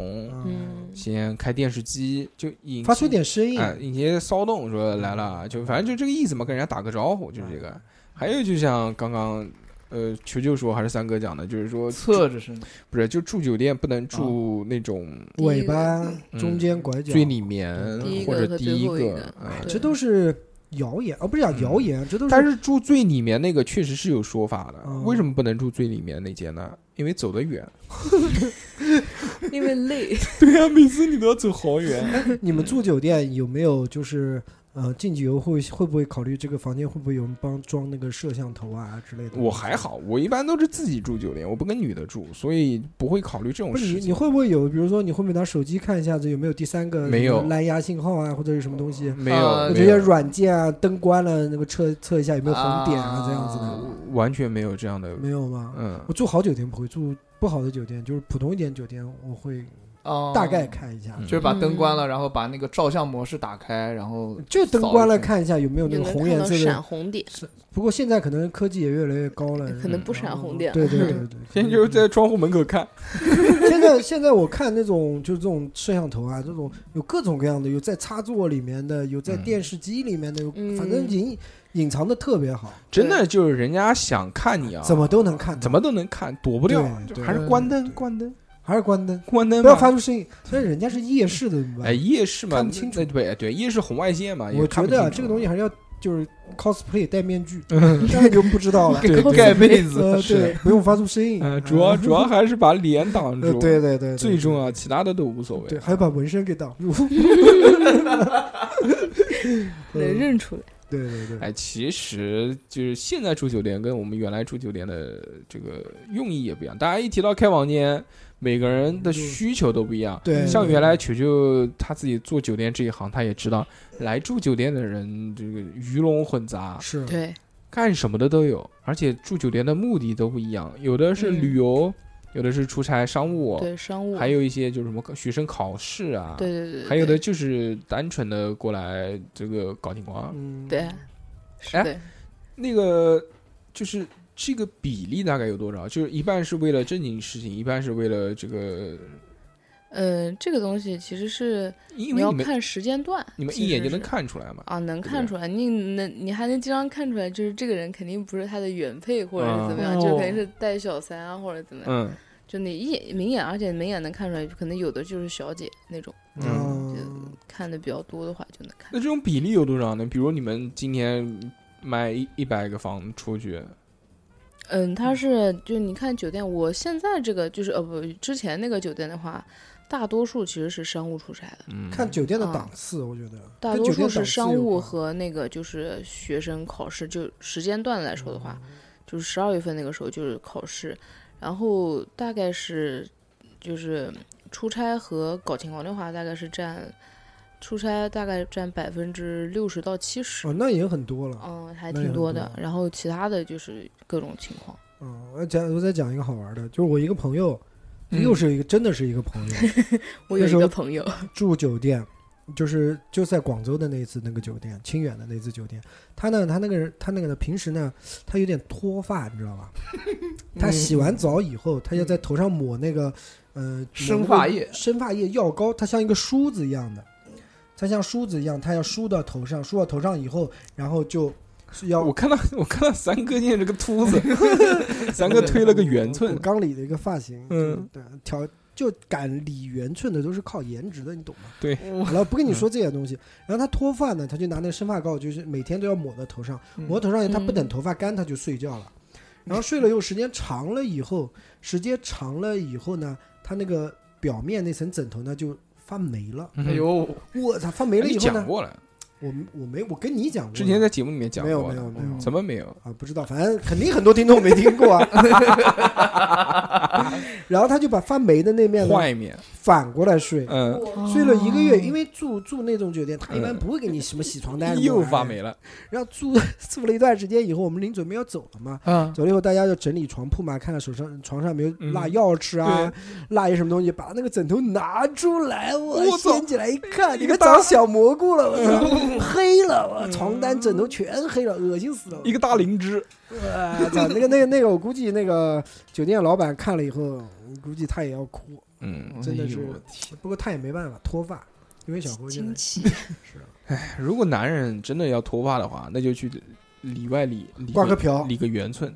嗯，先开电视机，就引发出点声音，哎引些骚动，说来了，啊就反正就这个意思嘛，跟人家打个招呼，就是这个。还有就像刚刚。呃，球球说还是三哥讲的，就是说侧着身，不是就住酒店不能啊住那种第一尾个巴嗯中间拐角，最里面第一或个者和第最一后一个个，哎对这都是谣言，哦，不是讲谣言，这都嗯但是是住最里面那个确实是有说法的，嗯为什么不能住最里面那间呢？因为走得 <laughs> 远。嗯因为 <laughs> 累，对呀、每次你都要走好远。你们住酒店有没有就是呃进去以后会会不会考虑这个房间会不会有人帮装那个摄像头啊之类 <laughs> 的？我还。好，我一般都是自己住酒店，我不跟女的住，所以不会考虑这种不是事你，你情。会不会有，比如说你会不会拿手机看一下子有没有第三个没有什么蓝牙信号啊，或者是什么东西？没有，呃有没这些有软件啊，灯关了，那个测测一下有没有红点啊，啊这样子的，完全没有这样的，没有吗？嗯我，住好酒店不会，住不好的酒店就是普通一点酒店，我会哦大概看一下，嗯就是把灯关了，然后把那个照相模式打开，然后就灯关了看一下有没有那你个能红看颜到色的闪。红点，不过现在可能科技也越来越高了，可能不闪红点了。 <laughs> 对对对对，现在就是在窗户门口看，现在现在我看那种就是这种摄像头啊，这种有各种各样的，有在插座里面的，有在嗯电视机里面的，有嗯反正隐隐藏的特别好，真的就是人家想看你啊，怎么都能看到，怎么都能看，躲不掉，就对对还是对关灯对，关灯，还是关灯，关灯不吧，要发出声音。但是人家是夜视的，怎么哎，办？夜视嘛，看不清楚那对对，夜视红外线嘛，我觉得啊这个东西西还是要就是 cosplay 戴 <laughs> 面具，这样就不知道了。盖对盖被子，呃，是对，不用发出声音。呃，主要啊主要还是把脸挡呃住，对对对，最重要要，其他的都无所谓。<laughs> 对，还要把纹身给挡住。嗯能认出来，对对对，哎，其实就是现在住酒店跟我们原来住酒店的这个用意也不一样。大家一提到开房间，每个人的需求都不一样。嗯对像原来球球他自己做酒店这一行，他也知道来住酒店的人这个鱼龙混杂，是，对，干什么的都有，而且住酒店的目的都不一样，有的是嗯旅游，有的是出差商务，对商务，嗯还有一些就是什么学生考试啊，对对对对，还有的就是单纯的过来这个搞情况。嗯，对，是哎的，那个就是这个比例大概有多少？就是一半是为了正经事情，一半是为了这个，嗯，这个东西其实是因你为要你们看时间段，你们其一眼就实能是看出来嘛。啊，能对不看对出来，你能你还能经常看出来，就是这个人肯定不是他的原配，或者是怎么样，就肯定是带小三啊，或者怎么样，哦嗯，就你一眼明眼，而且明眼能看出来，可能有的就是小姐那种，嗯嗯看的比较多的话就能看那。这种比例有多少呢？比如你们今天买一一百个房出去，嗯，他是就你看酒店，我现在这个就是呃不，之前那个酒店的话，大多数其实是商务出差的，嗯，看酒店的啊档次，我觉得大跟多酒数店是档次商有务关和那个就是学生考试，就时间段来说的话，嗯就是十二月份那个时候就是考试，然后大概是就是出差和搞情况的话，大概是占出差大概占百分之六十到七十，哦，那也很多了。嗯，还那挺也很多多的。然后其他的就是各种情况，嗯，我讲我再讲一个好玩的，就是我一个朋友，嗯又是一个真的是一个朋友我有那一时候个朋友，住酒店，就是就在广州的那一次那个酒店，清远的那次酒店，他呢他那个人他那个呢平时呢他有点脱发，你知道吧？他嗯洗嗯完澡以后，他要在头上抹那个，呃，嗯生抹那个发液生发液药膏，它像一个梳子一样的，它像梳子一样，它要梳到头上，梳到头上以后，然后就是要我看到 <laughs> 我看到三哥现在这个秃 <laughs> 子，三哥推了个圆我寸，刚理的一个发型，嗯嗯，对，调就敢理圆寸的都是靠颜值的，你懂吗？对好了，不跟你说这些东西。然后他脱发呢，他就拿那个生发膏，就是每天都要抹到头上，嗯嗯抹头上，他不等头发干，他就睡觉了。然后睡了以后，时间长了以后，时间长了以后呢，他那个表面那层枕头呢就发霉了。哎呦，我操，发霉了哎你以后讲呢，过了，我我没我跟你讲过，之前在节目里面讲没有过没了有，没有怎么没有？啊，不知道，反正肯定很多听众没听过啊。 <laughs> 然后他就把发霉的那面呢换一面，反过来睡，嗯，睡了一哦个月，因为住住那种酒店，他一般不会给你什么洗床单，又发。霉了，然后 <laughs> 住住了一段时间以后，我们临准备要走了嘛，嗯，走了以后大家就整理床铺嘛，看看手上床上有没有落钥匙啊，落一什么东西，把那个枕头拿出来，我我操掀起来一嗯看，里个面大长小蘑菇了，我操，黑了，我床单枕头全黑了，恶心死了，一个大灵芝，我操，那个那个那个，我估计那个酒店老板看了以后，估计他也要哭。嗯，真的是哎呦我天不过他也没办法脱发，因为小猴现惊在奇，如果男人真的要脱发的话，那就去里外里里挂个瓢理个圆寸。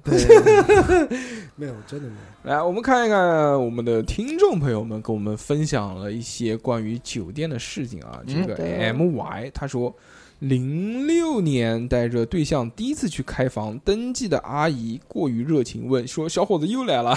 没有，真的没有。来，我们看一看我们的听众朋友们跟我们分享了一些关于酒店的事情啊。这嗯个对 M Y 他说，零六年带着对象第一次去开房，登记的阿姨过于热情，问说：“小伙子又来了。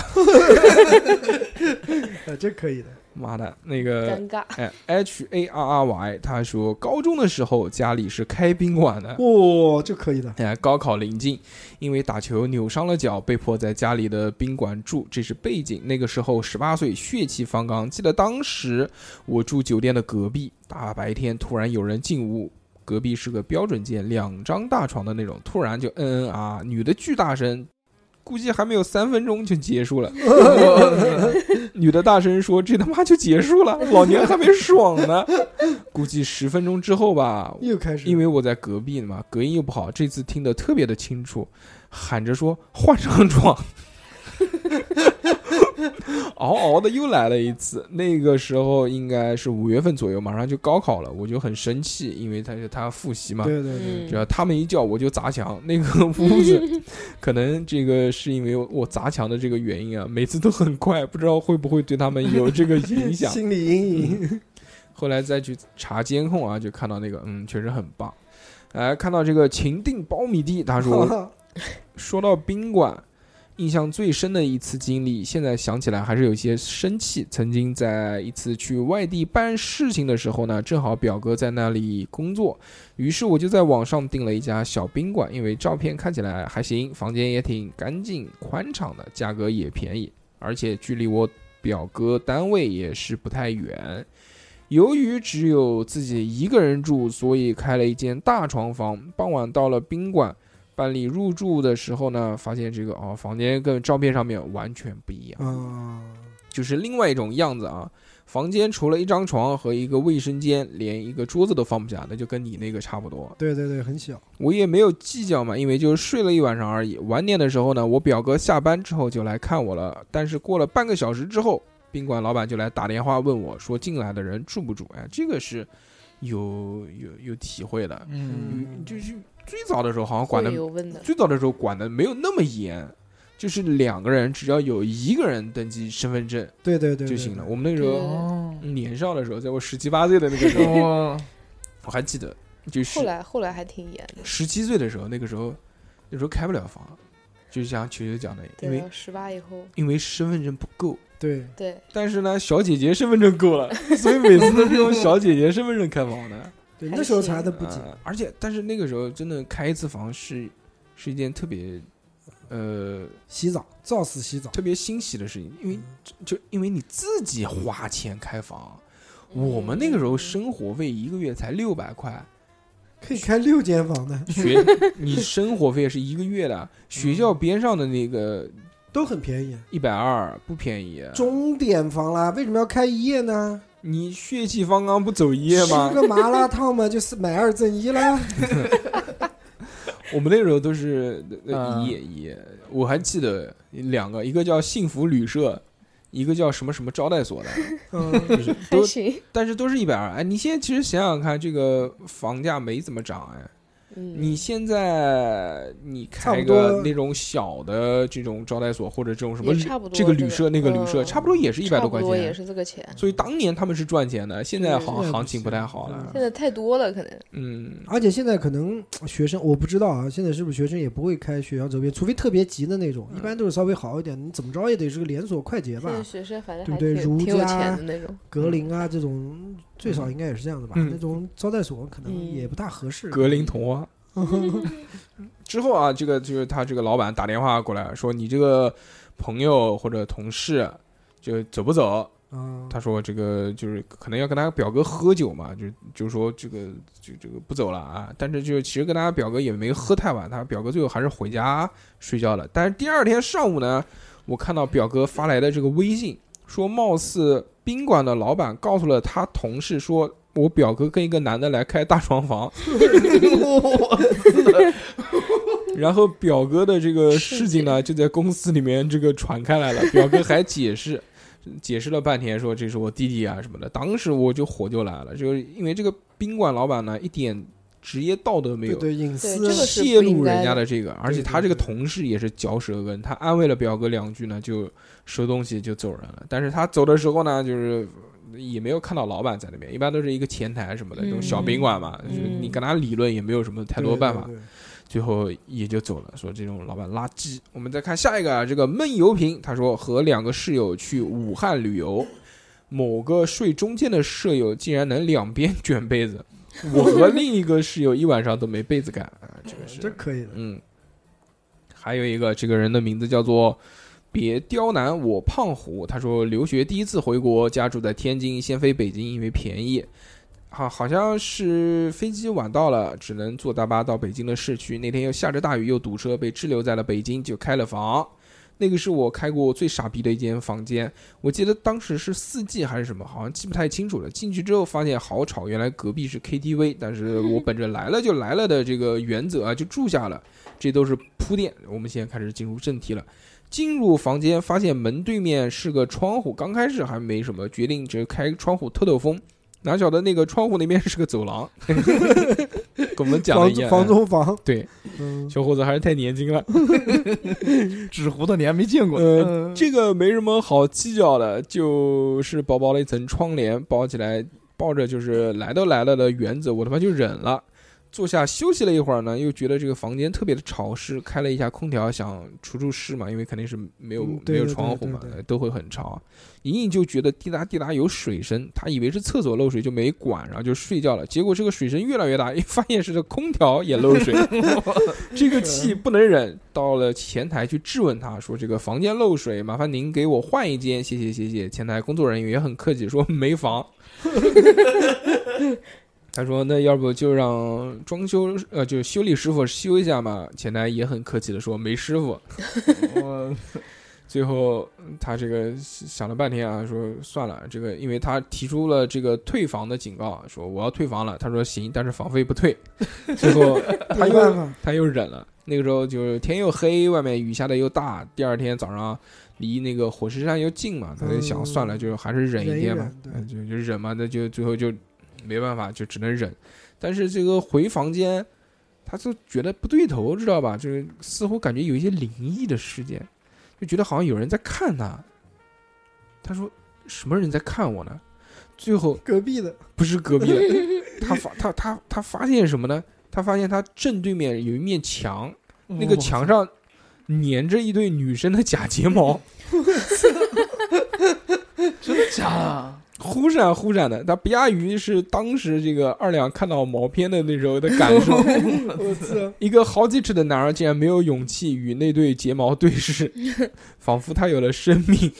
呃，这可以的。”妈的，那个尴尬。哎，H A R R Y，他说高中的时候家里是开宾馆的，哦，这可以的。哎，高考临近，因为打球扭伤了脚，被迫在家里的宾馆住，这是背景。那个时候十八岁，血气方刚。记得当时我住酒店的隔壁，大白天突然有人进屋，隔壁是个标准间，两张大床的那种，突然就嗯嗯啊，女的巨大声。估计还没有三分钟就结束了， <laughs> 女的大声说：“这他妈就结束了，老娘还没爽呢。”估计十分钟之后吧，又开始，因为我在隔壁嘛，隔音又不好，这次听得特别的清楚，喊着说换张床。 <laughs> 嗷嗷的又来了一次，那个时候应该是五月份左右，马上就高考了，我就很生气，因为他是他复习嘛，对对对，只嗯，要他们一叫我就砸墙，那个屋子 <laughs> 可能这个是因为我砸墙的这个原因啊，每次都很快，不知道会不会对他们有这个影响。嗯心理阴影。后来再去查监控啊，就看到那个，嗯，确实很棒。 <laughs> 哎，看到这个秦定苞米地，他说说到宾馆，印象最深的一次经历，现在想起来还是有些生气。曾经在一次去外地办事情的时候呢，正好表哥在那里工作，于是我就在网上订了一家小宾馆，因为照片看起来还行，房间也挺干净宽敞的，价格也便宜，而且距离我表哥单位也是不太远。由于只有自己一个人住，所以开了一间大床房。傍晚到了宾馆办理入住的时候呢，发现这个哦，房间跟照片上面完全不一样，啊，就是另外一种样子啊。房间除了一张床和一个卫生间，连一个桌子都放不下，那就跟你那个差不多。对对对，很小，我也没有计较嘛，因为就是睡了一晚上而已。晚点的时候呢，我表哥下班之后就来看我了，但是过了半个小时之后，宾馆老板就来打电话问我说进来的人住不住？哎，这个是有有有体会的，嗯，嗯就是最早的时候好像管的会有问的，最早的时候管的没有那么严，就是两个人只要有一个人登记身份证对对对就行了。。我们那时对候哦， <laughs> 年少的时候，在我十七八岁的那个时候， <laughs> 哇，我还记得，就是后来后来还挺严的，十七岁的时候，那个时候那时候开不了房，就像球球讲的，因对为啊，十八以后，因为身份证不够。对对，对，但是呢，小姐姐身份证够 <laughs> 了，所以每次都是用小姐姐身份证开房的。对还那时候行查的不紧，呃而且但是那个时候真的开一次房是是一件特别呃洗澡照死洗澡，特别欣喜的事情，嗯因为就就因为你自己花钱开房。嗯我们那个时候生活费一个月才六百块，可以开六间房的， <laughs> 学你生活费是一个月的，学嗯校边上的那个都很便宜。一百二不便宜，钟点房啦，为什么要开一夜呢？你血气方刚不走夜吃吗？个麻辣 <laughs> 烫嘛，就是买二赠一啦。我们那时候都是呃嗯啊一夜一夜，我还记得两个，一个叫幸福旅社，一个叫什么什么招待所的， <laughs> 嗯，就是还都行，但是都是一百二。哎，你现在其实想想看，这个房价没怎么涨哎。嗯，你现在你差开不个多那种小的这种招待所或者这种什么也差不多这个旅社那个旅社，嗯差不多也是一百差块不多也钱。啊是这个钱，所以当年他们是赚钱的，现在对好现在像不行情不行太好了。现在太多了，可能嗯，而且现在可能呃学生，我不知道啊，现在是不是学生也不会开学校周边，除非特别急的那种，嗯一般都是稍微好一点，你怎么着也得是个连锁快捷现在吧，学生反正对还不对挺儒挺有家钱的那种，格林啊这种，最少应该也是这样的吧。嗯那种招待所可能嗯也不大合适。格林童话。 <laughs> 之后啊，这个就是他这个老板打电话过来说，你这个朋友或者同事就走不走？啊，他说这个就是可能要跟他表哥喝酒嘛，就就说这个就这个不走了啊。但是就其实跟他表哥也没喝太晚，他表哥最后还是回家睡觉了。但是第二天上午呢，我看到表哥发来的这个微信，说貌似宾馆的老板告诉了他同事说。我表哥跟一个男的来开大床房，然后表哥的这个事情呢，就在公司里面这个传开来了。表哥还解释，解释了半天，说这是我弟弟啊什么的。当时我就火就来了，就是因为这个宾馆老板呢，一点职业道德没对有，对，隐私啊对这个是泄不应露人该家的的这个，而且他这个同事也是嚼舌根，他安慰了表哥两句呢，就收东西就走人了。但是他走的时候呢，就是。也没有看到老板在那边，一般都是一个前台什么的，这种小宾馆嘛，嗯就是你跟他理论也没有什么太对多办法。对对最后也就走了，说这种老板垃圾。我们再看下一个啊，这个闷油瓶，他说和两个室友去武汉旅游，某个睡中间的舍友竟然能两边卷被子， <laughs> 我和另一个室友一晚上都没被子盖啊，这个对是这可以的。嗯，还有一个，这个人的名字叫做“别刁难我胖虎”。他说，留学第一次回国，家住在天津，先飞北京，因为便宜。好，好像是飞机晚到了，只能坐大巴到北京的市区。那天又下着大雨，又堵车，被滞留在了北京，就开了房。那个是我开过最傻逼的一间房间，我记得当时是四季还是什么，好像记不太清楚了。进去之后发现好吵，原来隔壁是 KTV，但是我本着来了就来了的这个原则啊，就住下了。这都是铺垫。我们现在开始进入正题了。进入房间，发现门对面是个窗户，刚开始还没什么，决定只开窗户透透风。哪晓得那个窗户那边是个走廊，跟我们讲的房一 <laughs> 样。租房中房，对， <laughs> 嗯，小伙子还是太年轻了。纸糊的你还没见过，呃，这个没什么好计较的，就是薄薄的一层窗帘包起来，抱着就是来都来了的原则，我他妈就忍了。呃坐下休息了一会儿呢，又觉得这个房间特别的潮湿，开了一下空调，想除除湿嘛，因为肯定是没有、嗯对没有对窗对户嘛对，对都会很潮。隐隐就觉得滴答滴答有水声，他以为是厕所漏水就没管，然后就睡觉了。结果这个水声越来越大，一发现是这空调也漏水，这个气不能忍，到了前台去质问他说：“这个房间漏水，麻烦您给我换一间，谢谢谢谢。”前台工作人员也很客气，说没房。 <laughs> 他说：“那要不就让装修呃，就修理师傅修一下嘛。”前台也很客气的说：“没师傅。”我最后嗯他这个想了半天啊，说算了，这个因为他提出了这个退房的警告，说我要退房了。他说行，但是房费不退。 <laughs> 最后他没办又法，他又忍了。那个时候就是天又黑，外面雨下的又大，第二天早上离那个火石山又近嘛，他就想嗯算了，就还是忍一天嘛，忍一嗯就就忍嘛，那就最后就没办法，就只能忍。但是这个回房间，他就觉得不对头，知道吧？就是似乎感觉有一些灵异的事件，就觉得好像有人在看他。他说：“什么人在看我呢？”最后隔壁 <laughs> 的，不是隔壁的，他发他他他发现什么呢？他发现他正对面有一面墙，那个墙上粘着一对女生的假睫毛，真的假的？忽闪忽闪的。他不亚于是当时这个二两看到毛片的那时候的感受。我操，一个好几尺的男儿竟然没有勇气与那对睫毛 <laughs> 对视，仿佛他有了生命，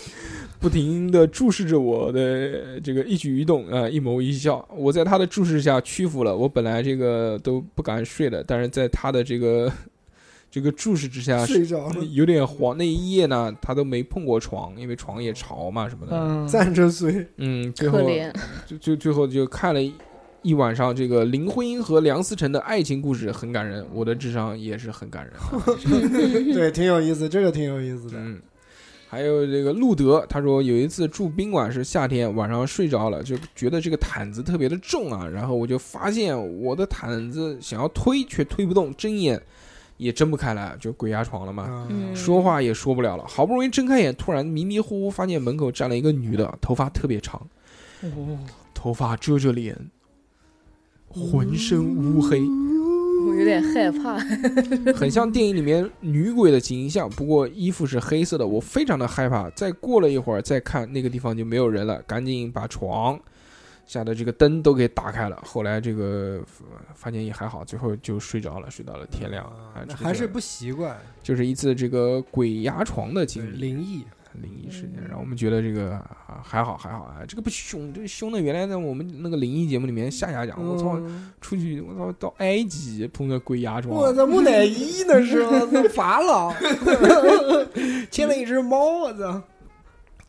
不停地注视着我的这个一举一动啊、呃一眸一笑。我在他的注视下屈服了。我本来这个都不敢睡的，但是在他的这个 <laughs> 这个注视之下，睡着了，有点慌。那一夜呢，他都没碰过床，因为床也潮嘛什么的。嗯，站 <laughs> 着睡，嗯，最后可怜，就就最后就看了一一晚上这个林徽因和梁思成的爱情故事，很感人。我的智商也是很感人啊。对，挺有意思，这个挺有意思的。嗯，还有这个路德，他说有一次住宾馆是夏天，晚上睡着了，就觉得这个毯子特别的重啊，然后我就发现我的毯子想要推却推不动，睁眼也睁不开来，就鬼压床了嘛。啊，嗯说话也说不了了，好不容易睁开眼，突然迷迷糊糊发现门口站了一个女的，头发特别长，头发遮着脸，浑身乌黑，嗯我有点害 <laughs> 怕。很像电影里面女鬼的形象，不过衣服是黑色的，我非常的害怕。再过了一会儿再看那个地方就没有人了，赶紧把床下的这个灯都给打开了。后来这个呃发现也还好，最后就睡着了，睡到了天亮。啊啊，这个还就是不习惯，就是一次这个鬼压床的经历。灵异，灵异事件，嗯然后我们觉得这个啊还好还好啊，这个不凶，这个凶的原来在我们那个灵异节目里面夏夏哎讲，我操，嗯出去我操到埃及碰到鬼压床，我操，木乃伊那 <laughs> 是我操，法老 <laughs> 牵了一只猫，我操，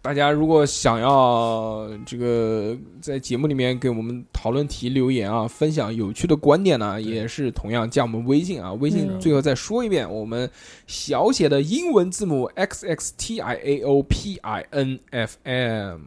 大家如果想要这个在节目里面给我们讨论题留言啊，分享有趣的观点呢、也是同样加我们微信啊。微信嗯最后再说一遍，我们小写的英文字母 x x t i a o p i n f m，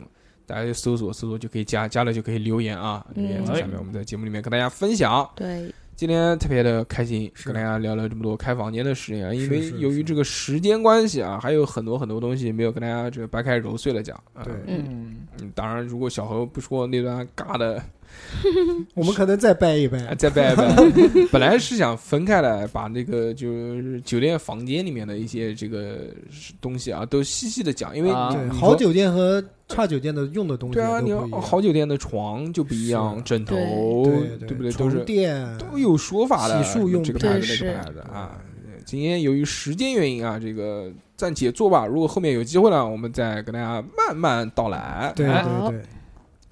大家就搜索搜索就可以加，加了就可以留言啊。留言嗯在下面我们在节目里面跟大家分享。对，今天特别的开心，是跟大家聊了这么多开房间的事情啊，因是为是由于是这个时间关系啊，还有很多很多东西没有跟大家这个掰开揉碎了讲。啊对嗯，嗯，当然，如果小何不说那 <laughs> 段尬的，我们可能再掰一哎掰，再掰一掰。本来是想分开来，把那个就是酒店房间里面的一些这个东西啊，都细细的讲，因为啊你对，你好说酒店和差酒店的用的东西对啊，都你不一样好酒店的床就不一样，是啊枕头对不对？都床是垫都有说法的，洗漱用这个品牌对子那是个牌子啊。今天由于时间原因啊，这个暂且做吧。如果后面有机会呢，我们再跟大家慢慢道来。对哎对对，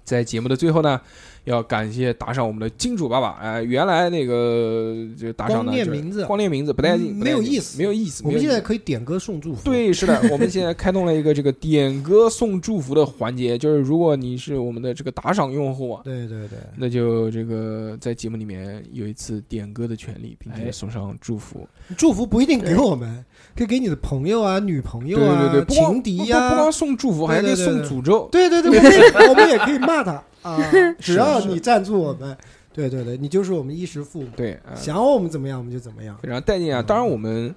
在节目的最后呢，要感谢打赏我们的金主爸爸。哎、原来那个就打赏呢，光念就是名字光念名字不带劲，嗯不带劲没有意思没有意思。我们没现有意在思可以点歌送祝福，，对，是的，我们现在开通了一个这个点歌送祝福的环节，就是如果你是我们的这个打赏用户啊，对对对，那就这个在节目里面有一次点歌的权利，并且哎送上祝福。祝福不一定给我们，可以给你的朋友啊、女朋友对对啊对，、不光情敌不不呀光，送祝福，还可以对对对送对诅咒。对对对， <laughs> 我们也我们也可以骂他啊，只要是你赞助我们，对对对，你就是我们衣食父母，对，啊。想要我们怎么样我们就怎么样，非常带劲啊！当然，我们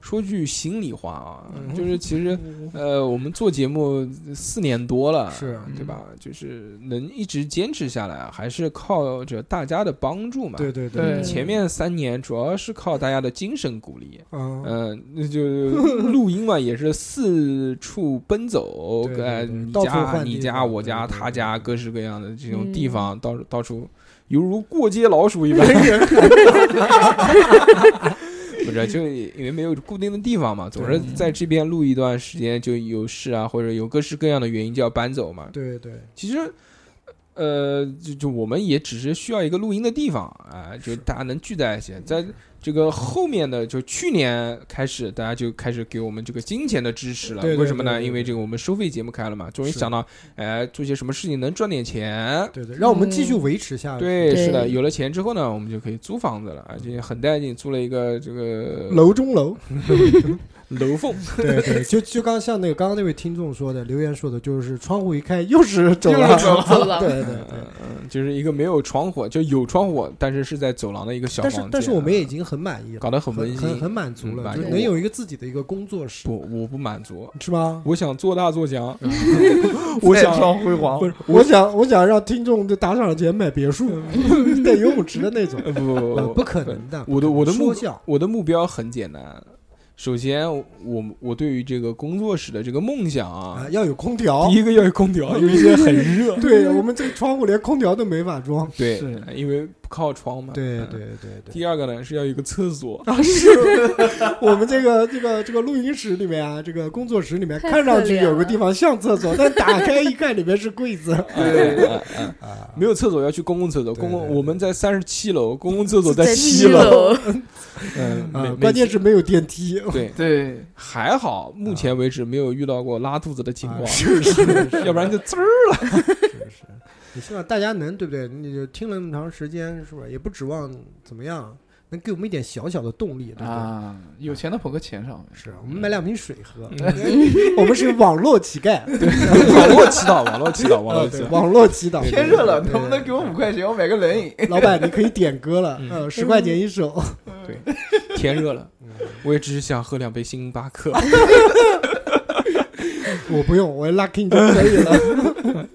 说句心里话啊，嗯就是其实呃，我们做节目四年多了，是嗯对吧？就是能一直坚持下来，啊还是靠着大家的帮助嘛。对对对前面三年主要是靠大家的精神鼓励。嗯，嗯、那就录音嘛，也是四处奔走， <laughs> 对对呃，对你到处家、换你地家、方我家、对对他对家，各式各样的这种嗯地方，到到处犹如过街老鼠一 <laughs> 般人，或者就因为没有固定的地方嘛，总是嗯对在这边录一段时间就有事啊，或者有各式各样的原因就要搬走嘛。对对，其实，呃，就就我们也只是需要一个录音的地方啊、就是大家能聚在一起。嗯在这个后面的，就去年开始，大家就开始给我们这个金钱的支持了。对对为什么呢？对对因为这个我们收费节目开了嘛，终于是啊想到，哎、做些什么事情能赚点钱。对对，让我们继续维持下去。嗯对，对是的，有了钱之后呢，我们就可以租房子了，而且很带劲，租了一个这个楼中楼，楼缝，<laughs> 对对，就就刚像那个刚刚那位听众说的，留言说的，就是窗户一开又是走又廊，是走廊走廊对对嗯对。嗯，就是一个没有窗户，就有窗户，但是是在走廊的一个小但房是间。嗯啊但是我们也已经很满意了，搞得很很温馨，很很满足嗯了，满就是足能有一个自己的一个工作室，不，我不满足，是吗？我想做大做强，我再想创辉煌不，是，我想我想让听众就打赏钱买别墅， <laughs> 带游泳池的 <laughs> 那种， <laughs> 呃不不呃不不可能的。嗯我的我的目说笑，我的目标很简单，首先我我对于这个工作室的这个梦想啊啊，，要有空调第。一个要有空调，因为现在很 <laughs> 热，对我们这个窗户连空调都没法装。对是，因为不靠窗嘛，对嗯。对对对，第二个呢是要有一个厕所，啊，是 <laughs> 我们这个这个这个录音室里面啊，这个工作室里面，太看上去可怜了有个地方像厕所，但打开一看，里面是柜子对，嗯嗯啊。没有厕所要去公共厕所，对公对共对我们在三十七楼，公共厕所在七楼，楼，嗯，每啊，每关键是没有电梯。 <laughs> 对，对，还好，目前为止没有遇到过拉肚子的情况啊，是是是，要不然就滋儿。是是，也希望大家能对不对？你就听了那么长时间，是吧？也不指望怎么样，能给我们一点小小的动力，对不对？啊，有钱的捧个钱上面，是我们买两瓶水喝， <laughs> 嗯 <laughs> 我们是网络乞丐，网络祈祷，网络祈祷，网啊络对祈祷。网络祈祷。天热了，对能不能给我五？块钱，我买个冷饮？对老板，你可以点歌了，嗯嗯，十块钱一首。 <laughs> 天热了，嗯我也只是想喝两杯星巴 <laughs> 克。啊我不用，我 lucky 就可以了。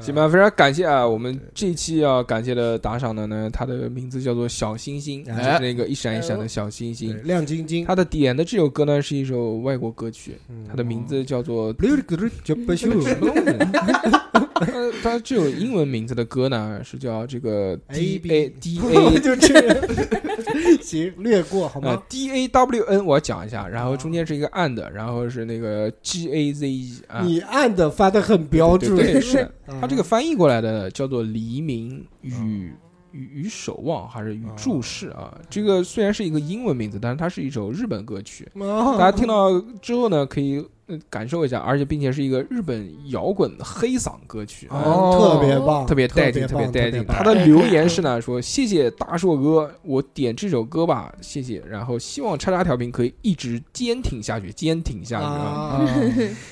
行吧，非常感谢啊！我们这一期要感谢的打赏的呢，他的名字叫做小星星，就哎是那个一闪一闪的小星星对。亮晶晶，他的点的这首歌呢是一首外国歌曲，嗯。它的名字叫做 <laughs> 就不什秀么东西？他他这首英文名字的歌呢，是叫这个 A D B A D 我 A <laughs> 就这样， <laughs> 行，略过好啊啊吗？ D A W N，我要讲一下，然后中间是一个 and，然后是那个 G A Z E 啊，你按的发的很标对准，对对是啊它这个翻译过来的叫做黎明与与与守望还是与注视啊？这个虽然是一个英文名字，但是它是一首日本歌曲。哦大家听到之后呢，可以呃感受一下，而且并且是一个日本摇滚黑嗓歌曲啊。哦嗯特别棒，特别带劲，特特别别棒带劲。特别棒他的留言是呢，说谢谢大硕哥，我点这首歌吧，谢谢。然后希望叉叉调频可以一直坚挺下去，坚挺下去啊！啊！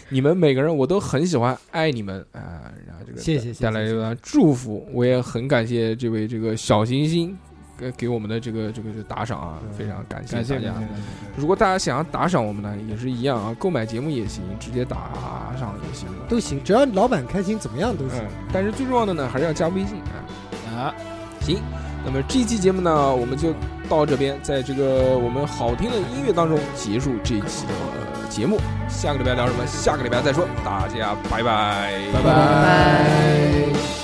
你们每个人我都很喜欢，爱你们啊！然后这个谢谢谢谢带来一段祝福，我也很感谢这位这个小行星给给我们的这个这个打赏啊，嗯非常感谢感谢大家感谢。如果大家想要打赏我们呢，也是一样啊，购买节目也行，直接打赏也行。都行，只要老板开心，怎么样都行嗯。，但是最重要的呢，还是要加微信啊。啊，行，那么这一期节目呢，我们就到这边，在这个我们好听的音乐当中结束这一期的呃节目。下个礼拜聊什么？下个礼拜再说，大家拜拜，拜拜。